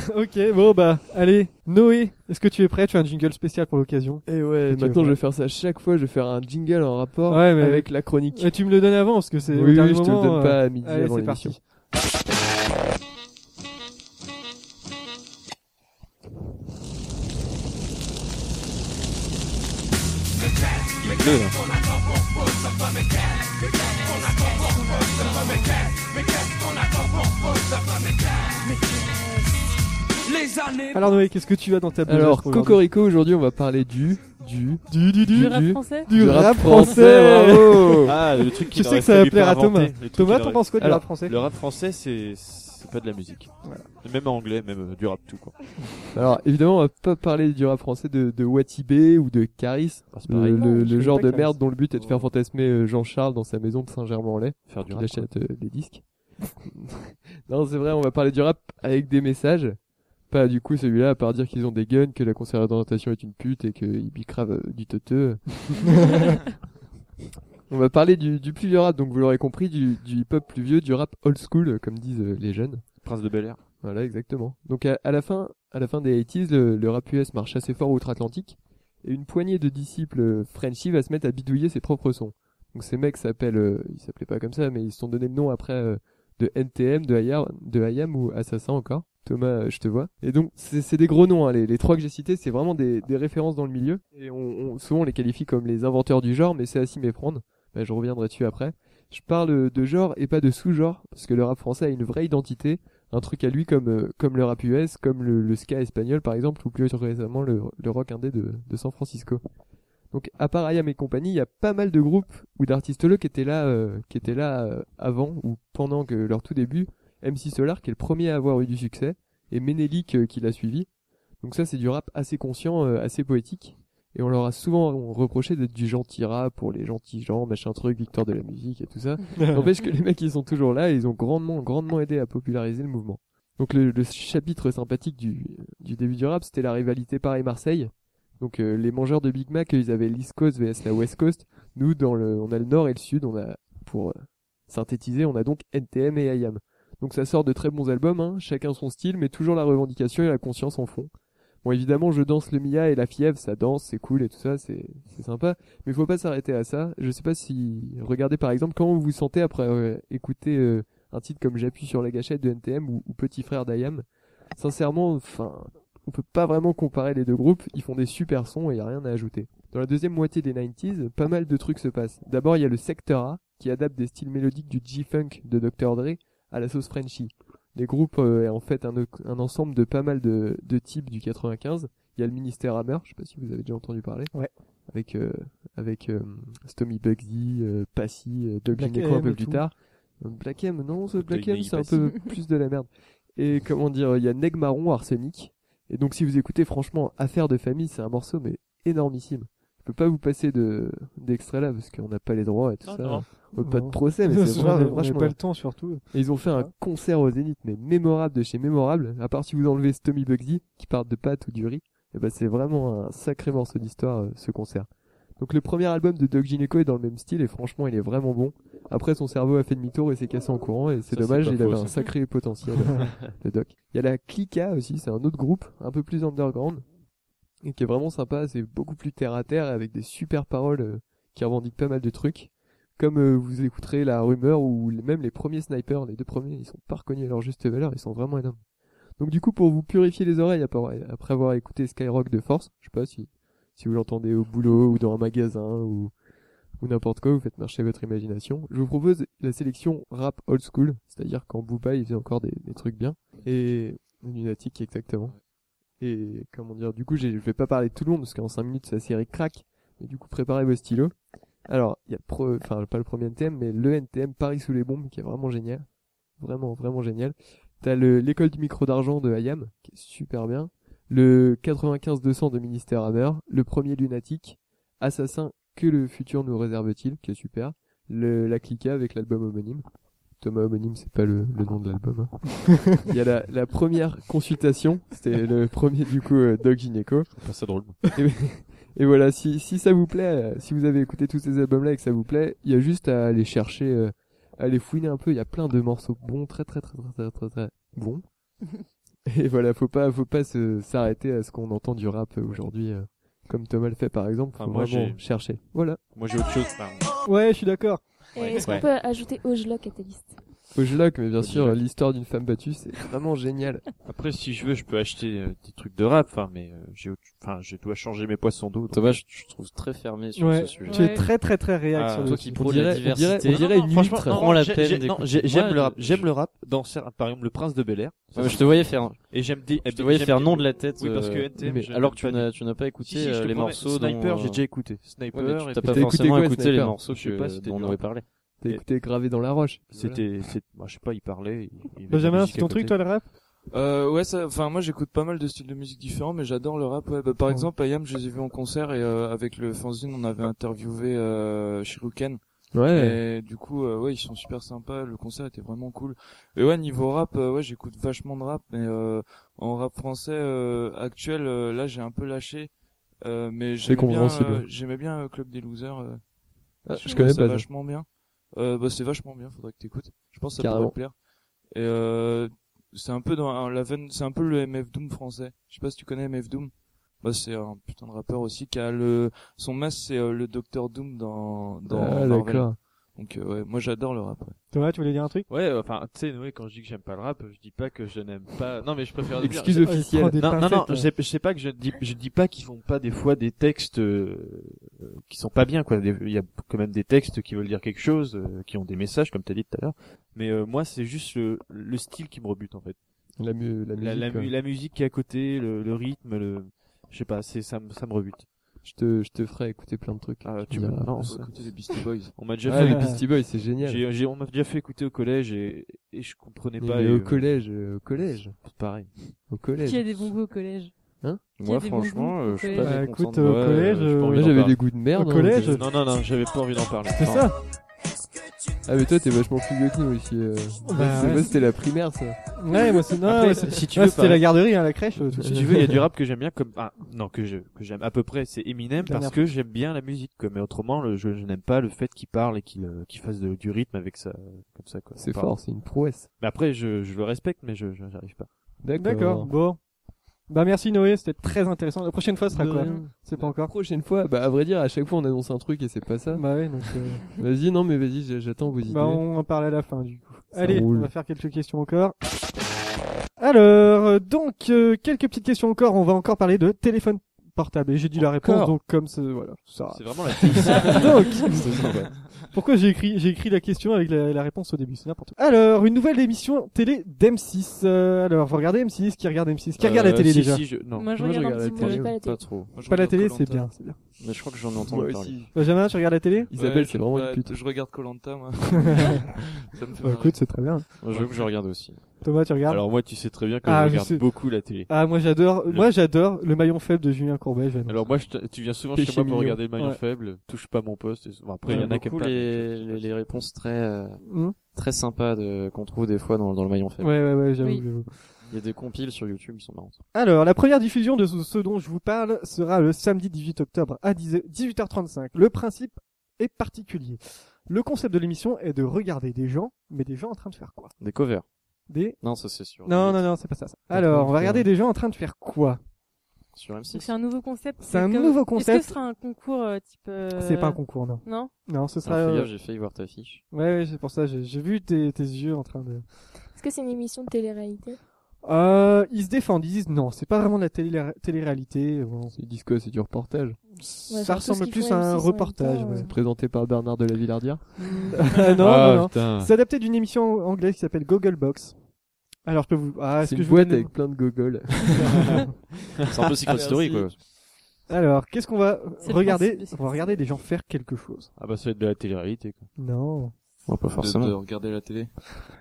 ok, bon bah, allez, Noé, est-ce que tu es prêt Tu as un jingle spécial pour l'occasion.
Et Eh ouais,
Ok,
maintenant
ouais.
je vais faire ça chaque fois, je vais faire un jingle en rapport
Ouais, mais-
avec la chronique.
Ouais, Euh, tu me le donnes avant parce que c'est
Oui,
au
oui,
dernier
je te le
moment,
donne
euh,
pas à midi
Allez,
avant
c'est
l'émission.
parti. euh. Alors Noé, qu'est-ce que tu as dans ta besace
Alors,
pour aujourd'hui
Cocorico, aujourd'hui on va parler du... du...
du du
Du
du
rap
du-
français
du
du
rap
rap
français.
français,
bravo.
Ah, le truc qui
Tu sais que ça va plaire à Thomas. Thomas, t'en penses quoi du
Alors,
rap français
Le rap français, c'est c'est pas de la musique.
Voilà.
Même en anglais, même euh, du rap tout quoi.
Alors, évidemment, on va pas parler du rap français de, de Watibé ou de Caris,
Enfin, c'est
le,
pareil. Oh.
le-
je
le
connais
genre
pas
de
Caris.
merde dont le but est de faire fantasmer euh, Jean-Charles dans sa maison de Saint-Germain-en-Laye,
Faire du
qui
rap.
achète euh, des disques. non, c'est vrai, on va parler du rap avec des messages. Pas du coup celui-là, à part dire qu'ils ont des guns, que la conseillère d'orientation est une pute et qu'ils bicravent euh, du teuteux. on va parler du, du plus vieux rap, donc vous l'aurez compris, du, du hip-hop plus vieux, du rap old school, comme disent euh, les jeunes.
Prince de Bel Air.
Voilà, exactement. Donc à, à la fin, à la fin des 80s, le, le rap US marche assez fort outre-Atlantique et une poignée de disciples euh, Frenchy va se mettre à bidouiller ses propres sons. Donc ces mecs s'appellent, euh, ils s'appelaient pas comme ça, mais ils se sont donné le nom après euh, de NTM, de IAM, de IAM ou Assassin encore. Thomas, euh, je te vois. Et donc c'est c'est des gros noms, hein, les, les trois que j'ai cités, c'est vraiment des, des références dans le milieu. Et on, on- souvent on les qualifie comme les inventeurs du genre, mais c'est à s'y méprendre. Ben, je reviendrai dessus après. Je parle de genre et pas de sous-genre, parce que le rap français a une vraie identité, un truc à lui comme euh, comme le rap US, comme le, le ska espagnol par exemple, ou plus récemment le, le rock indé de, de San Francisco. Donc à part IAM et compagnie, il y a pas mal de groupes ou d'artistes là qui étaient là, euh, qui étaient là euh, avant ou pendant que leur tout début. MC Solar qui est le premier à avoir eu du succès et Menelik euh, qui l'a suivi. Donc ça c'est du rap assez conscient, euh, assez poétique. Et on leur a souvent reproché d'être du gentil rap pour les gentils gens, machin truc, victoire de la musique et tout ça. N'empêche que les mecs ils sont toujours là et ils ont grandement, grandement aidé à populariser le mouvement. Donc le, le chapitre sympathique du, du début du rap c'était la rivalité Paris-Marseille. Donc euh, les mangeurs de Big Mac, euh, ils avaient l'East Coast vs la West Coast. Nous, dans le, on a le Nord et le Sud. On a, pour euh, synthétiser, on a donc NTM et IAM. Donc ça sort de très bons albums, hein, chacun son style, mais toujours la revendication et la conscience en fond. Bon, évidemment, je danse le Mia et la fièvre, ça danse, c'est cool et tout ça, c'est c'est sympa. Mais faut pas s'arrêter à ça. Je sais pas si, regardez par exemple comment vous vous sentez après euh, écouter euh, un titre comme J'appuie sur la gâchette de NTM ou, ou Petit frère d'IAM. Sincèrement, enfin, on peut pas vraiment comparer les deux groupes, ils font des super sons et y a rien à ajouter. Dans la deuxième moitié des 90s, pas mal de trucs se passent. D'abord, il y a le Sector A, qui adapte des styles mélodiques du G-Funk de Dr. Dre à la sauce Frenchie. Les groupes euh, est en fait un, oc- un ensemble de pas mal de, de types du 95. Il y a le Ministère Hammer, je sais pas si vous avez déjà entendu parler.
Ouais.
Avec, euh, avec euh, Stomy Bugsy, euh, Passy, euh, Doug
Black
Gineco un
M
peu
et
plus
tout.
tard. Euh, Black M, non, ce Black
Doug
M c'est un
Passy.
peu plus de la merde. Et comment dire, il y a Neg Marron, Arsenic. Et donc si vous écoutez franchement Affaire de famille, c'est un morceau mais énormissime. Je peux pas vous passer de d'extrait là parce qu'on n'a pas les droits et tout
Ah,
ça.
non.
On veut Pas de
Non.
procès, mais c'est
On
vrai,
avait
franchement.
pas Ah. le temps surtout.
Et ils ont fait un concert au Zénith, mais mémorable de chez mémorable. À part si vous enlevez Stomy Bugsy, qui part de pâtes ou du riz, et ben c'est vraiment un sacré morceau d'histoire, euh, ce concert. Donc le premier album de Doc Gineco est dans le même style, et franchement, il est vraiment bon. Après, son cerveau a fait demi-tour et s'est cassé en courant, et c'est
Ça, c'est
dommage,
pas
il
faux,
avait
ça.
un sacré potentiel, euh, le Doc. Il y a la Clica aussi, c'est un autre groupe, un peu plus underground, et qui est vraiment sympa, c'est beaucoup plus terre à terre, et avec des super paroles, euh, qui revendiquent pas mal de trucs comme euh, vous écouterez la rumeur ou les- même les premiers snipers, les deux premiers, ils sont pas reconnus à leur juste valeur, ils sont vraiment énormes. Donc du coup, pour vous purifier les oreilles après après avoir écouté Skyrock de force, je sais pas si, si vous l'entendez au boulot ou dans un magasin ou, ou n'importe quoi, vous faites marcher votre imagination, je vous propose la sélection rap old school, c'est-à-dire quand Booba il faisait encore des, des trucs bien, et lunatique exactement. Et comment dire, du coup, j'ai- je vais pas parler de tout le monde parce qu'en 5 minutes, sa série craque, mais du coup, préparez vos stylos. Alors, il y a le pre- enfin pas le premier NTM, mais le NTM Paris sous les bombes qui est vraiment génial, vraiment vraiment génial. T'as le l'école du micro d'argent de Hayam qui est super bien, le 95 200 de Ministère Hammer, le premier lunatique, Assassin que le futur nous réserve-t-il qui est super, le la Clica avec l'album homonyme. Thomas homonyme, c'est pas le, le nom de l'album. hein. Il y a la, la première consultation, c'était le premier du coup euh, Doc Gineco.
Pas ça drôle.
Et voilà, si, si ça vous plaît, euh, si vous avez écouté tous ces albums-là et que ça vous plaît, il y a juste à aller chercher, euh, à aller fouiner un peu. Il y a plein de morceaux bons, très très très très très très, très bons. Et voilà, faut pas, faut pas se- s'arrêter à ce qu'on entend du rap euh, aujourd'hui, euh, comme Thomas le fait par exemple. Faut
Enfin, Ah, moi,
vraiment
j'ai-
chercher. Voilà.
Moi j'ai autre chose.
Ouais, je suis d'accord.
Et
Ouais.
Est-ce qu'on
Ouais.
peut ajouter Ojelok à ta liste
Ojlock, mais bien sûr,
Ojlock.
l'histoire d'une femme battue, c'est vraiment génial.
Après, si je veux, je peux acheter euh, des trucs de rap, enfin, mais euh, j'ai, autre- enfin, je dois changer mes poissons d'eau. donc-
Thomas, je je trouve très fermé sur
Ouais.
ce sujet.
Tu es très très très réac
Ah,
sur le
Toi
sujet.
qui
On
prône
dirait-
la
on dirait-
diversité.
on dirait une
franchement,
huître.
non,
Prends la
j'ai-
peine
j'ai- non,
d'écouter.
j'ai- j'aime
Ouais,
le rap,
je-
j'aime le rap dans cer- par exemple le Prince de Bel Air.
Ouais, mais je te voyais faire,
Et j'aime des,
je te
Eh ben,
voyais
j'aime
faire
des-
nom de la tête.
Oui, parce que
euh,
NTM,
mais
je
alors
n'aime
que
pas
tu n'as, tu n'as pas écouté
Si, si, je
euh,
te
les
promets,
morceaux.
Sniper,
dont, euh,
j'ai déjà écouté. Sniper,
Ouais, mais tu
et tout.
t'as pas
T'as écouté
forcément
quoi,
écouté
Sniper
les morceaux
Je sais
que,
pas, c'était
dont on
du
avait
rap.
parlé.
T'as écouté gravé dans la roche.
c'était, c'est, moi, je sais pas, il parlait. il- il avait de la
Benjamin,
musique
c'est
à
ton truc
côté.
toi le rap
Euh, ouais, ça, enfin, moi, j'écoute pas mal de styles de musique différents, mais j'adore le rap, ouais. Bah, par
Ouais.
exemple, Ayam, je les ai vus en concert et, euh, avec le fanzine, on avait interviewé, euh, Shiruken.
Ouais.
Et du coup, euh, ouais, ils sont super sympas. Le concert était vraiment cool. Et ouais, niveau rap, euh, ouais, j'écoute vachement de rap, mais euh, en rap français euh, actuel, euh, là, j'ai un peu lâché. Euh, mais j'aimais bien,
compréhensible.
euh, j'aimais bien euh, Club des Losers. euh,
Ah, je
trouvais
connais
ça
pas. ça.
vachement bien. Euh, bah, c'est vachement bien. Faudrait que t'écoutes. Je pense que ça
Carrément.
pourrait te plaire. Et euh, c'est un peu dans la veine, c'est un peu le MF Doom français. Je sais pas si tu connais MF Doom. Bah, c'est un putain de rappeur aussi qui a le son masque c'est euh, le Docteur Doom dans dans
Ah,
Marvel.
d'accord.
Donc euh, ouais, moi j'adore le rap. ouais.
Thomas, tu voulais dire un truc
Ouais, enfin, tu sais, Noé, quand je dis que j'aime pas le rap, je dis pas que je n'aime pas. Non, mais je préfère le dire.
Excuse officielle.
Prends des
Non, non,
pincettes,
non, je
euh.
sais- je sais pas que je dis, je dis pas qu'ils font pas des fois des textes euh, euh, qui sont pas bien quoi. Des- Il y a quand même des textes qui veulent dire quelque chose, euh, qui ont des messages comme t'as dit tout à l'heure. Mais euh, moi, c'est juste le, le style qui me rebute en fait.
La, mu- la musique.
La, la, mu-
quoi.
la musique qui est à côté, le, le rythme, le, je sais pas, c'est ça, me- ça me rebute.
euh, Je te, je te ferai écouter plein de trucs.
Ah,
Tu
tu me
diras,
lances.
ah,
Écoutez les Beastie Boys.
On m'a déjà
Ah,
fait,
les Beastie Boys, c'est génial.
j'ai- j'ai- on m'a déjà fait écouter au collège et, et je comprenais pas.
Mais
et,
au
euh,
collège, euh, au collège,
c'est pareil.
au collège.
Qui a des bons goûts au collège
Hein
Qui a
Moi,
des
franchement,
bons goûts
euh, je suis
au
pas
collège
Bah,
très content
écoute,
de-
euh, au
Ouais,
collège,
j'ai pas
euh,
envie d'en
Moi, j'avais
parler.
des goûts de merde.
Au
hein,
collège,
mais-
Non, non, non, j'avais pas envie d'en parler.
C'est
Non.
ça
Ah, mais toi, t'es vachement plus vieux que nous aussi. euh.
Bah,
C'est-
ouais.
moi, c'était la primaire, ça.
Ouais, moi c'est non,
Après,
ouais, c'est-
si tu
ouais,
veux,
c'était
pareil.
la garderie, hein, la crèche. euh, tout
Si
ça.
tu veux, il y a du rap que j'aime bien comme ah non que je que j'aime à peu près c'est Eminem
Dernière
parce que j'aime bien la musique quoi. mais autrement le, je, je n'aime pas le fait qu'il parle et qu'il euh, qu'il fasse de- du rythme avec ça comme ça quoi.
C'est
Bah.
Pardon.
fort, c'est une prouesse.
Mais après je, je le respecte mais je je- j'arrive pas. euh,
D'accord. Bon. Bah merci Noé, c'était très intéressant. La prochaine fois ce sera
De
quoi
rien.
C'est pas encore.
Prochaine fois, bah à vrai dire, à chaque fois on annonce un truc et c'est pas ça.
Bah ouais, donc. euh,
Vas-y, non mais vas-y, j'- j'attends vos idées.
Bah, on en parle à la fin, du coup.
Ça
Allez,
roule.
on va faire quelques questions encore. Alors, euh, donc, euh, quelques petites questions encore. On va encore parler de téléphone portable. Et j'ai dit la réponse,
Encore
donc comme ça, voilà. Ça.
C'est vraiment la
donc, pourquoi j'ai écrit, j'ai écrit la question avec la, la réponse au début C'est n'importe quoi. Alors, une nouvelle émission télé d'M6. Euh, alors, vous regardez M6 Qui regarde M6 Qui
Euh,
Euh,
regarde la télé déjà
non.
Moi, je
Moi, je
regarde un
regarde
petit
la télé.
peu.
J'ai pas la télé.
Pas trop.
Moi, je
Pas la
regarde
télé,
Koh-Lanta.
c'est bien, c'est bien.
Mais je crois que j'en ai
Moi
entendu parler.
aussi.
Benjamin, tu regardes la télé
Euh,
Isabelle,
Ouais,
c'est vraiment
bah,
une pute.
Je regarde Colanta moi. ça me fait
Bah,
marrer.
écoute, c'est très bien.
Moi, Je veux que je regarde aussi.
Thomas, tu regardes
Alors moi, tu sais très bien que
Ah,
je
je
regarde
sais.
beaucoup la télé.
Ah, moi j'adore,
Le-
moi j'adore le maillon faible de Julien Courbet. j'annonce.
Alors moi, je te- tu viens souvent
Péché
chez moi pour
mignon.
regarder le maillon
Ouais.
faible. Touche pas mon poste. et- Bon, après, il y en
J'aime
a qui aiment
beaucoup
pas.
les, les, les réponses très euh,
Hum
très sympas de- qu'on trouve des fois dans, dans le maillon
ouais,
faible.
ouais, ouais, j'avoue,
Oui.
j'avoue.
Il y a des compiles sur YouTube, ils sont marrants.
Alors, la première diffusion de ce, ce dont je vous parle sera le samedi 18 octobre à 10 18h35. Le principe est particulier. Le concept de l'émission est de regarder des gens, mais des gens en train de faire quoi
Des covers.
Des
Non, ça c'est sûr.
Non, non, non, c'est pas ça. ça.
En train
Alors,
de
on va
faire-
regarder des gens en train de faire quoi
Sur
Donc
M6.
c'est un nouveau concept.
C'est un nouveau concept.
Est-ce que ce sera un concours euh, type euh,
C'est pas un concours, non.
Non.
Non, ce sera.
Alors, fais
euh,
gaffe, j'ai failli voir ta fiche.
Ouais, ouais, c'est pour ça. J'ai j'ai vu tes, tes yeux en train de.
Est-ce que c'est une émission de télé-réalité
Euh, ils se défendent. Ils disent non, c'est pas vraiment de la télé- télé-réalité. Bon,
Ils disent quoi, c'est du reportage
ça
surtout ce
ressemble
qu'ils
plus
font
à
à M6 en
un
même
reportage.
temps,
ouais.
euh.
Présenté par Bernard de la Villardière
Ah, non,
Ah,
non, non.
putain.
C'est adapté d'une émission anglaise qui s'appelle Gogglebox. Alors je peux vous. Ah, est-ce
C'est
que
une
je vous
boîte
donne-
avec plein de gogoles.
C'est un peu Secret Story quoi.
Alors qu'est-ce qu'on va
C'est le
regarder
principe de cette
On va regarder des gens faire quelque chose.
Ah bah ça va être de la télé-réalité. quoi.
Non.
Ouais, pas
De-
forcément.
De, regarder la télé.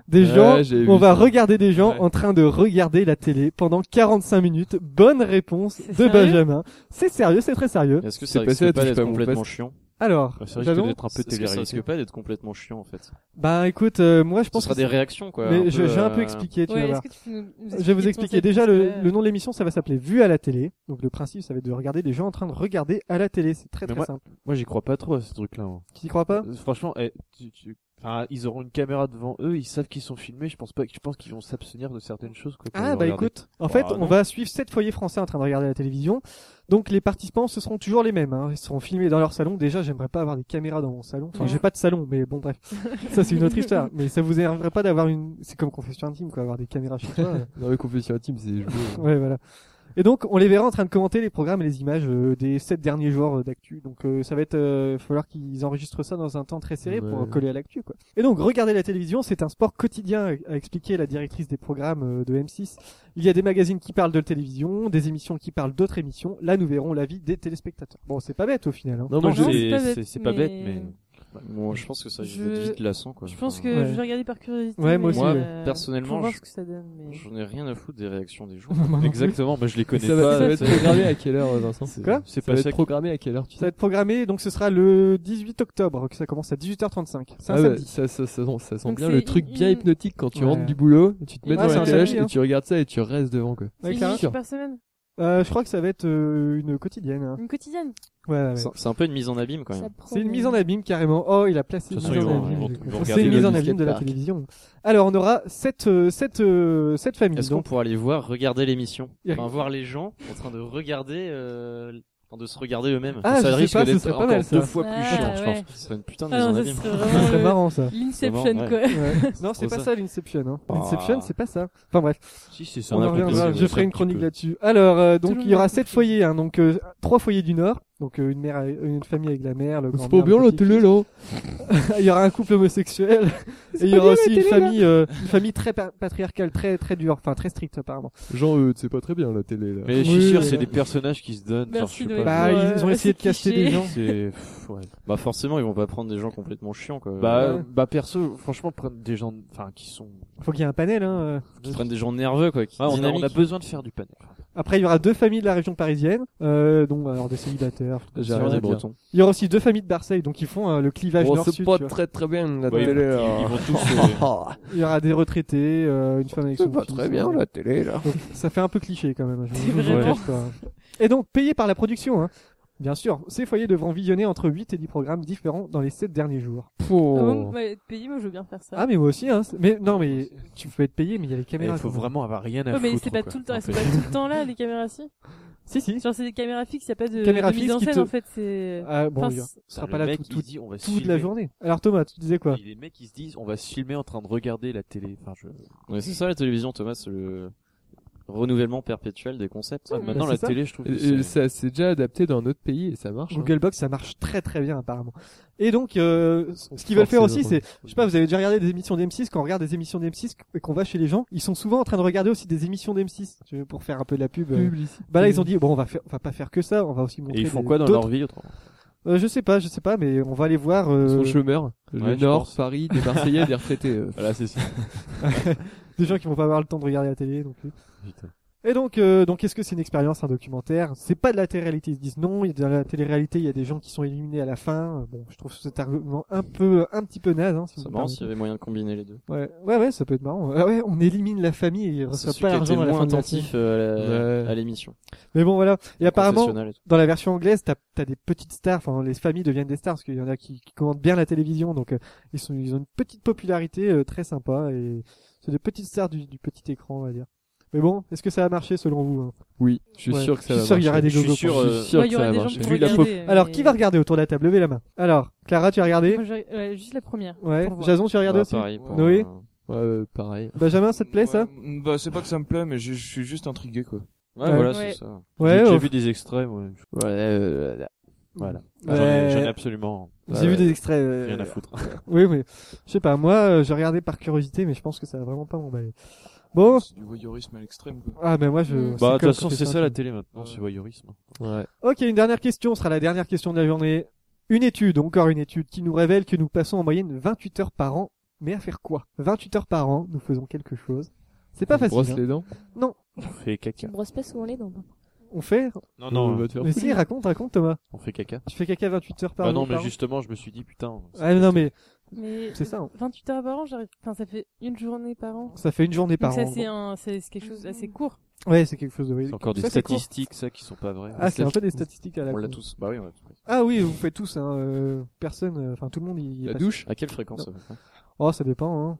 Des
Ouais,
gens.
j'ai
On
vu
va
ça.
regarder des gens
Ouais.
en train de regarder la télé pendant 45 minutes. Bonne réponse
C'est
de
sérieux
Benjamin. C'est sérieux, c'est très sérieux.
Est-ce que
C'est
ça
passé à
risque pas
Touche
d'être
pas mon
complètement
poste.
chiant
Alors,
Ah, ça
nous
risque
allons-
d'être un peu
Est-ce que ça
télé-réalité.
risque pas d'être complètement chiant en fait
Bah écoute, euh, moi je
Ce
pense.
sera
que
des réactions quoi.
Mais
un
je,
peu,
je vais un
euh,
peu expliquer, tu
ouais,
vas voir.
est-ce que tu peux nous- nous
Je vais vous
le
expliquer.
concept,
Déjà,
parce
le,
que,
le nom de l'émission, ça va s'appeler Vue à la télé. Donc le principe, ça va être de regarder des gens en train de regarder à la télé. C'est très
Mais
très
moi-
simple.
Moi, j'y crois pas trop à ce truc-là. moi.
Tu y crois pas
Euh, Franchement, eh, tu- tu- enfin, ils auront une caméra devant eux, ils savent qu'ils sont filmés. Je pense pas. Je pense qu'ils vont s'abstenir de certaines choses. Quoi, quand
Ah
ils
bah
regardent.
écoute, en fait
Bah,
on
non.
va suivre sept foyers français en train de regarder la télévision. Donc les participants ce seront toujours les mêmes, hein. ils seront filmés dans leur salon. Déjà j'aimerais pas avoir des caméras dans mon salon. Enfin
Ouais.
j'ai pas de salon mais bon bref, ça c'est une autre histoire. Mais ça vous arriverait pas d'avoir une, c'est comme confession intime quoi, avoir des caméras chez toi. euh.
Dans le confession intime, c'est joué. hein.
ouais voilà. Et donc on les verra en train de commenter les programmes et les images euh, des sept derniers jours euh, d'actu. Donc euh, ça va être, euh, falloir qu'ils enregistrent ça dans un temps très serré pour
Ouais.
coller à l'actu quoi. Et donc regarder la télévision, c'est un sport quotidien, euh, a expliqué la directrice des programmes euh, de M6. Il y a des magazines qui parlent de télévision, des émissions qui parlent d'autres émissions. Là nous verrons l'avis des téléspectateurs. Bon c'est pas bête au final. Hein.
Non, moi,
Non,
je
c'est
sais-
pas
c'est
bête,
c'est pas bête,
mais-
mais
Bon, je pense que ça risque
Je-
d'être vite lassant quoi.
Je pense
Enfin,
que
Ouais.
je vais regarder par curiosité.
Ouais, moi
mais,
aussi, ouais.
euh,
Personnellement,
pour voir
je-
ce que ça donne. Mais...
J'en ai rien à foutre des réactions des gens.
Exactement. Moi, je les connais
ça va, ça va
pas.
être programmé à quelle heure, Vincent
Quoi
C'est
Ça va
pas
être
ça. qui-
programmé à quelle heure, tu
Ça va
sais
être programmé, donc ce sera le 18 octobre que ça commence à 18h35. C'est un
Ah ouais,
samedi.
ça, ça, ça, ça sent
Donc
bien
c'est
le truc bien
une-
hypnotique quand tu
Ouais.
rentres du boulot, tu te mets
Ah,
dans
c'est
la
un
télé
samedi, hein.
et tu regardes ça et tu restes devant quoi.
C'est
Ouais,
une
Clara
émission par semaine
Euh, je crois que ça va être euh, une quotidienne. hein.
Une quotidienne
Ouais, ouais.
C'est c'est un peu une mise en abîme quand
Ça
même.
promet.
C'est une mise en abîme carrément. Oh, il a placé
De
une
toute
mise
façon, ils
en
vont- ils vont-
abîme.
ils vont
C'est
regarder
une
le
mise en
skate
abîme de la
park.
télévision. Alors, on aura cette euh, cette euh, cette famille.
Est-ce qu'on
Donc,
pourra les voir regarder l'émission
Il y a-
Enfin, voir les gens en train de regarder, euh, enfin, de se regarder eux-mêmes.
Ah, je
ça
sais
risque
pas, ce
d'être
serait pas
encore
mal, ça.
deux fois plus
Ah,
chiant, je
ouais.
pense. C'est une putain de
Ah
mise
non,
en
ça
abîme.
serait
ce serait
vraiment euh,
marrant ça.
l'Inception,
Vraiment,
quoi.
Ouais. Non, c'est
Trop
pas
ça.
ça l'Inception. Hein.
Ah.
L'Inception, c'est pas ça. Enfin bref.
Si, c'est ça.
On
un
en
accompli,
reviendra.
oui,
Je
oui,
ferai
un
une
petit
chronique
peu.
là-dessus. Alors, euh, donc
Toujours
il y aura
la
sept foyers, hein, donc euh, trois foyers du Nord, donc euh, une mère, euh, une famille avec la mère, le grand.
là.
Il y aura un couple homosexuel et il y aura aussi une famille, euh, une famille très pa- patriarcale, très très dure, enfin très stricte apparemment.
Jean-Eudes, euh, c'est pas très bien la télé là.
Mais je suis
Oui,
sûr,
oui,
c'est
oui.
des personnages qui se donnent. Genre,
Merci
je
de
sais
Bah,
pas.
Ouais,
ils ont essayé de
assez
caster
cliché.
des gens.
C'est, pff, ouais.
Bah forcément, ils vont pas prendre des gens complètement chiants quoi.
Bah,
Ouais.
bah, perso, franchement, prendre des gens, enfin, qui sont.
Faut qu'il y ait un panel. Hein. euh.
Ils prennent des gens nerveux quoi, qui
Ouais, on, a,
dynamiques.
on a besoin de faire du panel.
Après, il y aura deux familles de la région parisienne, euh, dont alors des célibataires. tout
J'ai
ça.
rien à
des
dire.
Bretons.
Il y aura aussi deux familles de Marseille, donc ils font euh, le clivage
Oh,
Bon,
nord-sud.
c'est pas
tu vois.
très très bien la
Ouais, ils,
télé.
ils- ils
là.
vont tous. euh,
Il y aura des retraités, euh, une femme avec son
C'est pas
fils,
très bien
euh,
la télé là.
Donc, ça fait un peu cliché quand même. je vous- je vous
vraiment-
le cache pas. Et donc payé par la production. Hein. Bien sûr, ces foyers devront visionner entre 8 et 10 programmes différents dans les 7 derniers jours.
Ah bon, bah, être payé, moi je veux bien faire ça.
Oh. Ah mais moi aussi hein. c'est- Mais non mais tu peux être payé mais il y a les
Mais
caméras.
il Eh, faut
quand même.
vraiment avoir rien à
Ouais,
foutre.
mais c'est pas
quoi,
tout le temps,
en
elles sont
fait.
pas tout le temps là, les caméras si.
Si si.
Genre, c'est des caméras fixes, y a pas de,
Caméras
de mise
fixes
en
qui
scène
te-
en fait, c'est.
Ah, bon,
Enfin,
il y aura-
c'est-
ce sera
Le
pas là
mec,
tout-
il
tout-
dit, on va se
toute la
filmer.
journée. Alors Thomas, tu disais quoi
Et les mecs, ils se disent, on va se filmer en train de regarder la télé. Enfin, je...
Ouais, c'est ça la télévision, Thomas, c'est le renouvellement perpétuel des concepts.
Ouais,
Maintenant,
Bah, c'est
la
ça.
télé, je trouve. que
Et- et
c'est-
Euh, Ça s'est déjà adapté dans notre pays et ça marche. hein.
Google Box, ça marche très très bien apparemment. Et donc, euh, ce qu'ils veulent faire aussi, c'est, je sais pas, vous avez déjà regardé des émissions d'M6, quand on regarde des émissions d'M6 et qu'on va chez les gens, ils sont souvent en train de regarder aussi des émissions d'M6 tu veux, pour faire un peu de la pub. euh.
Publicité.
Bah là, ils ont dit bon, on va faire, on va pas faire que ça, on va aussi montrer.
Et ils font
des-
quoi dans
d'autres-
leur vie autrement
Euh, Je sais pas, je sais pas, mais on va aller voir.
Ils
Euh,
sont chômeurs.
ouais,
Le
je
Nord,
pense.
Paris, des Marseillais, des retraités. euh.
Voilà, c'est ça.
des gens qui vont pas avoir le temps de regarder la télé non plus.
Putain.
Et donc, euh, donc, est-ce que c'est une expérience, un documentaire C'est pas de la télé-réalité, ils se disent non. il y a Dans la télé-réalité, il y a des gens qui sont éliminés à la fin. Euh, Bon, je trouve cet argument un peu, un petit peu naze. Hein, si vous
C'est
me
marrant
permettez.
s'il y avait moyen de combiner les deux.
Ouais, ouais, ouais, ça peut être marrant. Ah ouais, on élimine la famille et il reçoit
C'est
pas
celui qui était
l'argent à la
moins
fin de la
attentif
semaine.
euh, à
Ouais.
la- à l'émission.
Mais bon, voilà. Et apparemment,
Concessionnel et tout.
dans la version anglaise, t'as as des petites stars. Enfin, les familles deviennent des stars parce qu'il y en a qui, qui commandent bien la télévision, donc euh, ils sont, ils ont une petite popularité euh, très sympa et c'est des petites stars du, du petit écran, on va dire. Mais bon, est-ce que ça a marché selon vous hein
Oui, je suis
Ouais.
sûr que
Je
ça va
suis sûr qu'il y aura
marcher.
des
Je suis
gogos.
sûr,
Je
euh,
suis sûr
Moi, il y
que
aura
ça
des
va
gens qui
marcher.
vont
Vu la pop-
regarder. euh,
Alors,
mais-
qui va regarder autour de la table Levez la main. Alors, Clara, tu as regardé
Moi, j'ai- ouais, juste la première.
Ouais.
pour voir.
Jason, tu as regardé
Ouais,
aussi
Ah, pareil, pour
Noé
un-
Ouais, euh, pareil.
Benjamin, ça te plaît ça
Ouais, Bah, c'est pas que ça me plaît, mais je, je suis juste intrigué, quoi.
Ouais,
Ouais.
voilà,
Ouais.
c'est ça.
Ouais.
J'ai déjà
oh.
vu des extraits, ouais.
Ouais, euh,
Voilà.
Ah,
Ouais.
J'en ai- J'en ai absolument
J'ai vu des extraits. euh,
rien à foutre.
Oui, mais je sais pas. Moi, euh, j'ai regardé par curiosité, mais je pense que ça va vraiment pas m'emballer. Bon.
C'est du voyeurisme à l'extrême, quoi.
Ah, mais moi, je.
Mm.
c'est
Bah, de
comme
toute façon,
quand
c'est
t'es
ça
sur
la
un
télé maintenant, c'est voyeurisme.
Ouais.
Ok, une dernière question ce sera la dernière question de la journée. Une étude, encore une étude, qui nous révèle que nous passons en moyenne 28 heures par an. Mais à faire quoi 28 heures par an, nous faisons quelque chose. C'est pas
On
facile.
brosse
hein.
les dents.
On fait
Tu
caca.
te brosses pas souvent les dents.
hein. On fait
Non,
On
non,
va te faire-
Mais si, raconte, raconte Thomas.
on fait caca.
Tu fais caca 28 heures par
Bah
an.
non, mais
par an
justement, je me suis dit, putain. c'est
Ah non, mais
Mais
c'est ça. hein.
28 heures par an, j'arrive. Enfin, ça fait une journée par an.
Ça fait une journée
Donc
par
ça,
an.
c'est un, c'est c'est quelque chose d'assez court.
Ouais, c'est quelque chose de.
C'est encore des
Ça, c'est quoi
statistiques, ça, qui sont pas vraies.
Ah, c'est un peu des statistiques à la
On l'a
con.
tous. Bah oui, on l'a tous.
Ah oui, vous faites tous, hein, euh, personne, euh, enfin tout le monde y y est
La
passé.
douche.
À quelle fréquence euh,
Oh, ça dépend, hein.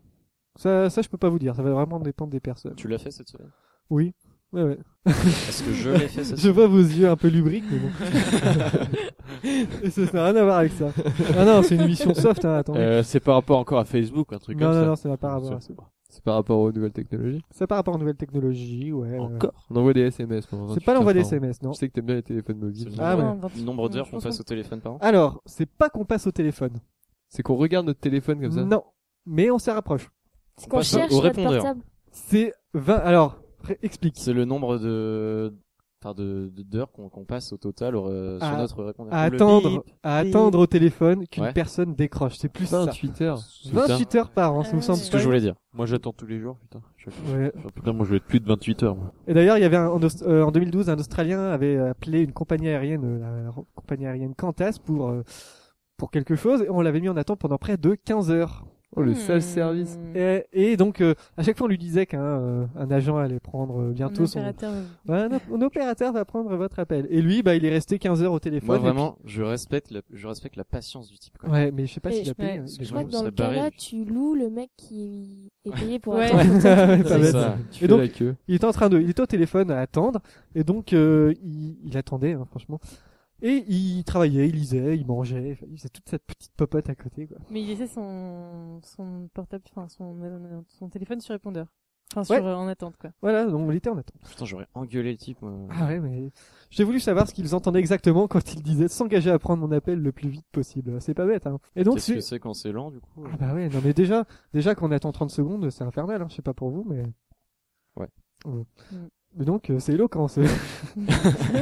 Ça, ça, je peux pas vous dire. Ça va vraiment dépendre des personnes.
Tu l'as fait cette semaine
Oui. Ouais, ouais.
Est-ce que je l'ai fait cette
Je
semaine
vois vos yeux un peu lubriques, mais bon. Et ça n'a rien à voir avec ça. Ah non, c'est une émission soft, hein, attendez.
Euh, c'est par rapport encore à Facebook, un truc
non,
comme
non,
ça.
non, ça n'a pas rapport à ça.
C'est par rapport aux nouvelles technologies.
Ça par rapport aux nouvelles technologies, ouais. ouais.
Encore. On envoie des SMS. pendant
C'est
28
pas l'envoi
heures
des
par an.
SMS, non.
Je sais que t'aimes bien les téléphones mobiles.
C'est
Ah ouais.
Non, 28
Le nombre
je
d'heures qu'on
pense
passe au téléphone par an
Alors, c'est pas qu'on passe au téléphone.
C'est qu'on regarde notre téléphone comme ça.
Non. Mais on s'y rapproche.
C'est qu'on
passe au-
cherche
au
notre
répondeur.
portable.
C'est 20, alors, ré- explique.
C'est le nombre de enfin de de- d'heures qu'on qu'on passe au total euh, sur
À-
notre répondeur.
À
Le
attendre,
bip.
à attendre au téléphone qu'une
Ouais.
personne décroche. C'est plus ça.
28 heures.
28 heures par an, ça me
Ah
semble.
ouais.
Euh, C'est ce que je voulais dire.
Moi, j'attends tous les jours, putain. Je-
Ouais.
Ah, Putain, moi, je vais être plus de 28 heures. moi.
Et d'ailleurs, il y avait un- en, Aust- euh, en 2012, un Australien avait appelé une compagnie aérienne, euh, la, r- compagnie aérienne Qantas, pour euh, pour quelque chose, et on l'avait mis en attente pendant près de 15 heures.
Oh, le
Hmm.
sale service.
Et, et donc, euh, à chaque fois, on lui disait qu'un euh, un agent allait prendre euh, bientôt son...
opérateur.
Ouais, un, op- un opérateur va prendre votre appel. Et lui, bah, il est resté 15 heures au téléphone.
Moi
et
vraiment, je respecte la, je respecte la patience du type.
puis-
Quoi.
Ouais, mais je sais pas
Et
s'il
je-
a payé.
ouais,
hein.
Je
les
crois
gens
que dans le
seraient barrés,
cas-là,
je-
tu loues le mec qui est payé pour
Ouais.
attendre.
Ouais, pas
C'est
bête.
ça.
Et
Tu fais
donc,
la queue.
Il était en train de, il était au téléphone à attendre, et donc euh, il, il attendait, hein, franchement. Et il travaillait, il lisait, il mangeait, il faisait toute cette petite popote à côté. Quoi.
Mais il laissait son, son portable, enfin son, son téléphone sur répondeur. Enfin,
Ouais.
sur, euh, en attente, quoi.
Voilà, donc il était en attente.
Putain, j'aurais engueulé le type. moi.
Ah ouais, mais j'ai voulu savoir ce qu'ils entendaient exactement quand ils disaient s'engager à prendre mon appel le plus vite possible. C'est pas bête. Hein. Et donc
Qu'est-ce que
c'est,
c'est quand c'est lent du coup
ah bah ouais, non mais déjà, déjà qu'on attend 30 secondes, c'est infernal. Hein. Je sais pas pour vous, mais
Ouais.
Ouais.
Mm.
Mais donc euh, c'est éloquent. c'est-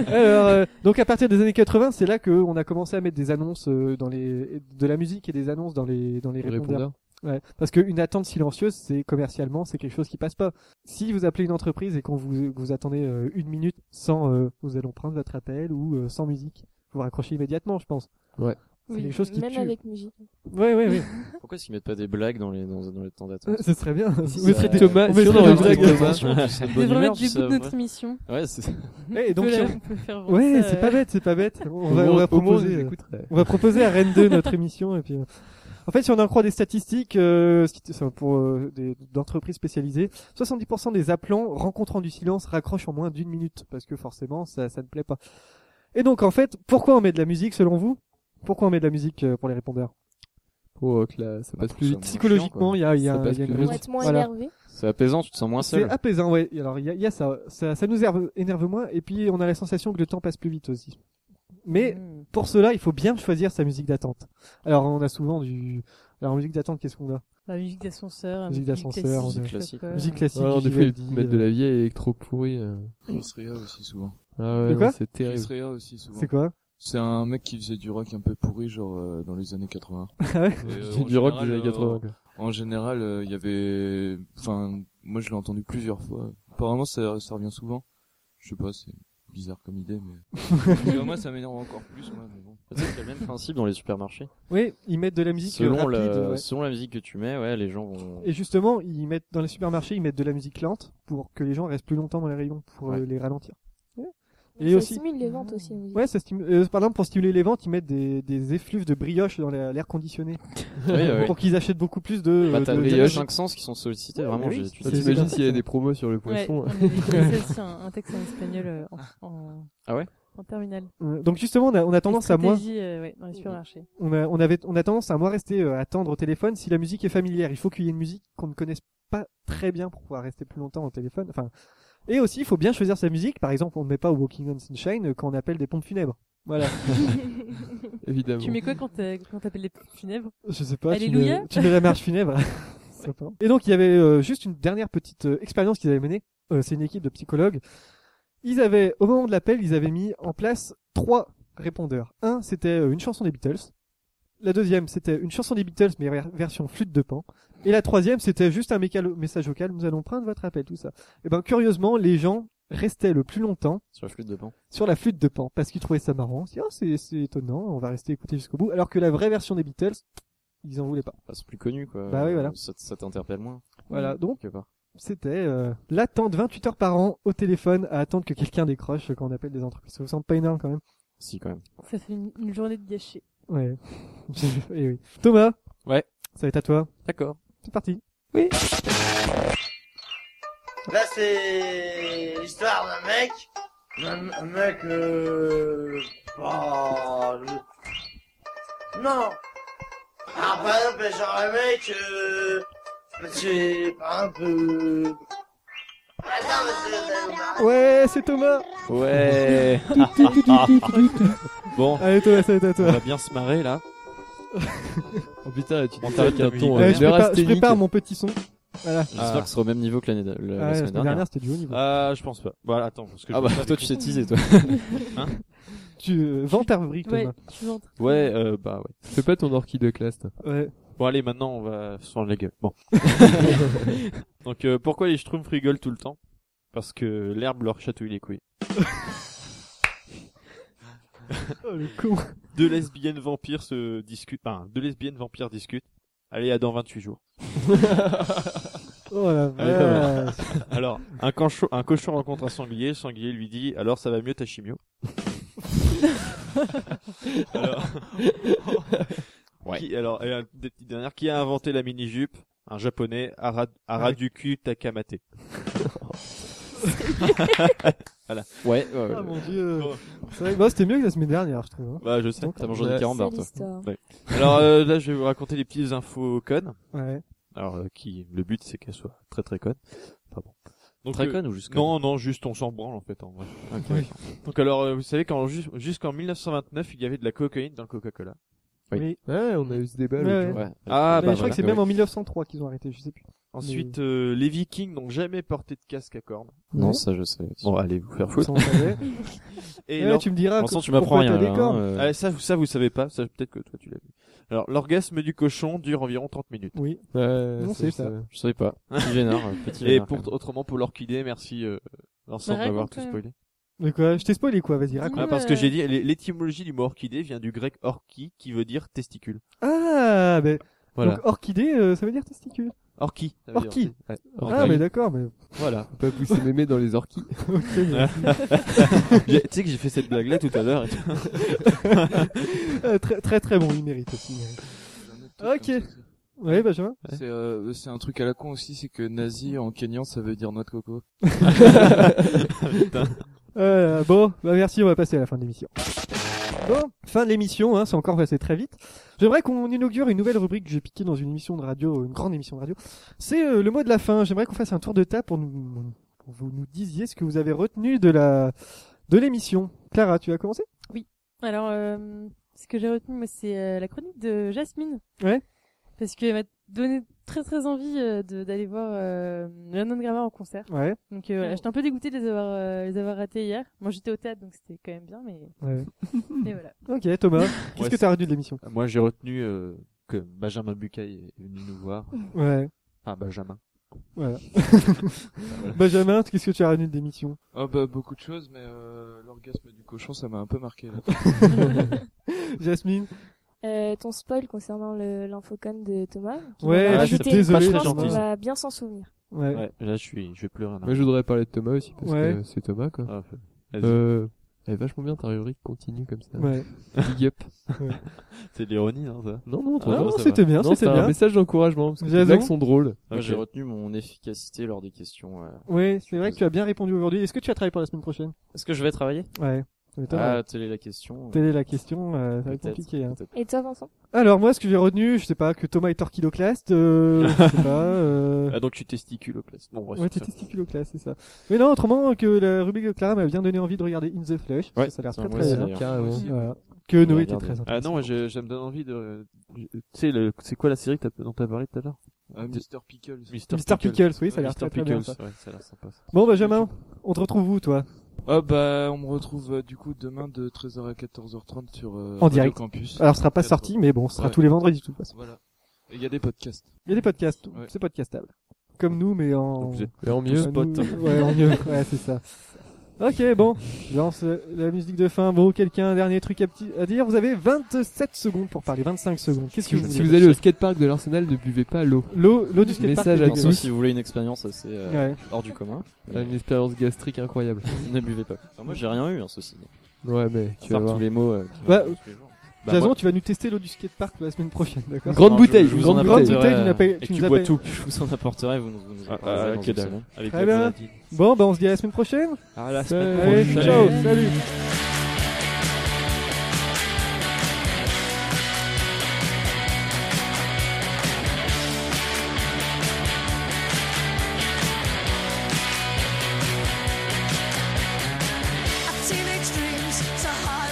Alors, euh, donc à partir des années 80, c'est là que on a commencé à mettre des annonces euh, dans les de la musique et des annonces dans les dans les répondeurs. Ouais, parce qu'une attente silencieuse, c'est commercialement, c'est quelque chose qui passe pas. Si vous appelez une entreprise et qu'on vous que vous attendez euh, une minute sans euh, nous allons prendre votre appel ou euh, sans musique, vous raccrochez immédiatement, je pense.
Ouais.
C'est
Oui,
quelque chose qui
Même
tue.
avec musique.
Ouais, ouais, ouais.
Pourquoi est-ce qu'ils mettent pas des blagues dans les dans, dans les temps
Euh,
d'attente
Ce serait bien.
Si,
Vous
ça-
mettrez des-
Thomas,
vous
si
mettrez
on
des
enregistrait
blagues
Thomas.
dedans.
On devrait mettre du bout de notre mission.
Ouais, c'est
Ouais, et donc,
on, peut,
si
la-
on-
on peut faire
ouais,
ça,
c'est
euh,
pas bête, c'est pas bête. On
Eh, Au
va,
moins-
on va
au moins, on
proposer.
les
euh,
écouterait.
On va proposer à Rennes 2 notre émission et puis. euh, En fait, si on en croit des statistiques euh, ce qui- enfin, pour euh, des d'entreprises spécialisées, 70% des appelants rencontrant du silence raccrochent en moins d'une minute parce que forcément ça ça ne plaît pas. Et donc en fait, pourquoi on met de la musique selon vous Pourquoi on met de la musique euh, pour les répondeurs
Oh, que là, ça
Bah,
passe plus
ça,
vite.
moi.
Psychologiquement, il y a, il y a,
Ça
un-
passe
il y a une
plus
Pour
Oui.
raison.
être moins
Voilà.
énervé.
c'est apaisant, tu te sens moins
C'est
seul.
apaisant, ouais. Et Alors il y a, il y a ça, ça, ça nous énerve, énerve moins, et puis on a la sensation que le temps passe plus vite aussi. Mais
hmm.
pour cela, il faut bien choisir sa musique d'attente. Alors on a souvent du, alors en musique d'attente, qu'est-ce qu'on a
La musique d'ascenseur. la
Musique d'ascenseur,
classique,
musique
je sais
classique.
pas quoi.
Musique classique.
Ouais, on
Vivaldi,
devait mettre de
euh,
la vieille électro pourrie. euh.
Oh.
Israël aussi souvent.
Ah
De
ouais,
quoi
non, c'est terrible.
Israël aussi souvent.
euh, C'est quoi
C'est un mec qui faisait du rock un peu pourri, genre euh, dans les années 80.
Ah ouais
Et, euh,
C'est
en
du rock des
général,
années
euh,
80. quoi.
En général, euh, il y avait, enfin, moi je l'ai entendu plusieurs fois. Apparemment, ça, ça revient souvent. Je sais pas, c'est bizarre comme idée, mais Et, euh, moi ça m'énerve encore plus. Moi, mais bon.
Tu sais, C'est le même principe dans les supermarchés.
Oui, ils mettent de la musique euh,
Selon,
rapide.
la,
ouais.
selon la musique que tu mets, ouais, les gens vont.
Et justement, ils mettent dans les supermarchés, ils mettent de la musique lente pour que les gens restent plus longtemps dans les rayons pour euh, les ralentir. Et
ça
aussi-
stimule les ventes aussi. la musique.
Ouais, ça stimu- euh, par exemple, pour stimuler les ventes, ils mettent des, des effluves de brioche dans la- l'air conditionné
Oui, oui.
pour qu'ils achètent beaucoup plus de. euh,
Bah, t'as
de-
les
de-
cinq sens qui sont sollicités, vraiment.
oui,
j'ai-
c'est-
tu
Ah,
c'est-
sais-
T'imagines
c'est-
s'il y a des promos sur le
Ouais,
poisson.
on avait utilisé aussi un, un texte en espagnol euh, en, en-
Ah ouais
en terminale.
Euh, Donc justement, on a, on a tendance à moins,
Stratégie, euh, ouais, dans les supermarchés.
on a, on avait, on a tendance à moins rester euh, à attendre au téléphone si la musique est familière. Il faut qu'il y ait une musique qu'on ne connaisse pas très bien pour pouvoir rester plus longtemps au téléphone. Enfin, et aussi, il faut bien choisir sa musique. Par exemple, on ne met pas Walking on Sunshine euh, quand on appelle des pompes funèbres. Voilà.
euh,
Ah
Évidemment.
Tu mets quoi quand t'as- quand t'appelles les funèbres
Je sais pas. Tu
Alléluia.
mets, tu mets la marche funèbre. Sympa. Et donc il y avait euh, juste une dernière petite euh, expérience qu'ils avaient menée. Euh, c'est une équipe de psychologues. Ils avaient, au moment de l'appel, ils avaient mis en place trois répondeurs. Un, c'était euh, une chanson des Beatles. La deuxième, c'était une chanson des Beatles, mais ver- version flûte de pan. Et la troisième, c'était juste un mécalo- message vocal. Nous allons prendre votre appel, tout ça. Et ben, curieusement, les gens restaient le plus longtemps
Sur la flûte de pan.
sur la flûte de Pan parce qu'ils trouvaient ça marrant. On se dit, Oh, c'est c'est étonnant, on va rester écouter jusqu'au bout. Alors que la vraie version des Beatles, ils en voulaient pas.
Bah, c'est plus connu, quoi.
Bah oui, voilà.
Ça, ça t'interpelle moins,
Voilà, donc
quelque part.
c'était euh, l'attente 28 heures par an au téléphone à attendre que quelqu'un décroche quand on appelle des entreprises. Ça vous semble pas énorme quand même
Si, quand même.
Ça fait une, une journée de gâchés.
Ouais. Eh oui. Thomas
Ouais.
Ça va être à toi.
D'accord.
C'est parti.
Là, c'est l'histoire d'un mec. Un, un mec, euh... Oh, je- Non Ah, par exemple, genre un mec, euh... C'est... Par exemple... euh, Attends, monsieur...
Ouais, c'est Thomas
Ouais. bon,
Allez Thomas, ça va être à
on
toi.
va bien se marrer là.
Oh putain, tu
On
te
t'arrête
fais
la
un
musique.
ton.
Euh,
euh,
je, prépare, je
neurasthénique.
prépare mon petit son. Voilà.
J'espère
Ah.
que ce sera au même niveau que l'année de- le-
Ah,
la Euh, semaine dernière.
c'était du haut niveau.
Ah, je pense pas. Voilà, attends, parce que
Ah
je
bah
pense pas
toi
que-
tu t'es teasé toi.
Tu euh, vends ta rubrique
Ouais,
Thomas.
tu vois.
Ouais, euh, bah ouais.
Fais pas ton orchidoclaste.
Ouais.
Bon allez, maintenant on va se rendre la gueule. Bon. Donc euh, pourquoi les schtroumpfs rigolent tout le temps Parce que l'herbe leur chatouille les couilles.
Oh le con. Oh,
Deux lesbiennes vampires se discutent. Enfin, deux lesbiennes vampires discutent.
Allez, à dans 28 jours.
Oh la
Elle est pas mal.
vache.
Alors, un, cancho- un cochon rencontre un sanglier, le sanglier lui dit Alors ça va mieux ta chimio Alors, qui, alors, et un- des petites dernières Qui a inventé la mini-jupe Un japonais, Ara- Harajuku Takamate. voilà.
Ouais, ouais, ouais.
Ah mon dieu. C'est vrai que bah, c'était mieux que la semaine dernière, je trouve. hein.
Bah, je sais.
Donc,
T'as mangé des
Ouais.
carambars, toi.
l'histoire.
Ouais. Alors euh, là, je vais vous raconter les petites infos connes.
Ouais.
Alors, euh, qui, le but, c'est qu'elles soient très très connes. Enfin, bon. Donc,
Très
euh,
conne ou jusque
Non, non, juste on s'en branle en fait. En vrai.
Oui.
Donc alors, euh, vous savez qu'en ju- jusqu'en 1929, il y avait de la cocaïne dans le Coca-Cola.
Oui.
Ouais, on a eu ce débat.
Ouais,
l'autre
ouais.
jour.
Ouais. bah
Ah
Mais je crois que c'est même en 1903 qu'ils ont arrêté, je sais plus.
Ensuite, euh, les Vikings n'ont jamais porté de casque à cornes.
Non, ça je sais.
Bon, allez vous faire
Ça, on savait.
Et
Eh,
leur-
tu me diras.
Vincent,
que-
tu m'apprends
pourquoi
rien.
t'as des
là,
cornes.
hein, euh.
Ah, ça, vous- ça vous savez pas. Ça peut-être que toi tu l'as vu. Alors, l'orgasme du cochon dure environ 30 minutes.
Oui.
Ouais,
Non, c'est ça.
Je savais pas. Petit Vénard, euh, petit
Et
Vénard,
pour
quand même.
autrement pour l'orchidée, merci euh, l'ensemble
Bah,
d'avoir
raconte,
tout
ouais.
spoilé.
Mais quoi Je t'ai spoilé quoi Vas-y, raconte.
Ouais.
Ah, parce que j'ai dit l'é- l'étymologie du mot orchidée vient du grec orki qui veut dire testicule.
Ah, ben
Voilà.
donc orchidée, euh, ça veut dire testicule.
orki. ça veut dire
Orchi.
orchidée. Ouais.
Ah, mais d'accord, mais
Voilà.
Faut Pas pousser mémé dans les orchis.
J'ai- tu sais que j'ai fait cette blague là tout à l'heure. et tout.
euh, très très très bon, il mérite aussi. il mérite. Ok. Ouais, Benjamin.
C'est euh, c'est un truc à la con aussi, c'est que nazi en kenyan ça veut dire noix de coco.
Euh, bon, bah merci, on va passer à la fin de l'émission. Bon, fin de l'émission, hein, c'est encore passé très vite. J'aimerais qu'on inaugure une nouvelle rubrique que j'ai piquée dans une émission de radio, une grande émission de radio. C'est euh, le mot de la fin. J'aimerais qu'on fasse un tour de table pour nous, pour vous nous disiez ce que vous avez retenu de la de l'émission. Clara, tu as commencé
Alors, euh, ce que j'ai retenu, moi, c'est euh, la chronique de Jasmine.
Ouais.
Parce qu'elle m'a donné très très envie euh, de- d'aller voir euh, London Grammar en concert.
Ouais.
Donc euh, voilà, j'étais un peu dégoûtée de les avoir, euh, les avoir ratés hier. Moi j'étais au théâtre donc c'était quand même bien, mais,
ouais.
mais voilà.
Ok, Thomas, qu'est-ce
Ouais,
que t'as retenu de l'émission
Moi j'ai retenu euh, que Benjamin Bucaille est venu nous voir.
Ouais.
Enfin Benjamin.
Voilà. Benjamin, qu'est-ce que tu as retenu de l'émission
Ah bah beaucoup de choses, mais euh, l'orgasme du cochon ça m'a un peu marqué. Là.
Jasmine
Euh, ton spoil concernant le- l'infocon de Thomas. qui
Ouais,
m'a
je suis
agité.
désolé,
Je pense qu'on
Thomas.
va bien s'en souvenir.
Ouais.
Ouais. Là je suis, je vais pleurer. un
Moi, je voudrais parler de Thomas aussi parce
Ouais.
que c'est Thomas quoi.
Ah, vas-y.
Euh, elle est vachement bien ta rubrique continue comme ça.
Ouais.
Big up.
C'est de l'ironie hein ça.
Non non, trop
Ah
bien.
non,
ça
c'était bien,
Non, c'est
c'était
un
bien.
message d'encouragement parce que les
Jason
blagues sont drôles.
Moi, j'ai
Ok.
retenu mon efficacité lors des questions. euh.
Oui, c'est vrai que tu as bien répondu aujourd'hui. Est-ce que tu as travaillé pour la semaine prochaine
Est-ce que je vais travailler
Ouais. Ça m'étonne.
Ah, telle est la question.
Telle est la question, euh, ça va être
Peut-être,
compliqué. hein.
peut-être.
Et toi, Vincent
Alors moi, ce que j'ai retenu, je sais pas, que Thomas est torquidoclaste, euh, je sais pas, euh...
Ah donc tu testicules au classe. Bon bref.
ouais, t'es testiculaste, c'est ça. Mais non, autrement, que la rubrique de Clara m'a bien donné envie de regarder In the Flesh,
Ouais,
ça, ça a l'air
ça,
très
moi
très
aussi,
bien.
d'ailleurs.
Carrément.
Voilà. Que Noé était
regarder.
très
ah
intéressant.
non, moi, je, ça me donne envie de. Tu sais, le- c'est quoi la série que t'as- dont t'as parlé tout à l'heure
Ah, Mr Pickles.
Mister
Mr. Pickles, oui, ça a l'air
Mister
très, très bien.
Pickles,
ça.
ouais, ça a l'air sympa. ça.
Bon, Benjamin, on te retrouve où, toi
Ah bah on me retrouve euh, du coup demain de 13h à 14h30 sur euh,
En
Radio
direct. Ah.
Campus.
Alors, ce sera pas
Quatre-
sorti, mais bon, ce sera
Ouais.
tous les vendredis, de toute façon.
Voilà. Et Il y a des podcasts.
Il y a des podcasts,
Ouais.
c'est podcastable. Comme nous, mais en...
Donc, vous êtes
Et en mieux.
Ah, nous- Ouais, en mieux. Ouais, c'est ça. Ok, bon. Je lance euh, la musique de fin. Bon, quelqu'un, un dernier truc à, petit- à dire. Vous avez 27 secondes pour parler. 25 secondes. Qu'est-ce que vous
Si
voulez
vous allez au skatepark de l'Arsenal, ne buvez pas l'eau.
L'eau, l'eau du skatepark.
Message
est
à
Non, sauf
dégueulasse.
si vous voulez une expérience assez euh,
Ah, Ouais.
hors du commun,
T'as Une expérience gastrique incroyable.
ne buvez pas. Enfin, moi, j'ai rien eu, hein, ceci. dit.
Ouais, mais
À
tu vas
part
voir.
tous les mots. euh, qui-
Bah,
tous les jours.
Bah,
Jason,
moi-
tu vas nous tester l'eau du skatepark la semaine prochaine, d'accord
Une grande
Non, je-
bouteille,
je vous
une grande
en
grande
bouteille.
bouteille, tu n'appelles-
apporterai,
tu
euh,
nous
et tu bois
appelles-
tout. Je vous en apporterai, vous nous vous nous en
Ah,
parlerez
ah,
dans
que
une
dalle.
semaine.
Avec
Très
la
bien.
grenadine.
Bon, bah, on se dit à la semaine prochaine.
Ah, la
Salut.
Allez,
prochaine.
ciao, salut.
I've seen extremes so hard